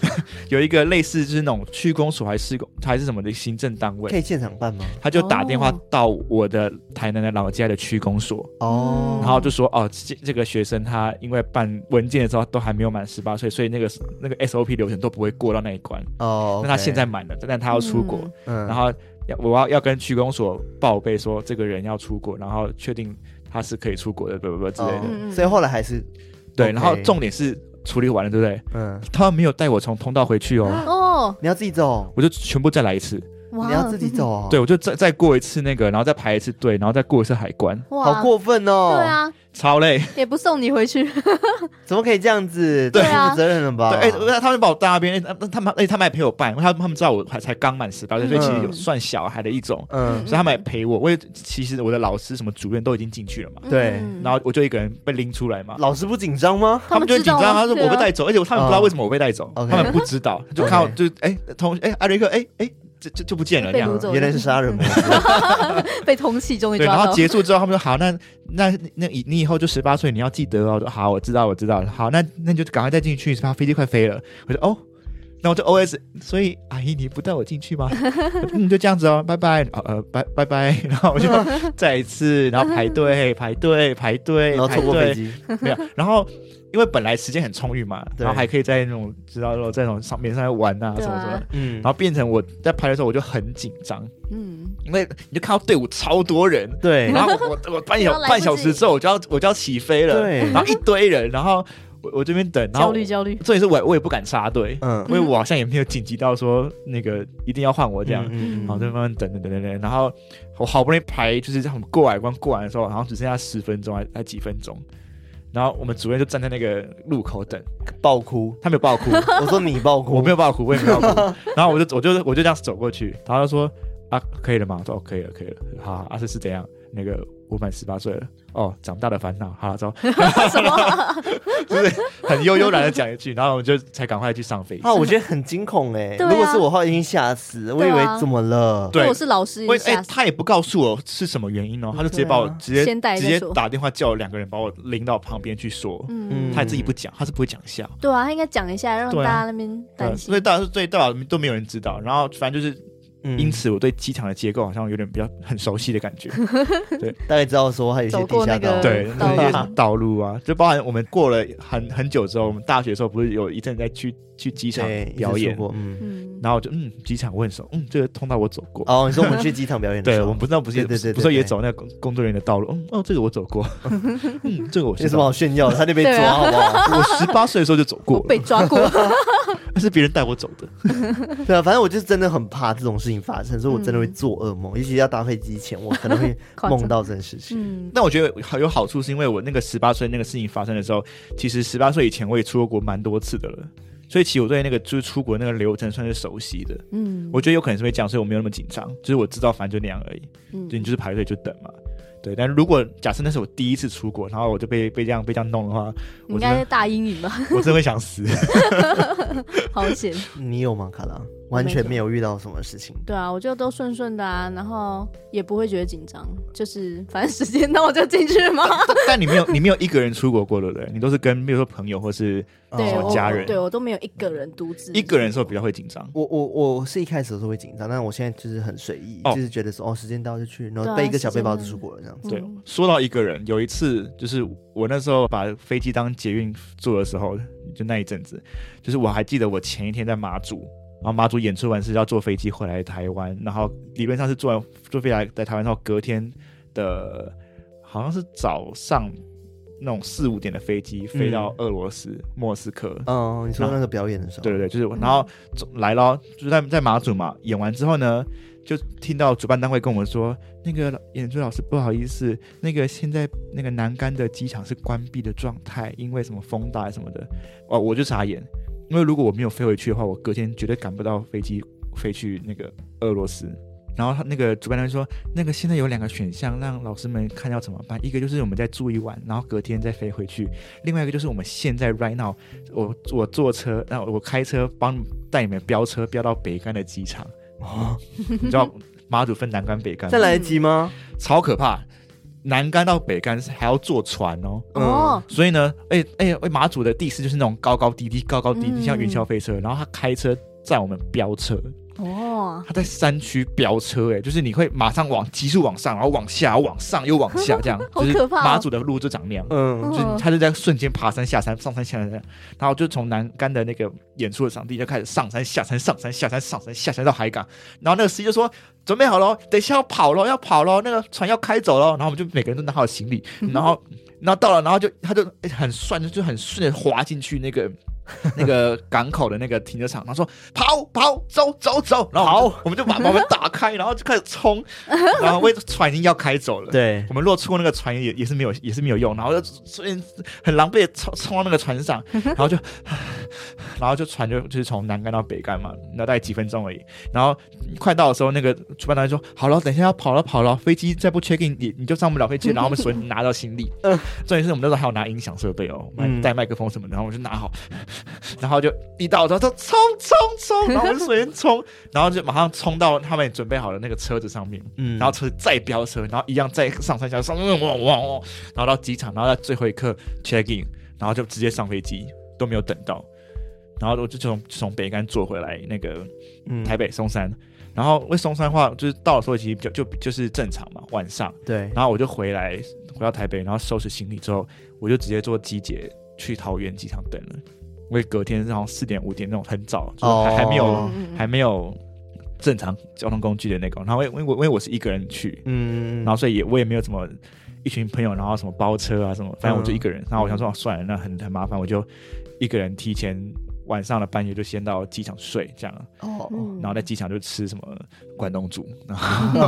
[SPEAKER 4] 有一个类似就是那种区公所还是市公还是什么的行政单
[SPEAKER 1] 可
[SPEAKER 4] 位，
[SPEAKER 1] 以现场办吗？
[SPEAKER 4] 他就打电话
[SPEAKER 2] 哦
[SPEAKER 4] 到我的台南的老家的区公所，
[SPEAKER 1] 哦，
[SPEAKER 4] 然后就说哦，这这个学生他因为办文件的时候都还没有满十八岁，所以那个那个 SOP 流程都不会过到那一关。
[SPEAKER 1] 哦，
[SPEAKER 4] 那他现在，满了，但他要出国，
[SPEAKER 2] 嗯
[SPEAKER 1] 嗯，
[SPEAKER 4] 然后要我要要跟区公所报备说这个人要出国，然后确定他是可以出国的，不不不之类的。
[SPEAKER 1] 哦
[SPEAKER 2] 嗯嗯
[SPEAKER 1] 所以后来还是
[SPEAKER 4] 对，
[SPEAKER 1] OK
[SPEAKER 4] 然后重点是处理完了，对不对？
[SPEAKER 1] 嗯，
[SPEAKER 4] 他没有带我从通道回去哦，
[SPEAKER 2] 哦，
[SPEAKER 1] 你要自己走，
[SPEAKER 4] 我就全部再来一次。
[SPEAKER 2] 哇，嗯
[SPEAKER 1] 你要自己走、哦，
[SPEAKER 4] 对，，我就再再过一次那个，然后再排一次队，然后再过一次海关，
[SPEAKER 2] 哇，
[SPEAKER 1] 好过分哦，
[SPEAKER 2] 对，啊，
[SPEAKER 4] 超累。
[SPEAKER 2] 也不送你回 去，
[SPEAKER 1] 怎么可以这样子？
[SPEAKER 2] 对
[SPEAKER 1] 太
[SPEAKER 2] 啊
[SPEAKER 1] 不负责任了吧？
[SPEAKER 4] 对，哎、他们把我带那边，哎、他们，哎、他们还陪我办，因为他们他们知道我还才刚满十八岁，所以其实有
[SPEAKER 2] 嗯
[SPEAKER 4] 算小孩的一种，
[SPEAKER 1] 嗯，
[SPEAKER 4] 所以他们也陪我。我也其实我的老师什么主任都已经进去了嘛，
[SPEAKER 1] 对
[SPEAKER 2] 嗯
[SPEAKER 4] 然后我就一个人被拎出来嘛，
[SPEAKER 1] 老师不紧张吗？
[SPEAKER 2] 他们
[SPEAKER 4] 就很
[SPEAKER 2] 知
[SPEAKER 4] 紧
[SPEAKER 2] 道
[SPEAKER 4] 张，
[SPEAKER 2] 吗
[SPEAKER 4] 他说
[SPEAKER 2] 对啊
[SPEAKER 4] 我被带走，而且他们不知道为什么我被带走，
[SPEAKER 1] 哦，OK
[SPEAKER 4] 他们不知道，就看我
[SPEAKER 1] OK
[SPEAKER 4] 就哎、同哎阿瑞克哎哎就就就不见了那
[SPEAKER 2] 被
[SPEAKER 4] 样啊
[SPEAKER 2] 掳。走了，
[SPEAKER 1] 原来是杀 人魔，
[SPEAKER 2] 被通缉，终于
[SPEAKER 4] 对，
[SPEAKER 2] 抓
[SPEAKER 4] 然
[SPEAKER 2] 到
[SPEAKER 4] 后，结束之后，他们说好，那那那以你以后就十八岁，你要记得哦。我说好，我知道，我知道。好，那那你就赶快再进去，他飞机快飞了。我说哦，那我就 O S，所以阿姨你不带我进去吗？ 嗯，就这样子哦，拜拜，呃呃，拜拜拜。 然后 我就再一次，然后排队排队排队
[SPEAKER 1] 然后
[SPEAKER 4] 排
[SPEAKER 1] 错过飞
[SPEAKER 4] 队，
[SPEAKER 1] 机，
[SPEAKER 4] 没有，然后。因为本来时间很充裕嘛，
[SPEAKER 1] 对
[SPEAKER 4] 然后还可以在那种知道那种在那种上面上面玩啊什么什么的，
[SPEAKER 1] 嗯
[SPEAKER 4] 然，后变成我在排的时候我就很紧张，
[SPEAKER 2] 嗯，
[SPEAKER 4] 因为你就看到队伍超多人，
[SPEAKER 1] 对
[SPEAKER 4] 哎然后我我我半小
[SPEAKER 2] 然后来不及
[SPEAKER 4] 半小时之后我就要我就要起飞了，
[SPEAKER 1] 对
[SPEAKER 4] 然后一堆人，然后我我这边等，然后
[SPEAKER 2] 焦虑焦虑，
[SPEAKER 4] 重点是我也我也不敢插队，
[SPEAKER 1] 嗯
[SPEAKER 4] 因为我好像也没有紧急到说那个一定要换我这样，
[SPEAKER 1] 嗯
[SPEAKER 4] 然后就慢慢等等等等等，然后我好不容易排就是这样过海关过完的时候，然后只剩下十分钟还还几分钟，然后我们主任就站在那个路口等，
[SPEAKER 1] 爆哭，
[SPEAKER 4] 他没有爆哭，
[SPEAKER 1] 我说你爆哭，
[SPEAKER 4] 我没有爆哭，我也没有 爆哭。然后我就我就我就这样走过去，然后他说啊，可以了吗？我说哦，可以了，可以了。好，好啊是是怎样？那个我满十八岁了，哦，长大的烦恼。好 了，走，
[SPEAKER 2] 什么？
[SPEAKER 4] 就是很悠悠然的讲一句，然后我们就才赶快去上飞机。
[SPEAKER 1] 啊，我觉得很惊恐哎、
[SPEAKER 2] 对啊
[SPEAKER 1] 如果是我的话，已经吓死了，我以
[SPEAKER 2] 对
[SPEAKER 1] 为
[SPEAKER 2] 啊
[SPEAKER 1] 怎么了？
[SPEAKER 4] 对
[SPEAKER 2] 如果是老师，
[SPEAKER 4] 我
[SPEAKER 2] 你
[SPEAKER 4] 也哎、
[SPEAKER 2] 吓死，
[SPEAKER 4] 他也不告诉我是什么原因哦，他就直接
[SPEAKER 1] 对啊
[SPEAKER 4] 把我直接
[SPEAKER 2] 先带
[SPEAKER 4] 直
[SPEAKER 2] 再
[SPEAKER 4] 接
[SPEAKER 2] 说
[SPEAKER 4] 打电话叫两个人把我拎到旁边去说，
[SPEAKER 2] 嗯，
[SPEAKER 4] 他也自己不讲，他是不会讲笑。
[SPEAKER 2] 对啊，他应该讲一下，让
[SPEAKER 4] 对
[SPEAKER 2] 大
[SPEAKER 4] 啊
[SPEAKER 2] 家那边担
[SPEAKER 4] 对，
[SPEAKER 2] 心
[SPEAKER 4] 所以，到所以到都没有人知道，然后反正就是，
[SPEAKER 1] 嗯
[SPEAKER 4] 因此我对机场的结构好像有点比较很熟悉的感觉。
[SPEAKER 1] 大概知道说还有一些
[SPEAKER 2] 走
[SPEAKER 1] 地
[SPEAKER 2] 过
[SPEAKER 1] 下
[SPEAKER 2] 那
[SPEAKER 1] 道，
[SPEAKER 2] 个
[SPEAKER 4] 对，
[SPEAKER 2] 道
[SPEAKER 4] 那
[SPEAKER 2] 路
[SPEAKER 4] 些什么道路啊，就包含我们过了很很久之后，我们大学的时候不是有一阵在去去机场
[SPEAKER 1] 对，一直
[SPEAKER 4] 表演
[SPEAKER 1] 说，过，嗯，
[SPEAKER 2] 嗯，
[SPEAKER 4] 然后我就嗯，机场我很熟，嗯，这个通道我走过。
[SPEAKER 1] 哦，你说我们去机场表演的
[SPEAKER 4] 对，
[SPEAKER 1] 时
[SPEAKER 4] 我
[SPEAKER 1] 候
[SPEAKER 4] 们，不知道不
[SPEAKER 1] 哦
[SPEAKER 4] 是
[SPEAKER 1] 对对对对
[SPEAKER 4] 不是也
[SPEAKER 1] 对
[SPEAKER 4] 走那个工工作人员的道路，嗯哦，这个我走 过，嗯，这个我
[SPEAKER 1] 有
[SPEAKER 4] 是
[SPEAKER 1] 什么好炫 耀的？他就被
[SPEAKER 2] 对
[SPEAKER 1] 抓，
[SPEAKER 2] 啊
[SPEAKER 1] 好不好？
[SPEAKER 4] 我十八岁的时候就走过
[SPEAKER 2] 我 被
[SPEAKER 4] 了，
[SPEAKER 2] 抓 过，
[SPEAKER 4] 那是别人带我走的。
[SPEAKER 1] 对啊，反正我就是真的很怕这种事情发生，所以我真的会做噩梦，尤其要搭飞机前，我可能会
[SPEAKER 2] 嗯 夸张
[SPEAKER 1] 梦到这件事情。
[SPEAKER 2] 嗯，
[SPEAKER 4] 但我觉得好有好处，是因为我那个十八岁那个事情发生的时候，其实十八岁以前我也出过国蛮多次的了，所以其实我对那个就是出国那个流程算是熟悉的。
[SPEAKER 2] 嗯，
[SPEAKER 4] 我觉得有可能是因为这样，所以我没有那么紧张，就是我知道反正就那样而已，
[SPEAKER 2] 嗯
[SPEAKER 4] 就你就是排队就等嘛。对，但如果假设那是我第一次出国，然后我就被被这样被这样弄的话，
[SPEAKER 2] 你
[SPEAKER 4] 我
[SPEAKER 2] 应
[SPEAKER 4] 真
[SPEAKER 2] 该是
[SPEAKER 4] 的
[SPEAKER 2] 大阴影吧，
[SPEAKER 4] 我真的会想死。
[SPEAKER 2] 好险，
[SPEAKER 1] 你有吗，卡拉？完全没有遇到什么事情，
[SPEAKER 2] 对啊，我就都顺顺的啊，然后也不会觉得紧张，就是反正时间到我就进去嘛，
[SPEAKER 4] 但你没有你没有一个人出国过，对不对？你都是跟比如说朋友或是
[SPEAKER 2] 对，
[SPEAKER 4] 哦
[SPEAKER 2] 我
[SPEAKER 4] 家人
[SPEAKER 2] 对我都没有一个人独自
[SPEAKER 4] 一个人的时候比较会紧张。
[SPEAKER 1] 我我我是一开始的时候会紧张，但我现在就是很随意，
[SPEAKER 4] 哦
[SPEAKER 1] 就是觉得说哦，时间到就去，然
[SPEAKER 2] 对
[SPEAKER 1] 后
[SPEAKER 2] 啊
[SPEAKER 1] 背一个小背包就
[SPEAKER 2] 时间
[SPEAKER 1] 出国了这样子。
[SPEAKER 4] 对
[SPEAKER 2] 嗯，
[SPEAKER 4] 说到一个人，有一次就是我那时候把飞机当捷运坐的时候，就那一阵子，就是我还记得我前一天在马祖，然后马祖演出完是要坐飞机回来台湾，然后理论上是坐完坐飞机来来台湾之后，隔天的好像是早上那种四五点的飞机飞到俄罗斯、莫斯科。
[SPEAKER 1] 嗯，你说那个表演的时候，嗯
[SPEAKER 4] 对对对，就是我，然后走来咯，就是在在马祖嘛，演完之后呢，就听到主办单位跟我们说，那个演出老师不好意思，那个现在那个南竿的机场是关闭的状态，因为什么风大什么的，哦，我就傻眼，因为如果我没有飞回去的话，我隔天绝对赶不到飞机飞去那个俄罗斯，然后他那个主办单位说，那个现在有两个选项让老师们看要怎么办，一个就是我们再住一晚，然后隔天再飞回去；，另外一个就是我们现在 right now，我我坐车，然后我开车帮带你们飙车飙到北干的机场。哦，你知道马祖分南干北干吗
[SPEAKER 1] 再，来得及吗？
[SPEAKER 4] 超可怕。南干到北干是还要坐船哦，
[SPEAKER 1] 嗯
[SPEAKER 2] 哦，
[SPEAKER 4] 所以呢，哎哎哎，马祖的地势就是那种高高低低、高高低低，
[SPEAKER 2] 嗯
[SPEAKER 4] 像云霄飞车。然后他开车载我们飙车，
[SPEAKER 2] 哦，
[SPEAKER 4] 他在山区飙车、哎，就是你会马上往急速往上，然后往下，往上又往 下，这样，
[SPEAKER 2] 好
[SPEAKER 4] 就是
[SPEAKER 2] 可怕哦
[SPEAKER 4] 马祖的路就长那样。
[SPEAKER 1] 嗯，
[SPEAKER 4] 就是他就在瞬间爬山下山上山下山，然后就从南干的那个演出的场地就开始上山下山上山下山上山下山到海港，然后那个司机就说准备好喽，等一下要跑喽要跑喽，那个船要开走喽，然后我们就每个人都拿好行李，然后然后到了，然后就他就哎很顺就就很顺的滑进去那个那个港口的那个停车场，然后说跑跑走走走，然后我们就我们就把把门打开，然后就开始冲，然后为船已经要开走了，
[SPEAKER 1] 对，
[SPEAKER 4] 我们落错过那个船也也是没有也是没有用，然后就所以很狼狈地冲冲到那个 船上，然后就， 然后就船就就是从南干到北干嘛，然后大概几分钟而已。然后快到的时候，那个主办单位说：“好了，等一下要跑了，跑了，飞机再不 check in 你你就上不 了飞机。”然后我们所有人拿到行李，
[SPEAKER 1] 嗯
[SPEAKER 4] 重点是我们那时候还有拿音响设备哦，我们还
[SPEAKER 1] 嗯
[SPEAKER 4] 带麦克风什么的，然后我们就拿好，然后就一到之后就冲冲冲，然后我们首先冲，然后就马上冲到他们准备好的那个车子上面。
[SPEAKER 1] 嗯，
[SPEAKER 4] 然后车再飙车，然后一样再上山下山，上汪汪汪，然后到机场，然后到最后一刻 check in，然后就直接上飞机，都没有等到，然后我就从从北干坐回来那个
[SPEAKER 1] 嗯
[SPEAKER 4] 台北松山，然后为松山的话就是到了土耳其就就就是正常嘛，晚上，
[SPEAKER 1] 对，
[SPEAKER 4] 然后我就回来回到台北，然后收拾行李之后，我就直接坐机姐去桃园机场等了，因为隔天然后四点五点那种很早，就是还、还没有
[SPEAKER 1] 哦
[SPEAKER 2] 嗯嗯
[SPEAKER 4] 还没有正常交通工具的那种。然后因为因为我因为我是一个人去，
[SPEAKER 1] 嗯，
[SPEAKER 4] 然后所以也我也没有什么一群朋友，然后什么包车啊什么，反正我就
[SPEAKER 1] 嗯
[SPEAKER 4] 一个人。然后我想说，哦算了，那很很麻烦，我就一个人提前晚上的半夜就先到机场睡这样，
[SPEAKER 1] 哦，
[SPEAKER 2] 嗯
[SPEAKER 4] 然后在机场就吃什么关东煮，然后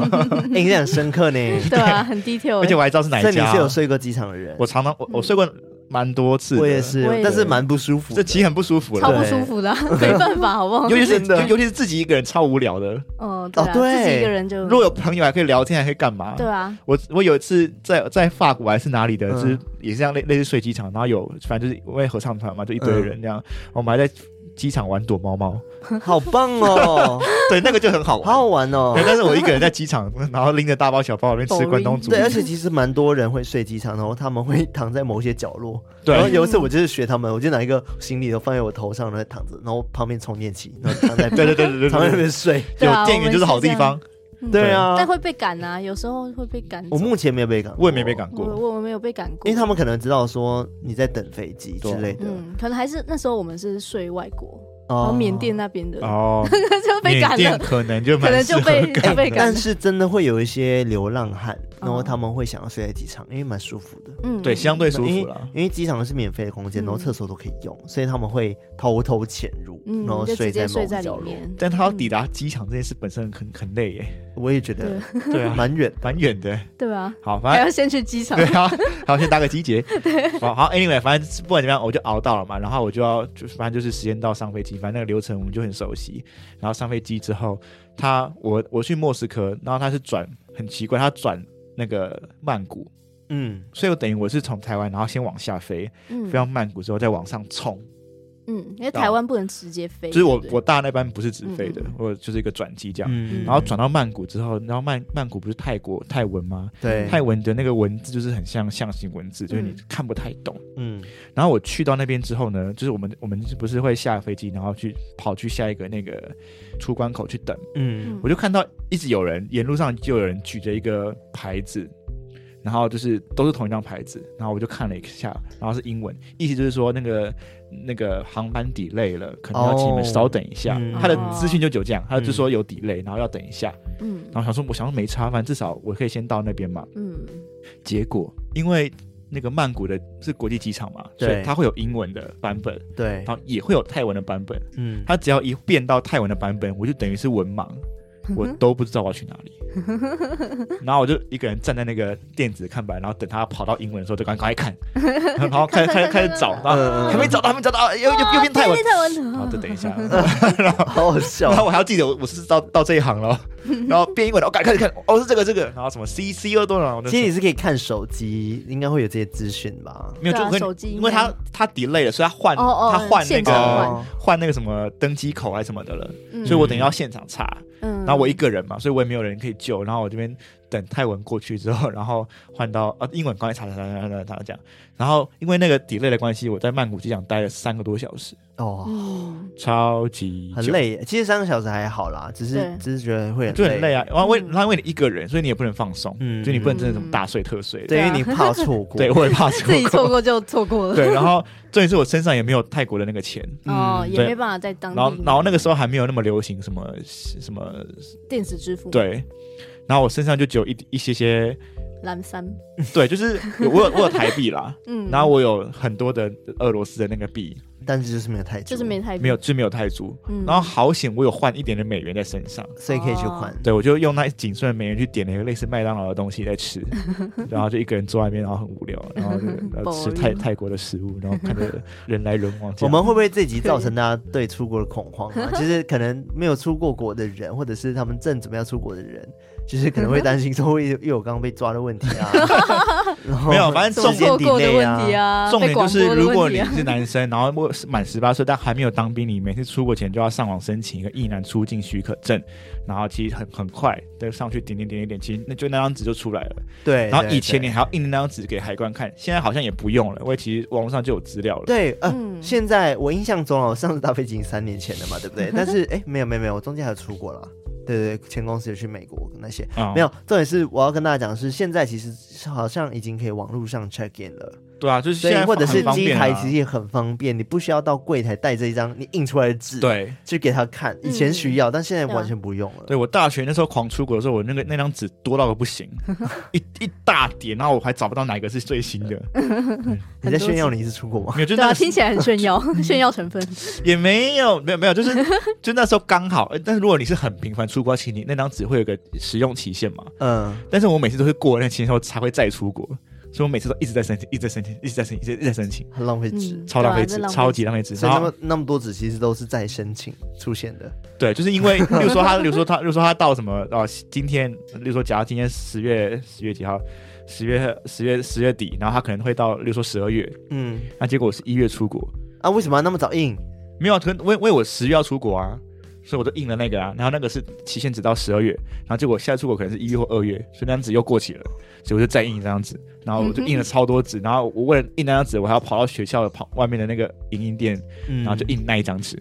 [SPEAKER 1] 哎，印象很深刻呢。
[SPEAKER 2] 对 啊，很 detail，
[SPEAKER 4] 而且我还知道是哪
[SPEAKER 1] 所
[SPEAKER 4] 一
[SPEAKER 1] 以你
[SPEAKER 4] 家
[SPEAKER 1] 是。有睡过机场的人，
[SPEAKER 4] 我常常我我睡过蛮多次，
[SPEAKER 1] 我也，是
[SPEAKER 2] 我也，是
[SPEAKER 1] 但是蛮不舒服
[SPEAKER 4] 这
[SPEAKER 1] 的。
[SPEAKER 4] 其实很不舒服
[SPEAKER 2] 超
[SPEAKER 4] 了。
[SPEAKER 2] 不舒服的啊， 没办法，好不好
[SPEAKER 4] 尤？其是
[SPEAKER 1] 真的
[SPEAKER 4] 尤尤其是自己一个人超无聊的，
[SPEAKER 2] 哦，对啊，
[SPEAKER 1] 哦对
[SPEAKER 2] 自己一个人就
[SPEAKER 4] 如果有朋友还可以聊天，还可以干嘛？
[SPEAKER 2] 对啊，
[SPEAKER 4] 我我有一次在在法国还是哪里的，
[SPEAKER 1] 嗯
[SPEAKER 4] 就是也是这样类类似睡机场，然后有反正就是因为合唱团嘛，就一堆人这样，
[SPEAKER 2] 嗯
[SPEAKER 4] 我们还在机场玩躲 猫猫，
[SPEAKER 1] 好棒哦，
[SPEAKER 4] 对，那个就很好
[SPEAKER 1] 好
[SPEAKER 4] 玩。
[SPEAKER 1] 好玩哦
[SPEAKER 4] 对，。但是我一个人在机场，然后拎着大包小包，里面吃
[SPEAKER 2] Boring
[SPEAKER 4] 关东煮，
[SPEAKER 1] 对，而且其实蛮多人会睡机场，然后他们会躺在某些角落。然后
[SPEAKER 4] 对
[SPEAKER 1] 有一次我就是学他们，我就拿一个行李都放在我头上，然后躺着，然后旁边充电器，然 后躺在
[SPEAKER 4] 对对对对对
[SPEAKER 1] 躺在那
[SPEAKER 4] 对，
[SPEAKER 1] 边睡。
[SPEAKER 2] 对啊
[SPEAKER 4] 有电源就是好地方。
[SPEAKER 1] 对啊，
[SPEAKER 2] 但会被赶啊，有时候会被赶走。
[SPEAKER 1] 我目前没有被赶，
[SPEAKER 4] 我也没被，赶
[SPEAKER 2] 我
[SPEAKER 4] 过，
[SPEAKER 2] 我我没有被赶过，
[SPEAKER 1] 因为他们可能知道说你在等飞机之类
[SPEAKER 4] 啊
[SPEAKER 1] 的。
[SPEAKER 2] 嗯，可能还是那时候我们是睡外国，嗯然
[SPEAKER 1] 哦
[SPEAKER 2] 后缅甸那边的
[SPEAKER 4] 哦，
[SPEAKER 2] 就被
[SPEAKER 4] 缅
[SPEAKER 2] 赶
[SPEAKER 4] 甸
[SPEAKER 2] 了，
[SPEAKER 4] 可能就
[SPEAKER 2] 可
[SPEAKER 4] 蛮
[SPEAKER 2] 能
[SPEAKER 4] 适
[SPEAKER 2] 就
[SPEAKER 4] 合
[SPEAKER 2] 被
[SPEAKER 4] 赶
[SPEAKER 2] 就被赶
[SPEAKER 1] 但
[SPEAKER 2] 了。
[SPEAKER 1] 是真的会有一些流浪汉，然后
[SPEAKER 2] 哦
[SPEAKER 1] 他们会想要睡在机场，因为蛮舒服的。
[SPEAKER 2] 嗯，
[SPEAKER 4] 对，相对舒
[SPEAKER 1] 因
[SPEAKER 4] 服
[SPEAKER 1] 为
[SPEAKER 4] 了。
[SPEAKER 1] 因为机场是免费的空间，然后
[SPEAKER 2] 嗯
[SPEAKER 1] 厕所都可以用，所以他们会偷偷潜入，
[SPEAKER 2] 嗯，
[SPEAKER 1] 然后
[SPEAKER 2] 就直
[SPEAKER 1] 在
[SPEAKER 2] 接
[SPEAKER 1] 某
[SPEAKER 2] 睡
[SPEAKER 1] 个
[SPEAKER 2] 在里
[SPEAKER 1] 角落。
[SPEAKER 2] 面。嗯
[SPEAKER 4] 但他要抵达机场这件事本身很很累耶，
[SPEAKER 1] 我也觉得
[SPEAKER 4] 对啊，
[SPEAKER 1] 蛮远的。
[SPEAKER 4] 蛮远的。
[SPEAKER 2] 对啊，
[SPEAKER 4] 好，反
[SPEAKER 2] 还
[SPEAKER 4] 正
[SPEAKER 2] 要先去机场
[SPEAKER 4] 对。啊，然后先搭个机捷。对，好好，anyway，反正不管怎么样，我就熬到了嘛。然后我就要，就是反正就是时间到上飞机，反正那个流程我们就很熟悉。然后上飞机之后，他我我去莫斯科，然后他是转很奇怪，他转那个曼谷，
[SPEAKER 1] 嗯，
[SPEAKER 4] 所以我等于我是从台湾，然后先往下飞，
[SPEAKER 2] 嗯
[SPEAKER 4] 飞到曼谷之后再往上冲。
[SPEAKER 2] 嗯，因为台湾不能直接飞，
[SPEAKER 4] 就是我
[SPEAKER 2] 对不
[SPEAKER 4] 我
[SPEAKER 2] 对
[SPEAKER 4] 大那班不是直飞的
[SPEAKER 2] 嗯嗯，
[SPEAKER 4] 我就是一个转机这样。
[SPEAKER 1] 嗯
[SPEAKER 4] 然后转到曼谷之后，然后曼曼谷不是泰国泰文吗？
[SPEAKER 1] 对，
[SPEAKER 4] 泰文的那个文字就是很像象形文字，就是你
[SPEAKER 2] 嗯
[SPEAKER 4] 看不太懂。
[SPEAKER 1] 嗯
[SPEAKER 4] 然后我去到那边之后呢，就是我们我们不是会下飞机，然后去跑去下一个那个出关口去等，
[SPEAKER 1] 嗯
[SPEAKER 2] 嗯
[SPEAKER 4] 我就看到一直有人沿路上就有人举着一个牌子，然后就是都是同一张牌子，然后我就看了一下，然后是英文，意思就是说那个那个航班 delay 了，可能要请你们
[SPEAKER 1] 哦
[SPEAKER 4] 稍等一下。
[SPEAKER 1] 嗯
[SPEAKER 4] 他的
[SPEAKER 2] 哦
[SPEAKER 4] 资讯就只有这样，他就说有 delay，然后要等一下，
[SPEAKER 2] 嗯
[SPEAKER 4] 然后想说我想说没差，反正至少我可以先到那边嘛。
[SPEAKER 2] 嗯
[SPEAKER 4] 结果因为那个曼谷的是国际机场嘛，所以
[SPEAKER 1] 对
[SPEAKER 4] 它会有英文的版本，
[SPEAKER 1] 对，
[SPEAKER 4] 然后也会有泰文的版本。
[SPEAKER 1] 嗯，
[SPEAKER 4] 它只要一变到泰文的版本，我就等于是文盲，
[SPEAKER 2] 嗯
[SPEAKER 4] 我都不知道我要 去哪里。然后我就一个人站在那个电子看板，然后等他跑到英文的时候，就赶 快看，然后开始开始开始找，然后
[SPEAKER 1] 嗯嗯
[SPEAKER 4] 还没找到，还没找到，又又又变泰文，
[SPEAKER 2] 哦
[SPEAKER 4] 啊
[SPEAKER 2] 对泰文
[SPEAKER 4] 然后再等一下，
[SPEAKER 1] 好好笑
[SPEAKER 4] 然。后我还要记得我我是到到这一行了，然后变英文的，我、哦、赶快看，哦是这个这个，然后什么 C C 又多少，我就
[SPEAKER 1] 其实你是可以看手机，应该会有这些资讯吧？
[SPEAKER 4] 没有
[SPEAKER 2] 对
[SPEAKER 4] 就
[SPEAKER 2] 啊
[SPEAKER 4] 我跟
[SPEAKER 2] 手
[SPEAKER 4] 你
[SPEAKER 2] 机
[SPEAKER 4] 因为
[SPEAKER 2] 应该
[SPEAKER 4] 他他 delay 了，所以他换
[SPEAKER 2] 哦哦
[SPEAKER 4] 他换那
[SPEAKER 2] 现场
[SPEAKER 4] 个
[SPEAKER 2] 换
[SPEAKER 1] 哦
[SPEAKER 4] 换那个什么登机口还是什么的了，
[SPEAKER 2] 嗯
[SPEAKER 4] 所以我等于要现场查，
[SPEAKER 2] 嗯，
[SPEAKER 4] 然后我一个人嘛，所以我也没有人可以救，然后我这边等泰文过去之后，然后换到呃英文刚才查查查查查查讲，然后因为那个 delay 的关系，我在曼谷机场待了三个多小时，
[SPEAKER 1] 哦，
[SPEAKER 2] 嗯
[SPEAKER 4] 超级
[SPEAKER 1] 很
[SPEAKER 4] 久。
[SPEAKER 1] 累耶。其实三个小时还好啦，只是
[SPEAKER 2] 对
[SPEAKER 1] 只是觉得会很
[SPEAKER 4] 就很累
[SPEAKER 1] 啊。
[SPEAKER 4] 啊，然后为
[SPEAKER 2] 嗯
[SPEAKER 4] 然后为你一个人，所以你也不能放松，
[SPEAKER 1] 嗯
[SPEAKER 4] 就你不能真的什么大睡特睡，
[SPEAKER 1] 对，
[SPEAKER 2] 对
[SPEAKER 1] 因
[SPEAKER 2] 啊
[SPEAKER 1] 为你怕错过。
[SPEAKER 4] 对，我也怕
[SPEAKER 2] 自己错
[SPEAKER 4] 过，
[SPEAKER 2] 过就错过了，
[SPEAKER 4] 对，然后重点是我身上也没有泰国的那个钱，
[SPEAKER 2] 哦，也
[SPEAKER 4] 对
[SPEAKER 2] 没办法在当地
[SPEAKER 4] 然后然后那个时候还没有那么流行什么什么，
[SPEAKER 2] 电子支付
[SPEAKER 4] 对，然后我身上就只有一一些些，
[SPEAKER 2] 蓝三，
[SPEAKER 4] 对，就是有我有我有台币啦，
[SPEAKER 2] 嗯，
[SPEAKER 4] 然后我有很多的俄罗斯的那个币，
[SPEAKER 1] 但是就是没有太久，
[SPEAKER 2] 就是没太
[SPEAKER 4] 没有，就没有泰铢，
[SPEAKER 2] 嗯
[SPEAKER 4] 然后好险我有换一点点美元在身上，
[SPEAKER 1] 所以可以去
[SPEAKER 2] 哦
[SPEAKER 1] 换。
[SPEAKER 4] 对我就用那仅剩的美元去点了一个类似麦当劳的东西 在吃，然后就一个人坐在那边，然后很无聊，然后就然后吃泰
[SPEAKER 2] Boring
[SPEAKER 4] 泰国的食物，然后看着人来人往这
[SPEAKER 1] 我
[SPEAKER 4] 样，
[SPEAKER 1] 们会不会这集造成大家对出国的恐慌 啊？就是可能没有出过国的人，或者是他们正准备要出国的人，就是可能会担心说会又有刚刚被抓的问题 啊。然后
[SPEAKER 4] 没有，啊反正
[SPEAKER 2] 错
[SPEAKER 4] 重点
[SPEAKER 1] 间
[SPEAKER 2] 过过的
[SPEAKER 1] delay 啊
[SPEAKER 2] 问题啊，
[SPEAKER 4] 重点
[SPEAKER 2] 被广
[SPEAKER 4] 就
[SPEAKER 2] 播
[SPEAKER 4] 是，
[SPEAKER 2] 的
[SPEAKER 4] 如果
[SPEAKER 2] 问
[SPEAKER 4] 你
[SPEAKER 2] 题啊
[SPEAKER 4] 是男生，然后我满十八岁但还没有当兵，你每次出国前就要上网申请一个役男出境许可证，然后其实很很快的上去点点点点点，其实那就那张纸就出来了。
[SPEAKER 1] 对，
[SPEAKER 4] 然后
[SPEAKER 1] 对
[SPEAKER 4] 以前
[SPEAKER 1] 对
[SPEAKER 4] 你还要印那张纸给海关看，现在好像也不用了，因为其实网络上就有资料了。
[SPEAKER 1] 对，呃，
[SPEAKER 2] 嗯
[SPEAKER 1] 现在我印象中哦，我上次搭飞机已经三年前了嘛，对不 对？但是哎，没有没有没有，我中间还有出国了。对对，对前公司有去美国那些，
[SPEAKER 4] 啊
[SPEAKER 1] 没有。重点是我要跟大家讲是，现在其实好像已经可以网络上 check in 了，
[SPEAKER 4] 对啊，就是
[SPEAKER 1] 所
[SPEAKER 4] 现
[SPEAKER 1] 以
[SPEAKER 4] 在
[SPEAKER 1] 或者是
[SPEAKER 4] 很方
[SPEAKER 1] 机
[SPEAKER 4] 便啊
[SPEAKER 1] 台其实也很方便，你不需要到柜台带这一张你印出来的纸，，
[SPEAKER 4] 对。
[SPEAKER 1] 去给他看。
[SPEAKER 2] 嗯
[SPEAKER 1] 以前需要，但现在完全不用了。
[SPEAKER 4] 对啊我大学那时候狂出国的时候，我那个那张纸多到个 不行，一一大叠，然后我还找不到哪个是最新 的，
[SPEAKER 1] 你在炫耀你是出国吗？
[SPEAKER 4] 没有，就
[SPEAKER 2] 对啊，
[SPEAKER 4] 那个
[SPEAKER 2] 听起来很炫 耀， 炫耀成分，
[SPEAKER 4] 也没有，没有没有，就是 就那时候刚好。呃但是如果你是很频繁出国，其实你那张纸会有个使用期限嘛。
[SPEAKER 1] 嗯，
[SPEAKER 4] 但是我每次都是过了那期限后才会再出国，所以我每次都一直在申请，一直在申请，一直在申请，一直一直在申请，
[SPEAKER 1] 很浪费纸。
[SPEAKER 2] 嗯，
[SPEAKER 4] 超浪费
[SPEAKER 2] 对啊
[SPEAKER 4] 纸，
[SPEAKER 2] 这
[SPEAKER 4] 超级浪费纸。
[SPEAKER 1] 所以
[SPEAKER 4] 然
[SPEAKER 1] 那
[SPEAKER 4] 后
[SPEAKER 1] 么那么多纸其实都是在申请出现的，
[SPEAKER 4] 对，就是因为，例如说他，例如说他，例如说他到什么哦，今天，例如说，假如今天十月十月几号，十月十月十月底，然后他可能会到，例如说十二月，
[SPEAKER 1] 嗯，
[SPEAKER 4] 那结果我是一月出国，
[SPEAKER 1] 啊，为什么要那么早印？
[SPEAKER 4] 没有啊，可能为为我十月要出国啊，所以我就印了那个啊，然后那个是期限只到十二月，然后结果下次出国可能是一月或二月，所以那张纸又过期了，所以我就再印一张纸，然后我就印了超多纸，然后我为了印那张纸，我还要跑到学校的旁外面的那个影印店，
[SPEAKER 1] 嗯
[SPEAKER 4] 然后就印那一张纸，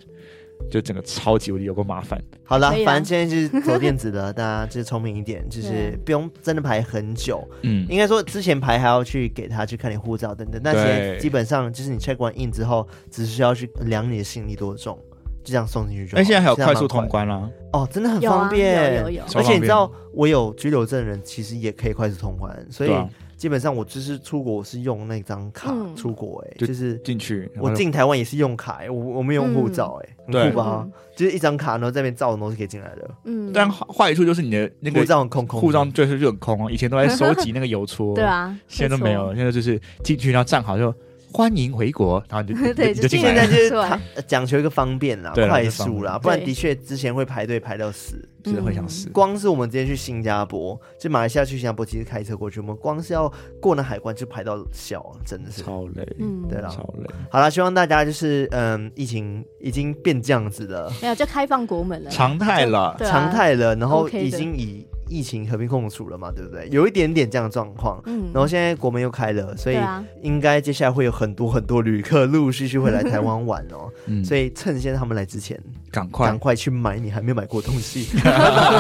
[SPEAKER 4] 就整个超级无敌有够麻烦。
[SPEAKER 1] 好了
[SPEAKER 2] 可，以啊
[SPEAKER 1] 反正现在就是走电子 的，大家就是聪明一点，就是
[SPEAKER 2] 对
[SPEAKER 1] 不用真的排很久。
[SPEAKER 4] 嗯，
[SPEAKER 1] 应该说之前排还要去给他去看你护照等等，那些
[SPEAKER 4] 对
[SPEAKER 1] 基本上就是你 check 完 in 之后，只需要去量你的行李多重，就这样送进去就好。
[SPEAKER 4] 哎那现在还有
[SPEAKER 1] 其实蛮
[SPEAKER 4] 快速通
[SPEAKER 1] 快
[SPEAKER 4] 关啦、
[SPEAKER 1] 哦，真的很
[SPEAKER 2] 有啊
[SPEAKER 1] 方便。
[SPEAKER 2] 有有有
[SPEAKER 4] 超
[SPEAKER 1] 而且
[SPEAKER 4] 方
[SPEAKER 1] 你知
[SPEAKER 4] 便
[SPEAKER 1] 道，我有居留证的人其实也可以快速通关，所以
[SPEAKER 4] 对啊
[SPEAKER 1] 基本上我就是出国我是用那张卡
[SPEAKER 2] 嗯
[SPEAKER 1] 出国、欸，哎、
[SPEAKER 4] 就
[SPEAKER 1] 就是。
[SPEAKER 4] 进去，然后
[SPEAKER 1] 我进台湾也是用卡、欸，我我没有
[SPEAKER 2] 嗯
[SPEAKER 1] 用护照、欸，哎、
[SPEAKER 4] 对
[SPEAKER 1] 很酷吧？就是一张卡，然后在那边照的东西可以进来的。
[SPEAKER 2] 嗯，
[SPEAKER 4] 但坏坏处就是你的那
[SPEAKER 1] 护
[SPEAKER 4] 个
[SPEAKER 1] 照很空空的，
[SPEAKER 4] 护照最后就很空啊，以前都在收集那个邮 戳，
[SPEAKER 2] 对啊，
[SPEAKER 4] 现在都没有，了，现在就是进去然后站好就欢迎回国，然后你就
[SPEAKER 2] 对
[SPEAKER 4] 你就
[SPEAKER 2] 就
[SPEAKER 4] 进
[SPEAKER 2] 进
[SPEAKER 1] 现在
[SPEAKER 4] 来了
[SPEAKER 2] 来。
[SPEAKER 1] 就是
[SPEAKER 2] 对
[SPEAKER 1] 它呃讲求一个方便啦，
[SPEAKER 4] 对啦
[SPEAKER 1] 快
[SPEAKER 4] 就是方
[SPEAKER 1] 速啦，
[SPEAKER 4] 便
[SPEAKER 1] 不然
[SPEAKER 2] 对
[SPEAKER 1] 的确之前会排队排到死。
[SPEAKER 4] 真的会想死。
[SPEAKER 2] 嗯
[SPEAKER 1] 光是我们之前去新加坡，就马来西亚去新加坡，其实开车过去，我们光是要过那海关就排到笑，真的是。
[SPEAKER 4] 超累，
[SPEAKER 2] 没错，嗯，
[SPEAKER 1] 对啦啊
[SPEAKER 4] 超累。
[SPEAKER 1] 好啦，希望大家就是嗯，疫情已经变这样子了，
[SPEAKER 2] 没有就开放国门了，
[SPEAKER 4] 常态了，
[SPEAKER 2] 对啊
[SPEAKER 1] 常态了，然后
[SPEAKER 2] OK 的
[SPEAKER 1] 已经以疫情和平共处了嘛，对不对？有一点点这样的状况。
[SPEAKER 2] 嗯，
[SPEAKER 1] 然后现在国门又开了，所以
[SPEAKER 2] 对啊
[SPEAKER 1] 应该接下来会有很多很多旅客陆陆续续会来台湾玩哦。
[SPEAKER 4] 嗯
[SPEAKER 1] 所以趁现在他们来之前，
[SPEAKER 4] 赶
[SPEAKER 1] 赶
[SPEAKER 4] 快
[SPEAKER 1] 快去买你还没有买过的东西。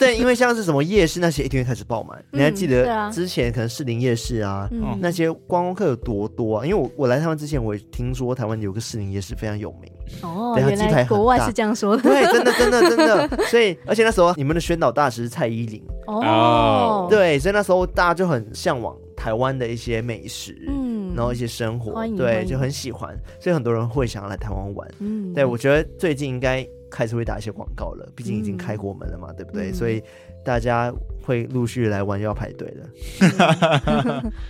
[SPEAKER 1] 对，因为像是什么夜市那些，一定会开始爆满。你还记
[SPEAKER 2] 对
[SPEAKER 1] 得
[SPEAKER 2] 啊
[SPEAKER 1] 之前可能士林夜市啊，
[SPEAKER 2] 嗯
[SPEAKER 1] 那些观光客有多多啊？因为我我来台湾之前，我也听说台湾有个士林夜市非常有 名。
[SPEAKER 2] 哦，
[SPEAKER 1] 等下
[SPEAKER 2] 原
[SPEAKER 1] 鸡排
[SPEAKER 2] 来
[SPEAKER 1] 很
[SPEAKER 2] 国外
[SPEAKER 1] 大
[SPEAKER 2] 是这样说的，
[SPEAKER 1] 对，真的真的真的。所以，而且那时候你们的宣导大师是蔡依林，
[SPEAKER 2] 哦，，
[SPEAKER 1] 对，所以那时候大家就很向往台湾的一些美食，
[SPEAKER 2] 嗯，
[SPEAKER 1] 然后一些生活
[SPEAKER 2] 欢，迎欢
[SPEAKER 1] 对，
[SPEAKER 2] 迎
[SPEAKER 1] 就很喜欢，所以很多人会想要来台湾玩。
[SPEAKER 2] 嗯，
[SPEAKER 1] 对，我觉得最近应该开始会打一些广告了，毕竟已经
[SPEAKER 2] 嗯
[SPEAKER 1] 开国门了嘛，对不对？
[SPEAKER 2] 嗯
[SPEAKER 1] 所以大家会陆续来玩，又要排队了。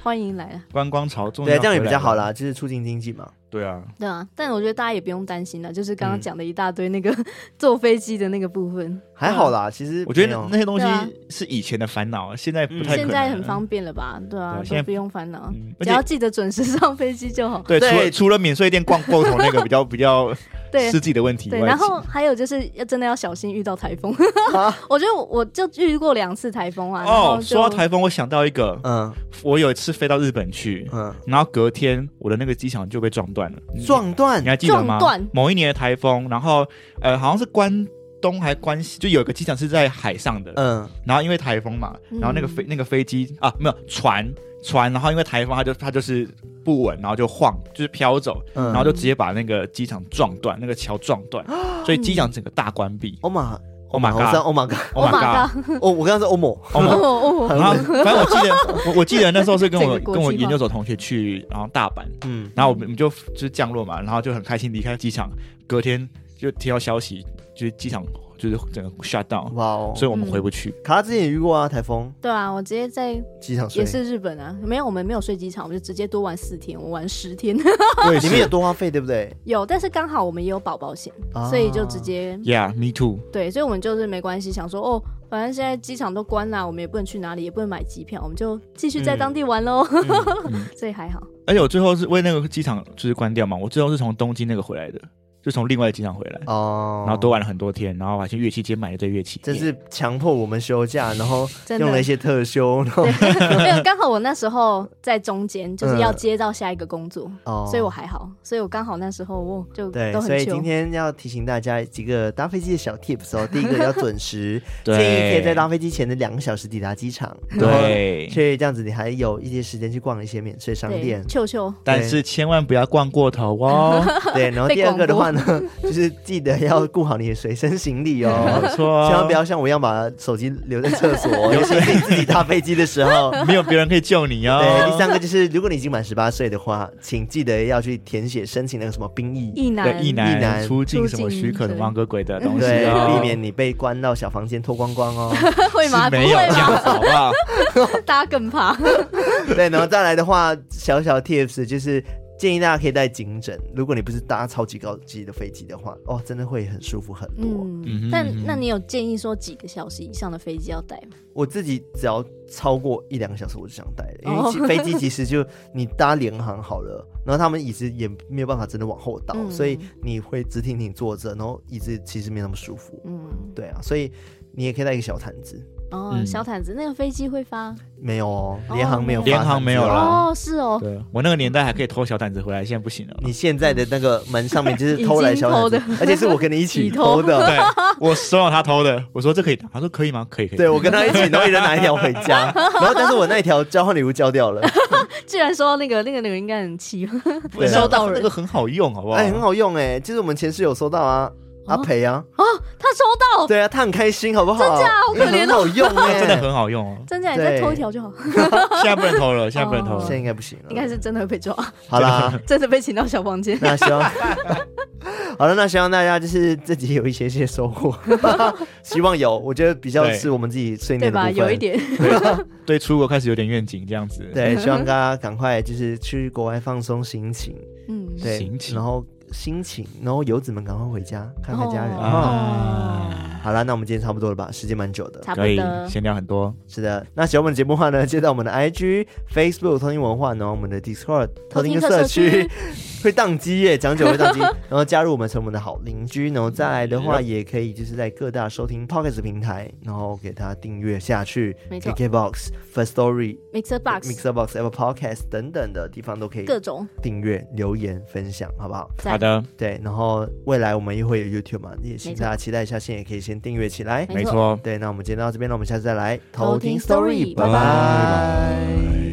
[SPEAKER 2] 欢迎来啊，
[SPEAKER 4] 观光潮重
[SPEAKER 1] 对，这样也比
[SPEAKER 4] 回来
[SPEAKER 1] 较好
[SPEAKER 4] 了。
[SPEAKER 1] 啦，就是促进经济嘛。
[SPEAKER 4] 对啊，
[SPEAKER 2] 对啊，但我觉得大家也不用担心了，就是刚刚
[SPEAKER 1] 嗯
[SPEAKER 2] 讲的一大堆那个 坐飞机的那个部分，
[SPEAKER 1] 还好啦，其实
[SPEAKER 4] 啊我觉得
[SPEAKER 1] 没有嗯
[SPEAKER 4] 那那些东西
[SPEAKER 2] 对啊
[SPEAKER 4] 是以前的烦恼，现在不太可能。
[SPEAKER 2] 现在很方便了吧？对啊，
[SPEAKER 4] 对现在
[SPEAKER 2] 都不用烦恼，
[SPEAKER 4] 嗯，而
[SPEAKER 2] 只要
[SPEAKER 4] 且
[SPEAKER 2] 记得准时上飞机就好。
[SPEAKER 4] 对，除
[SPEAKER 1] 对
[SPEAKER 4] 了除了免税店逛过头那个比较 比较
[SPEAKER 2] 对
[SPEAKER 4] 是自己的问题以
[SPEAKER 2] 对，
[SPEAKER 4] 外，
[SPEAKER 2] 然后还有就是要真的要小心遇到台风。
[SPEAKER 1] 啊
[SPEAKER 2] 我觉得我我就遇过两次台风啊。然后
[SPEAKER 4] 哦，
[SPEAKER 2] 就
[SPEAKER 4] 说到台风，我想到一个，
[SPEAKER 1] 嗯
[SPEAKER 4] 我有一次飞到日本去，
[SPEAKER 1] 嗯，
[SPEAKER 4] 然后隔天我的那个机场就被撞断了，你
[SPEAKER 1] 撞断
[SPEAKER 4] 嗯你还记得
[SPEAKER 2] 撞
[SPEAKER 4] 吗
[SPEAKER 2] 断？
[SPEAKER 4] 某一年的台风，然后呃，好像是关东还关西，就有一个机场是在海上的，
[SPEAKER 1] 嗯
[SPEAKER 4] 然后因为台风嘛，
[SPEAKER 2] 嗯
[SPEAKER 4] 然后那个飞、那个飞机啊，没有船船，然后因为台风，它就它就是不稳，然后就晃，就是飘走，
[SPEAKER 1] 嗯，
[SPEAKER 4] 然后就直接把那个机场撞断，那个桥撞 断，所以机场整个大关闭。
[SPEAKER 1] Oh my
[SPEAKER 4] Oh my
[SPEAKER 1] 好
[SPEAKER 4] god！
[SPEAKER 1] 像 Oh my God！
[SPEAKER 2] Oh
[SPEAKER 4] Oh
[SPEAKER 2] my
[SPEAKER 4] my
[SPEAKER 2] god！
[SPEAKER 1] 哦，我刚刚说 Oh my，
[SPEAKER 4] god！Oh my
[SPEAKER 2] 哦哦，
[SPEAKER 4] 然后反正我记得，我我记得那时候是 跟我
[SPEAKER 2] 整个国
[SPEAKER 4] 跟我
[SPEAKER 2] 际化
[SPEAKER 4] 研究所同学去，然后大阪，
[SPEAKER 1] 嗯，
[SPEAKER 4] 然后我们我们就就是降落嘛，然后就很开心离开机场，隔天就听到消息，就是机场就是整个 shut down，
[SPEAKER 1] 哇哦，
[SPEAKER 4] 所以我们回不去。
[SPEAKER 1] 卡拉之前也遇过啊，台风
[SPEAKER 2] 对啊，我直接在
[SPEAKER 4] 哦
[SPEAKER 1] 机场睡，
[SPEAKER 2] 也是日本啊，没有我们没有睡机场，我们就直接多玩四天，我玩十天
[SPEAKER 4] 我也
[SPEAKER 1] 你们有多花费对不对？
[SPEAKER 2] 有，但是刚好我们也有保保险，
[SPEAKER 1] 啊
[SPEAKER 2] 所以就直接
[SPEAKER 4] ，Yeah，me too。
[SPEAKER 2] 对，所以我们就是没关系，想说哦，反正现在机场都关啦，我们也不能去哪里，也不能买机票，我们就继续在当
[SPEAKER 4] 嗯
[SPEAKER 2] 地玩喽，
[SPEAKER 1] 啊 嗯
[SPEAKER 2] 所以还好。
[SPEAKER 4] 而且我最后是为那个机场就是关掉嘛，我最后是从东京那个回来的，就从另外的机场回来，
[SPEAKER 1] 哦，
[SPEAKER 4] 然后多玩了很多天，然后还去乐器街买了一堆乐器。
[SPEAKER 1] 真是强迫我们休假，然后
[SPEAKER 2] 真的
[SPEAKER 1] 用了一 些特休，然 后
[SPEAKER 2] 没有，刚好我那时候在中间，
[SPEAKER 1] 嗯
[SPEAKER 2] 就是要接到下一个工作，
[SPEAKER 1] 哦
[SPEAKER 2] 所以我还好，所以我刚好那时候我就
[SPEAKER 1] 对，
[SPEAKER 2] 都
[SPEAKER 1] 所
[SPEAKER 2] 很
[SPEAKER 1] 以
[SPEAKER 2] 久
[SPEAKER 1] 今。天要提醒大家几个搭飞机的小 tips 哦。第一个要准时，
[SPEAKER 4] 对
[SPEAKER 1] 建议可以在搭飞机前的两个小时抵达机场，
[SPEAKER 4] 对，
[SPEAKER 1] 所以这样子你还有一些时间去逛一些免税商
[SPEAKER 2] 对
[SPEAKER 1] 店，。
[SPEAKER 2] 秋秋，
[SPEAKER 4] 但是千万不要逛过头哦。
[SPEAKER 1] 对，然后
[SPEAKER 2] 被
[SPEAKER 1] 第二个的话
[SPEAKER 2] 广
[SPEAKER 1] 呢，就是记得要顾好你的随身行李
[SPEAKER 4] 没
[SPEAKER 1] 哦。
[SPEAKER 4] 错，啊
[SPEAKER 1] 千万不要像我一样把手机留在厕 所，尤其是你自己搭飞机的时候。
[SPEAKER 4] 没有别人可以救你哦。
[SPEAKER 1] 对，第三个就是，如果你已经满十八岁的话，请记得要去填写申请那个什么兵役，
[SPEAKER 2] 一
[SPEAKER 4] 对，
[SPEAKER 2] 男
[SPEAKER 4] 一
[SPEAKER 1] 一男
[SPEAKER 4] 男出境
[SPEAKER 2] 出
[SPEAKER 4] 什么
[SPEAKER 2] 境
[SPEAKER 4] 许可的
[SPEAKER 2] 对
[SPEAKER 4] 汪哥鬼的东西
[SPEAKER 1] 对，
[SPEAKER 4] 哦，
[SPEAKER 1] 避免你被关到小房间脱光光哦。
[SPEAKER 2] 会吗？
[SPEAKER 4] 是
[SPEAKER 2] 不
[SPEAKER 4] 没有
[SPEAKER 2] 会
[SPEAKER 4] 这样
[SPEAKER 2] 吧？
[SPEAKER 4] 子好不 好？
[SPEAKER 2] 大家 更怕。
[SPEAKER 1] 对，然后再来的话，小小 tips 就是建议大家可以带颈枕，如果你不是搭超级高级的飞机的话，哦，真的会很舒服很多。
[SPEAKER 4] 嗯
[SPEAKER 2] 嗯
[SPEAKER 4] 哼，
[SPEAKER 2] 但
[SPEAKER 4] 嗯哼
[SPEAKER 2] 那你有建议说几个小时以上的飞机要带吗？
[SPEAKER 1] 我自己只要超过一两个小时，我就想带了，因为
[SPEAKER 2] 哦
[SPEAKER 1] 其飞机其实就你搭联航好了，然后他们椅子也没有办法真的往后倒，
[SPEAKER 2] 嗯
[SPEAKER 1] 所以你会直挺挺坐着，然后椅子其实没那么舒服。
[SPEAKER 2] 嗯，
[SPEAKER 1] 对啊，所以你也可以带一个小毯子。
[SPEAKER 2] 哦，
[SPEAKER 4] 嗯
[SPEAKER 2] 小毯子那个飞机会发
[SPEAKER 1] 没有哦，
[SPEAKER 2] 哦
[SPEAKER 1] 联航没有发
[SPEAKER 4] 联航
[SPEAKER 1] 毯子
[SPEAKER 4] 没有
[SPEAKER 1] 哦
[SPEAKER 4] 啦
[SPEAKER 2] 哦，是哦，
[SPEAKER 4] 对啊我那个年代还可以偷小胆子回来，现在不行了。
[SPEAKER 1] 你现在的那个门上面就是偷来小毯子
[SPEAKER 2] 已经偷的
[SPEAKER 1] 而且是我跟你一起
[SPEAKER 2] 你偷
[SPEAKER 1] 偷的。
[SPEAKER 4] 对，我怂恿他偷的，我说这可以打，他说可以吗？可以，可 以。
[SPEAKER 1] 对，我跟他一起，然后一人拿一条回 家，然后但是我那一条交换礼物交掉了，
[SPEAKER 2] 既然说到那个那个那个应该很气，
[SPEAKER 1] 对
[SPEAKER 2] 收到人
[SPEAKER 4] 那个很好用，好不好？
[SPEAKER 1] 哎，很好用哎，就是我们前室友收到啊，阿培啊，
[SPEAKER 2] 他抽到，
[SPEAKER 1] 对啊，他很开心，好不好？
[SPEAKER 2] 哦真假好可
[SPEAKER 1] 因为很
[SPEAKER 2] 怜哦
[SPEAKER 1] 好用哎，
[SPEAKER 4] 真的很好用哦。
[SPEAKER 2] 真假你再
[SPEAKER 1] 对
[SPEAKER 2] 偷一条就好，
[SPEAKER 4] 现在不能偷了，现在不能偷
[SPEAKER 1] 现在
[SPEAKER 4] 了。
[SPEAKER 1] 应该不行了，
[SPEAKER 2] 应该是真的会被抓，
[SPEAKER 1] 好 啦。
[SPEAKER 2] 真的被请到小房间。
[SPEAKER 1] 那希望 好了，那希望大家就是自己有一些些收获， 希望有。我觉得比较
[SPEAKER 4] 对
[SPEAKER 1] 是我们自己碎
[SPEAKER 2] 对
[SPEAKER 1] 念的部
[SPEAKER 2] 吧？
[SPEAKER 1] 分，
[SPEAKER 2] 有一点，
[SPEAKER 4] 对，出国开始有点愿景这样子。，
[SPEAKER 1] 对，希望大家赶快就是去国外放松心情，
[SPEAKER 2] 嗯，
[SPEAKER 1] 对，
[SPEAKER 4] 心情
[SPEAKER 1] 然后心情，然后游子们赶快回家看看家人。哦
[SPEAKER 2] 哦，
[SPEAKER 1] 好啦，那我们今天差不多了吧？时间蛮久的，
[SPEAKER 2] 差不
[SPEAKER 4] 可以
[SPEAKER 2] 多。
[SPEAKER 4] 闲聊很多。
[SPEAKER 1] 是的。那喜欢我们的节目的话呢，接到我们的 IG、Facebook 偷听文化，然后我们的 Discord 偷听
[SPEAKER 2] 客
[SPEAKER 1] 社
[SPEAKER 2] 社区
[SPEAKER 1] 区 会宕机耶，讲久会 宕机。然后加入我们成我们的好邻居，然后再来的话，也可以就是在各大收听 Podcast 平台，然后给它订阅下去。
[SPEAKER 2] 没错
[SPEAKER 1] KKBox、First Story、
[SPEAKER 2] Mixer Box
[SPEAKER 1] Mixer Box、Apple Podcast 等等的地方都可以
[SPEAKER 2] 各种
[SPEAKER 1] 订阅、留言、分享，好不好？
[SPEAKER 2] 在
[SPEAKER 4] 好的，
[SPEAKER 1] 对，然后未来我们也会有 YouTube 嘛，也请
[SPEAKER 2] 没错
[SPEAKER 1] 大家期待一下，现在也可以先订阅起来。
[SPEAKER 2] 没
[SPEAKER 4] 没错。
[SPEAKER 1] 对，那我们今天到这边，那我们下次再来
[SPEAKER 2] 偷听 story，
[SPEAKER 1] 拜
[SPEAKER 2] 拜
[SPEAKER 1] 拜。